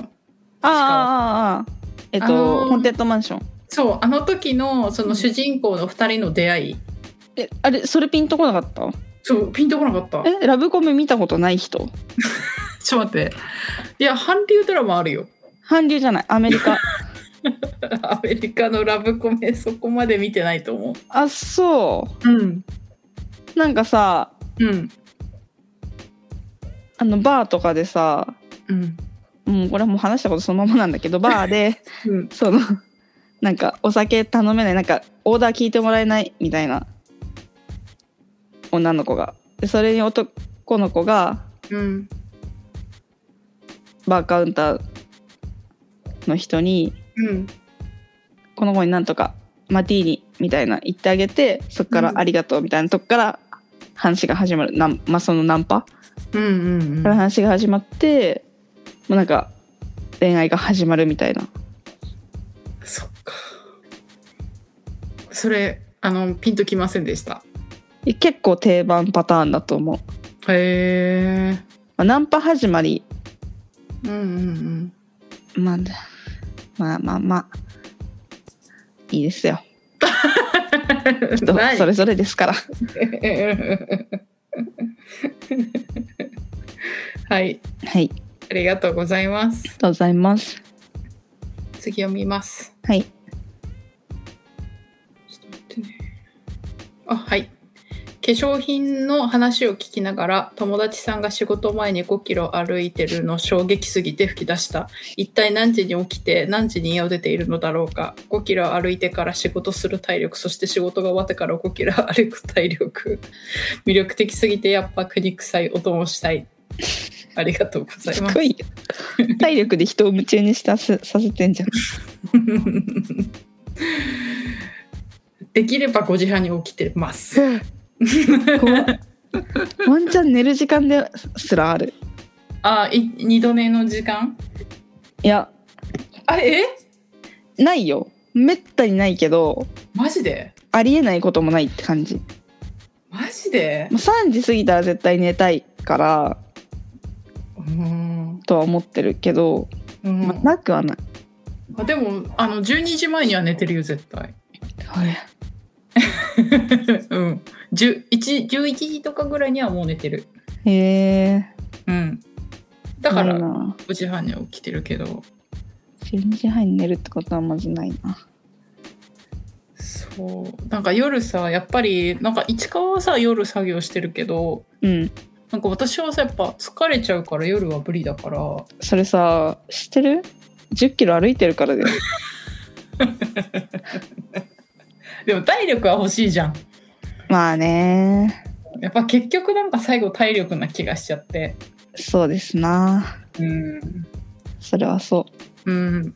[SPEAKER 1] ああえっと、
[SPEAKER 2] あのー
[SPEAKER 1] ホーンテッドマンション
[SPEAKER 2] そう、あの時の、その主人公の二人の出会い。
[SPEAKER 1] えあれそれピンとこなかった
[SPEAKER 2] そう、ピンとこなかった。
[SPEAKER 1] えラブコメ見たことない人
[SPEAKER 2] ちょっと待って。いや、韓流ドラマあるよ。
[SPEAKER 1] 韓流じゃないアメリカ
[SPEAKER 2] アメリカのラブコメ、そこまで見てないと思。
[SPEAKER 1] あそう
[SPEAKER 2] うん。
[SPEAKER 1] うなんかさ
[SPEAKER 2] うん。
[SPEAKER 1] あのバーとかでさ
[SPEAKER 2] うん。
[SPEAKER 1] もうこれはもう話したことそのままなんだけどバーで
[SPEAKER 2] うん。
[SPEAKER 1] そのなんかお酒頼めないなんかオーダー聞いてもらえないみたいな女の子がでそれに男の子が
[SPEAKER 2] うん
[SPEAKER 1] バーカウンターの人に
[SPEAKER 2] うん
[SPEAKER 1] 「この子になんとかマティーニ」みたいな言ってあげてそっから
[SPEAKER 2] う
[SPEAKER 1] 「
[SPEAKER 2] ん
[SPEAKER 1] ありがとう」みたいなとこから話が始まるなん、まあ、そのナンパ
[SPEAKER 2] うんうん
[SPEAKER 1] から
[SPEAKER 2] うん
[SPEAKER 1] 話が始まってもうなんか恋愛が始まるみたいな
[SPEAKER 2] そっかそれあのピンときませんでした
[SPEAKER 1] え結構定番パターンだと思う、ま
[SPEAKER 2] へえ
[SPEAKER 1] あ、ナンパ始まり
[SPEAKER 2] うんうん
[SPEAKER 1] まあまあまあまあいいですよ
[SPEAKER 2] うん
[SPEAKER 1] 人
[SPEAKER 2] 何
[SPEAKER 1] それぞれですから
[SPEAKER 2] はい、
[SPEAKER 1] はいあり
[SPEAKER 2] ありがとうございます
[SPEAKER 1] が。とうございます
[SPEAKER 2] 次読みます。
[SPEAKER 1] はい
[SPEAKER 2] ちょっと待ってね。あ、はい。化粧品の話を聞きながら友達さんが仕事前に5キロ歩いてるの衝撃すぎて吹き出した一体何時に起きて何時に家を出ているのだろうか5キロ歩いてから仕事する体力そして仕事が終わってから5キロ歩く体力魅力的すぎてやっぱ国臭いお供したいありがとうござい
[SPEAKER 1] す
[SPEAKER 2] ます
[SPEAKER 1] ごいよ体力で人を夢中にしたすさせてんじゃん
[SPEAKER 2] できれば5時半に起きてます。
[SPEAKER 1] 怖っワンチャン寝る時間ですらある
[SPEAKER 2] あ、い二度寝の時間？
[SPEAKER 1] いや
[SPEAKER 2] あ、え？
[SPEAKER 1] ないよめったにないけど
[SPEAKER 2] マジで？
[SPEAKER 1] ありえないこともないって感じも
[SPEAKER 2] マジで
[SPEAKER 1] う？3時過ぎたら絶対寝たいから
[SPEAKER 2] うーん。
[SPEAKER 1] とは思ってるけど、
[SPEAKER 2] うん
[SPEAKER 1] まあ、なくはない
[SPEAKER 2] あでもあの12時前には寝てるよ絶対。 うん。十一十一時とかぐらいにはもう寝てる。
[SPEAKER 1] へえ
[SPEAKER 2] うん。だか
[SPEAKER 1] ある
[SPEAKER 2] ら
[SPEAKER 1] な
[SPEAKER 2] 5時半には起きてるけど。
[SPEAKER 1] 12時半に寝るってことはまずないな
[SPEAKER 2] そう。なんか夜さやっぱりなんか市川はさ夜作業してるけど。
[SPEAKER 1] うん
[SPEAKER 2] なんか私はさやっぱ疲れちゃうから夜は無理だから
[SPEAKER 1] それさ知ってる1 0キロ歩いてる からだよ
[SPEAKER 2] でも体力は欲しいじゃん
[SPEAKER 1] まあね
[SPEAKER 2] やっぱ結局なんか最後体力な気がしちゃって
[SPEAKER 1] そうですな
[SPEAKER 2] うん
[SPEAKER 1] それはそう
[SPEAKER 2] うん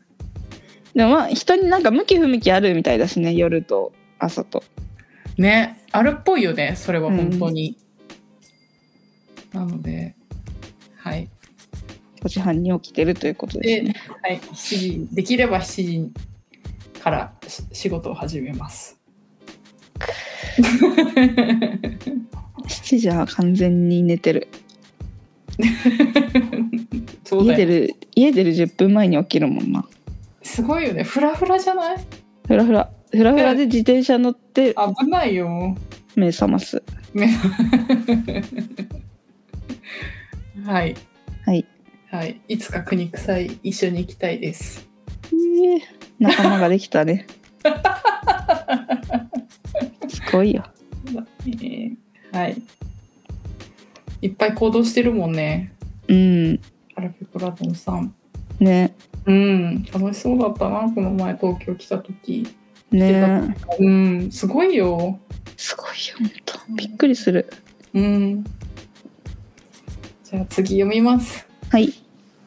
[SPEAKER 1] でもまあ人になんか向き不向きあるみたいだしね夜と朝と
[SPEAKER 2] ねあるっぽいよねそれは本当に、なのではい
[SPEAKER 1] 5時半に起きてるということです
[SPEAKER 2] で
[SPEAKER 1] ね、
[SPEAKER 2] はい、7時できれば7時からし仕事を始めます
[SPEAKER 1] 7時は完全に寝てる
[SPEAKER 2] そう
[SPEAKER 1] 家
[SPEAKER 2] だ
[SPEAKER 1] 出
[SPEAKER 2] よ
[SPEAKER 1] る家出る10分前に起きるもんな
[SPEAKER 2] すごいよねフラフラじゃない
[SPEAKER 1] ふらふらふらふらで自転車乗って
[SPEAKER 2] 危ないよ
[SPEAKER 1] 目覚ます
[SPEAKER 2] はい。
[SPEAKER 1] はい。
[SPEAKER 2] はい。いつか国臭い一緒に行きたいです。
[SPEAKER 1] ええ仲間ができた ねすごいよ
[SPEAKER 2] えーはい。いっぱい行動してるもんね。
[SPEAKER 1] うん
[SPEAKER 2] アラフィコラトンさん。
[SPEAKER 1] ね
[SPEAKER 2] うん。楽しそうだったな、この前東京来た時。
[SPEAKER 1] ね
[SPEAKER 2] うん。すごいよ。
[SPEAKER 1] すごいよ本当びっくりする
[SPEAKER 2] うん。じゃあ次読みます。
[SPEAKER 1] はい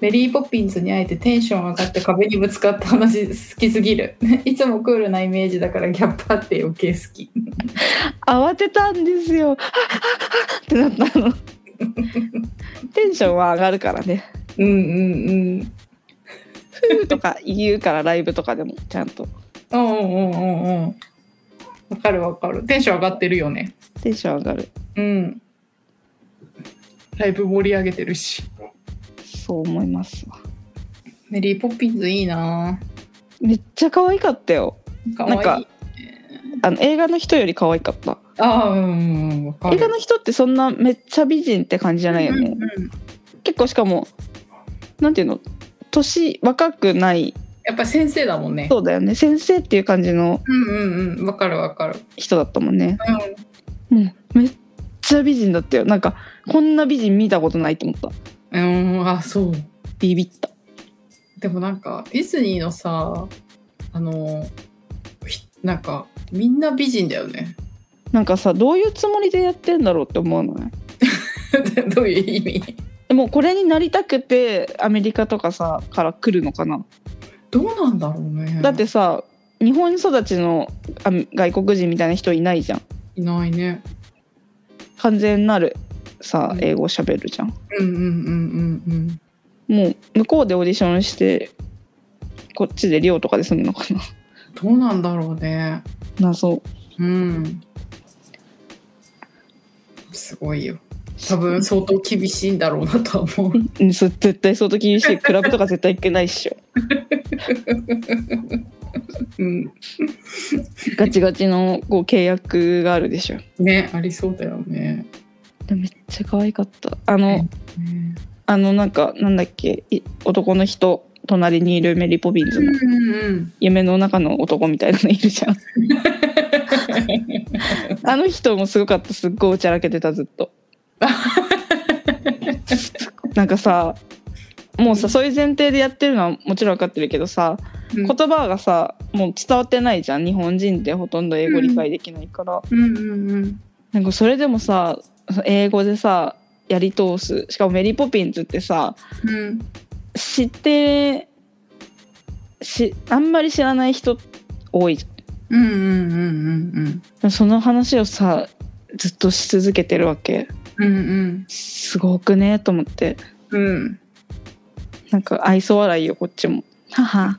[SPEAKER 2] メリーポピンズに会えてテンション上がって壁にぶつかった話好きすぎる。 いつもクールなイメージだからギャップあって余計好き。
[SPEAKER 1] 慌てたんですよってなった のテンションは上がるからね
[SPEAKER 2] うんうんうん。
[SPEAKER 1] とか言うからライブとかでもちゃんと
[SPEAKER 2] うんうんうんうんうん。わかるわかる。テンション上がってるよね。
[SPEAKER 1] テンション上がる
[SPEAKER 2] うん。ライブ盛り上げてるし。
[SPEAKER 1] そう思いますわ
[SPEAKER 2] メリーポピンズいいな
[SPEAKER 1] めっちゃ可愛かったよ
[SPEAKER 2] ぁ。か
[SPEAKER 1] なん
[SPEAKER 2] わい
[SPEAKER 1] か
[SPEAKER 2] い。
[SPEAKER 1] あの映画の人より可愛かった
[SPEAKER 2] ああ、うんうんうん。わかる。
[SPEAKER 1] 映画の人ってそんなめっちゃ美人って感じじゃないよね、
[SPEAKER 2] うんうんうん
[SPEAKER 1] 結構しかもなんていうの年若くない
[SPEAKER 2] やっぱ先生だもんね。
[SPEAKER 1] そうだよね先生っていう感じの
[SPEAKER 2] うんうんうん。わかるわかる。
[SPEAKER 1] 人だったもんね
[SPEAKER 2] うん。
[SPEAKER 1] うんめっちゃ美人だったよなんかこんな美人見たことないと思った
[SPEAKER 2] うん、あ、そう。
[SPEAKER 1] ビビった
[SPEAKER 2] でもなんか、ディズニーのさ、あの、ひなんか、みんな美人だよね。
[SPEAKER 1] なんかさどういうつもりでやってんだろうって思わない
[SPEAKER 2] どういう意味
[SPEAKER 1] でもこれになりたくてアメリカとかさから来るのかな
[SPEAKER 2] どうなんだろうね
[SPEAKER 1] だってさ日本育ちのあ外国人みたいな人いないじゃん
[SPEAKER 2] いないね
[SPEAKER 1] 完全なるさ
[SPEAKER 2] うん
[SPEAKER 1] 英語喋るじゃん
[SPEAKER 2] うんうんうんうんうん
[SPEAKER 1] もう向こうでオーディションしてこっちで寮とかで住むのか な
[SPEAKER 2] どうなんだろうね
[SPEAKER 1] 謎
[SPEAKER 2] うんすごいよ多分相当厳しいんだろうなとは思う
[SPEAKER 1] うんそ絶対相当厳 しいクラブとか絶対行けないっしょ
[SPEAKER 2] うん
[SPEAKER 1] ガチガチのこう契約があるでしょ
[SPEAKER 2] ねありそうだよね
[SPEAKER 1] でもめっちゃ可愛かったあの、
[SPEAKER 2] はいね
[SPEAKER 1] あのなんかなんだっけい男の人隣にいるメリーポビンズ
[SPEAKER 2] うん
[SPEAKER 1] の
[SPEAKER 2] うんうん
[SPEAKER 1] 夢の中の男みたいなのいるじ ゃんあの人もすごかったすっごいおちゃらけてたずっと なんかさもうさそういう前提でやってるのはもちろん分かってるけどさ
[SPEAKER 2] うん
[SPEAKER 1] 言葉がさもう伝わってないじゃん日本人ってほとんど英語理解できないから、
[SPEAKER 2] うんうんうん
[SPEAKER 1] なんかそれでもさ英語でさやり通すしかもメリー・ポピンズってさ
[SPEAKER 2] うん
[SPEAKER 1] 知ってしあんまり知らない人多いじ
[SPEAKER 2] うんうんうん
[SPEAKER 1] ゃんその話をさずっとし続けてるわけ
[SPEAKER 2] うんうん
[SPEAKER 1] すごくねと思って
[SPEAKER 2] うんうん
[SPEAKER 1] なんか愛想笑いよこっちも母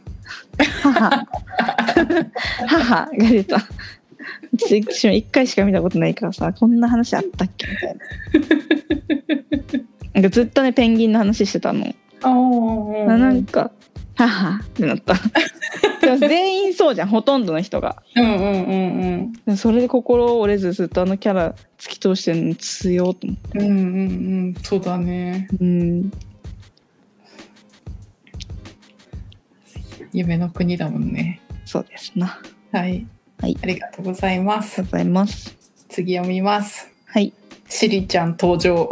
[SPEAKER 1] 母母が出た私も一回しか見たことないからさこんな話あったっけみたいななんかずっとねペンギンの話してたの
[SPEAKER 2] あー
[SPEAKER 1] あなんか「母」ってなったでも全員そうじゃんほとんどの人が
[SPEAKER 2] うんうんうんうん
[SPEAKER 1] でもそれで心折れずずっとあのキャラ突き通してるの強っと思って
[SPEAKER 2] うんうんうんそうだね
[SPEAKER 1] うん
[SPEAKER 2] 夢の国だもんね
[SPEAKER 1] そうですなあ
[SPEAKER 2] はい、
[SPEAKER 1] はい
[SPEAKER 2] ありがとうございま
[SPEAKER 1] りがと
[SPEAKER 2] す
[SPEAKER 1] うございます
[SPEAKER 2] 次読みます
[SPEAKER 1] はい
[SPEAKER 2] シリちゃん登場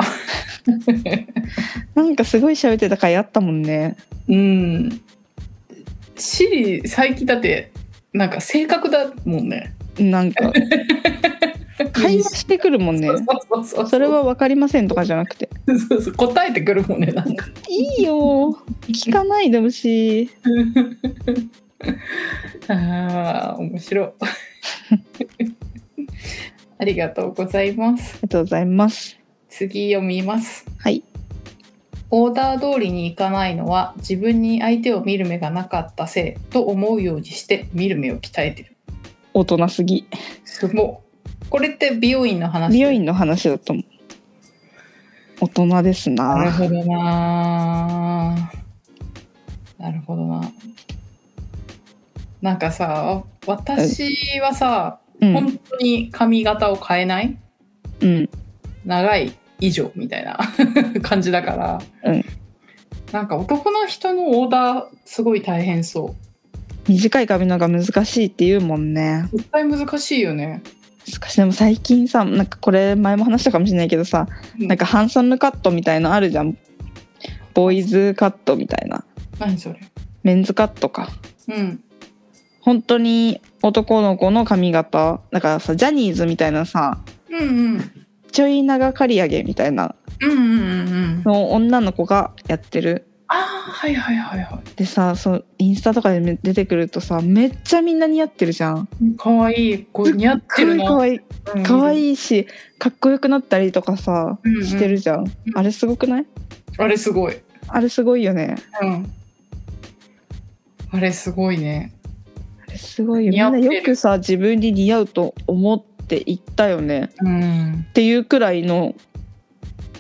[SPEAKER 1] なんかすごい喋ってた回あったもんね
[SPEAKER 2] うんシリ最近だってなんか性格だもんね
[SPEAKER 1] なん か会話してくるもんね
[SPEAKER 2] そうそうそう
[SPEAKER 1] それは分かりませんとかじゃなくて
[SPEAKER 2] そうそう答えてくるもんねなんか
[SPEAKER 1] いいよ聞かないでほしい
[SPEAKER 2] あー面白い ありがとうございます
[SPEAKER 1] ありがとうございます
[SPEAKER 2] 次読みます
[SPEAKER 1] はい
[SPEAKER 2] オーダー通りにいかないのは自分に相手を見る目がなかったせいと思うようにして見る目を鍛えてる
[SPEAKER 1] 大人すぎ
[SPEAKER 2] す ごいこれって美容院の話
[SPEAKER 1] 美容院の話だと思う大人です
[SPEAKER 2] なる
[SPEAKER 1] な
[SPEAKER 2] ほどななるほどななんかさ私は
[SPEAKER 1] う
[SPEAKER 2] さ、
[SPEAKER 1] ん
[SPEAKER 2] 本当に髪型を変えない
[SPEAKER 1] うん
[SPEAKER 2] 長い以上みたいな 感じだから、
[SPEAKER 1] うん
[SPEAKER 2] なんか男の人のオーダーすごい大変そ
[SPEAKER 1] 短い髪のが難しいって言うもんね
[SPEAKER 2] う絶対難しいよね
[SPEAKER 1] 難しいでも最近さなんかこれ前も話したかもしれないけどさなんかハンサムカットみたいのあるじゃんボーイズカットみたいな
[SPEAKER 2] 何それ
[SPEAKER 1] メンズカットか
[SPEAKER 2] うん
[SPEAKER 1] 本当に男の子の髪型だからさジャニーズみたいなさ
[SPEAKER 2] うんうん
[SPEAKER 1] ちょい長刈り上げみたいな
[SPEAKER 2] うんうんうんうん
[SPEAKER 1] のを女の子がやってる
[SPEAKER 2] ああはいはいはいは
[SPEAKER 1] でさそうインスタとかで出てくるとさめっちゃみんな似合ってるじゃん
[SPEAKER 2] いかわいいこう似合って
[SPEAKER 1] かわ
[SPEAKER 2] る
[SPEAKER 1] いいかわいい
[SPEAKER 2] なうん
[SPEAKER 1] かわいいしかっこよくなったりとかさ
[SPEAKER 2] うんうん
[SPEAKER 1] してるじゃんあれすごくない
[SPEAKER 2] あれすごい
[SPEAKER 1] あれすごいよね
[SPEAKER 2] うんあれすごいね
[SPEAKER 1] あれすごいよみ
[SPEAKER 2] 似合
[SPEAKER 1] ん
[SPEAKER 2] って
[SPEAKER 1] な
[SPEAKER 2] る
[SPEAKER 1] よくさ自分に似合うと思って行ったよね
[SPEAKER 2] うん
[SPEAKER 1] っていうくらいの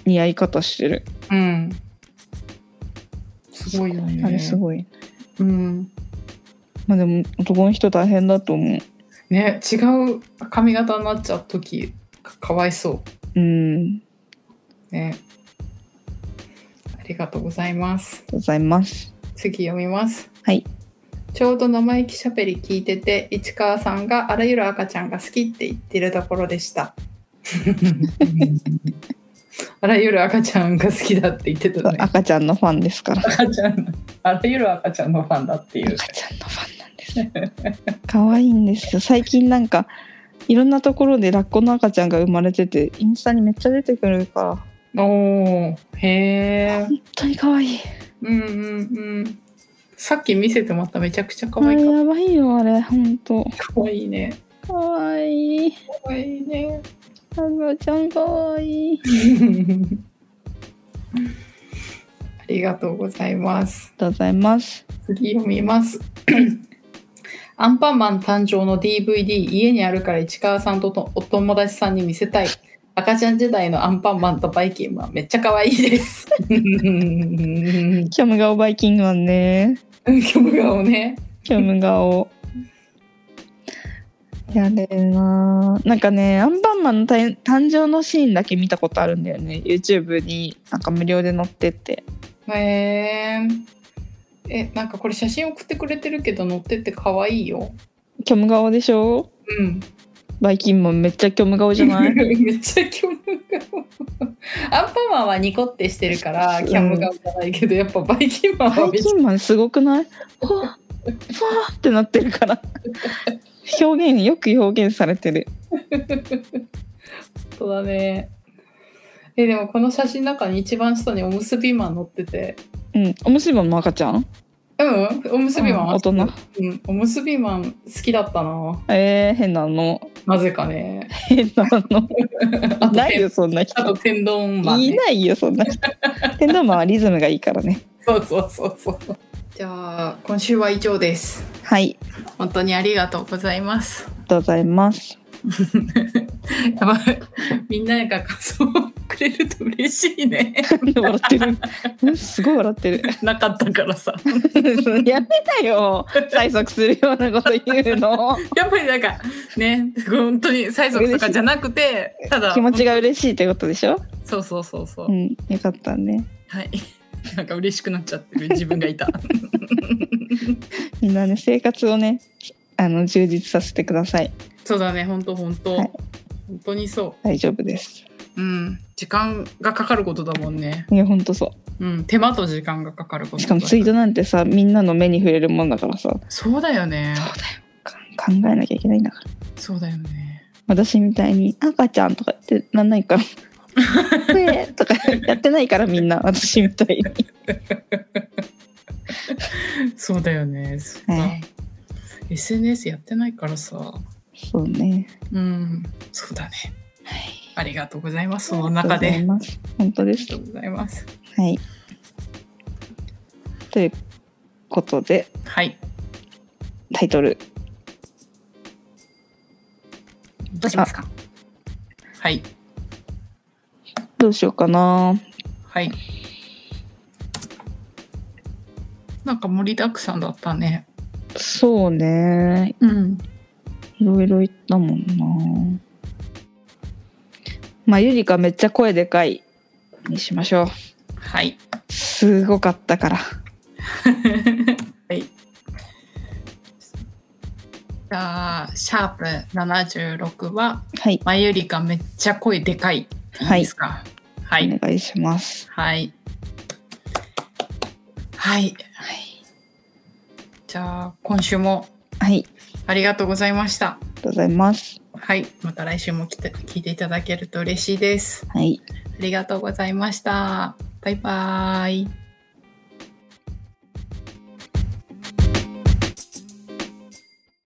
[SPEAKER 1] 似合い方してる
[SPEAKER 2] うんすごいよね
[SPEAKER 1] あれすごい
[SPEAKER 2] うん
[SPEAKER 1] まあでも男の人大変だと思う
[SPEAKER 2] ね違う髪型になっちゃう時かかわいそ
[SPEAKER 1] うんあり
[SPEAKER 2] うねありがとうございます
[SPEAKER 1] がとうございます
[SPEAKER 2] 次読みます
[SPEAKER 1] はい
[SPEAKER 2] ちょうど生意気しゃべり聞いてて市川さんがあらゆる赤ちゃんが好きって言ってるところでした あらゆる赤ちゃんが好きだって言ってたね
[SPEAKER 1] 赤ちゃんのファンですから
[SPEAKER 2] 赤ちゃんのあらゆる赤ちゃんのファンだっていう
[SPEAKER 1] 赤ちゃんのファンなんです可愛いんですよ最近なんかいろんなところでラッコの赤ちゃんが生まれててインスタにめっちゃ出てくるから本
[SPEAKER 2] おーへえ
[SPEAKER 1] 当に可愛い
[SPEAKER 2] うんうんうんさっき見せてもらっためちゃくちゃ可
[SPEAKER 1] あ
[SPEAKER 2] 愛
[SPEAKER 1] れ
[SPEAKER 2] かっ
[SPEAKER 1] やばいよあれ本当
[SPEAKER 2] た可愛いね
[SPEAKER 1] 可愛い
[SPEAKER 2] 可愛いね
[SPEAKER 1] 赤ちゃん可愛いあり
[SPEAKER 2] ありがとうございます
[SPEAKER 1] がとうございます
[SPEAKER 2] 次読みます。 アンパンマン誕生の DVD 家にあるから市川さんととお友達さんに見せたい赤ちゃん時代のアンパンマンとバイキンマンめっちゃ可愛い です。うん
[SPEAKER 1] キャム顔バイキングマンね
[SPEAKER 2] 曲がをね。
[SPEAKER 1] キャム顔やれななんかねアンパンマンの誕誕生のシーンだけ見たことあるんだよね YouTube になんか無料で載ってて
[SPEAKER 2] へーえなんかこれ写真送ってくれてるけど載ってて可愛いよ。
[SPEAKER 1] キャム顔でしょ
[SPEAKER 2] うん。
[SPEAKER 1] バイキンマンめっちゃ虚無顔じゃない
[SPEAKER 2] めっちゃキャム顔。アンパンマンはニコってしてるからキャム顔じゃないけど、やっぱバイキンマン
[SPEAKER 1] バ
[SPEAKER 2] は
[SPEAKER 1] イ
[SPEAKER 2] めっちゃ
[SPEAKER 1] キンマンすごくないふわふわってなってるから表現よく表現されてる
[SPEAKER 2] 本当だね。え、でもこの写真の中に一番下におむすびマン乗ってて。
[SPEAKER 1] うんおむすびマンの赤ちゃん
[SPEAKER 2] うん、おむすびマン、
[SPEAKER 1] うん大人
[SPEAKER 2] うん、おむすびマン好きだったな。
[SPEAKER 1] えー、変なの
[SPEAKER 2] なぜ かね。
[SPEAKER 1] 変なの
[SPEAKER 2] あ
[SPEAKER 1] い
[SPEAKER 2] と
[SPEAKER 1] ない
[SPEAKER 2] 天
[SPEAKER 1] よそんな人
[SPEAKER 2] あと天丼マン、ね。
[SPEAKER 1] いないよそんな 人天童マンはリズムがいいからね
[SPEAKER 2] そうそうそうそう。じゃあ、今週は以上です。
[SPEAKER 1] はいあり
[SPEAKER 2] 本当にありがとうございます。
[SPEAKER 1] がとうございます
[SPEAKER 2] やばい。みんなが感想をくれると嬉しい ね。
[SPEAKER 1] 笑ってるうんすごい笑ってる
[SPEAKER 2] なかったからさ。
[SPEAKER 1] やめなよ催促するようなこと言う の
[SPEAKER 2] やっぱりなんか、ね、本当に催促とかじゃなくて、ただ、
[SPEAKER 1] 気持ちが嬉しいってことでしょ
[SPEAKER 2] そうそうそうそ
[SPEAKER 1] う
[SPEAKER 2] う。
[SPEAKER 1] んよかったね
[SPEAKER 2] はい。 なんか嬉しくなっちゃってる自分がいた。
[SPEAKER 1] みんなね生活をねあの充実させてください
[SPEAKER 2] そうだね、本当本当、
[SPEAKER 1] はい
[SPEAKER 2] 本当にそ
[SPEAKER 1] 大丈夫です
[SPEAKER 2] う。うん、時間がかかることだもんね。
[SPEAKER 1] いやほんとそ
[SPEAKER 2] うん、手間と時間がかかる
[SPEAKER 1] う
[SPEAKER 2] ことだ。
[SPEAKER 1] しかもツイートなんてさみんなの目に触れるもんだからさそう
[SPEAKER 2] そうだよね
[SPEAKER 1] だ。よか考えなきゃいけないんだから
[SPEAKER 2] そうだよね。
[SPEAKER 1] 私みたいに「赤ちゃん」とか言ってなんない から「ねえ」とかやってないからみんな私みたいに
[SPEAKER 2] そうだよね。そっか
[SPEAKER 1] はい
[SPEAKER 2] SNS やってないからさ。
[SPEAKER 1] そうね
[SPEAKER 2] うん、そうだね。
[SPEAKER 1] はい
[SPEAKER 2] ありがとうございます。その中で。
[SPEAKER 1] ありがとうございます本当
[SPEAKER 2] あ
[SPEAKER 1] で
[SPEAKER 2] り
[SPEAKER 1] す
[SPEAKER 2] がとうございます。
[SPEAKER 1] はいということで
[SPEAKER 2] はい。
[SPEAKER 1] タイトル
[SPEAKER 2] どうしますかはい。
[SPEAKER 1] どうしようかな
[SPEAKER 2] はい。なんか盛りだくさんだったね。
[SPEAKER 1] そうね
[SPEAKER 2] うん。
[SPEAKER 1] いろいろ言ったもんな。まあ、ゆりかめっちゃ声でかいにしましょう。
[SPEAKER 2] はい。
[SPEAKER 1] すごかったから。
[SPEAKER 2] はい。じゃあ、シャープ76は、
[SPEAKER 1] はい、
[SPEAKER 2] まゆりかめっちゃ声でかい。
[SPEAKER 1] はい
[SPEAKER 2] い
[SPEAKER 1] い
[SPEAKER 2] ですか。はい。
[SPEAKER 1] お願いします。
[SPEAKER 2] はい。はい。
[SPEAKER 1] はい、
[SPEAKER 2] じゃあ、今週も
[SPEAKER 1] はい、あり
[SPEAKER 2] ありがとうございました。
[SPEAKER 1] がとうございます。
[SPEAKER 2] はい。また来週も来て聞いていただけると嬉しいです。
[SPEAKER 1] はい。
[SPEAKER 2] ありがとうございました。バイバイ。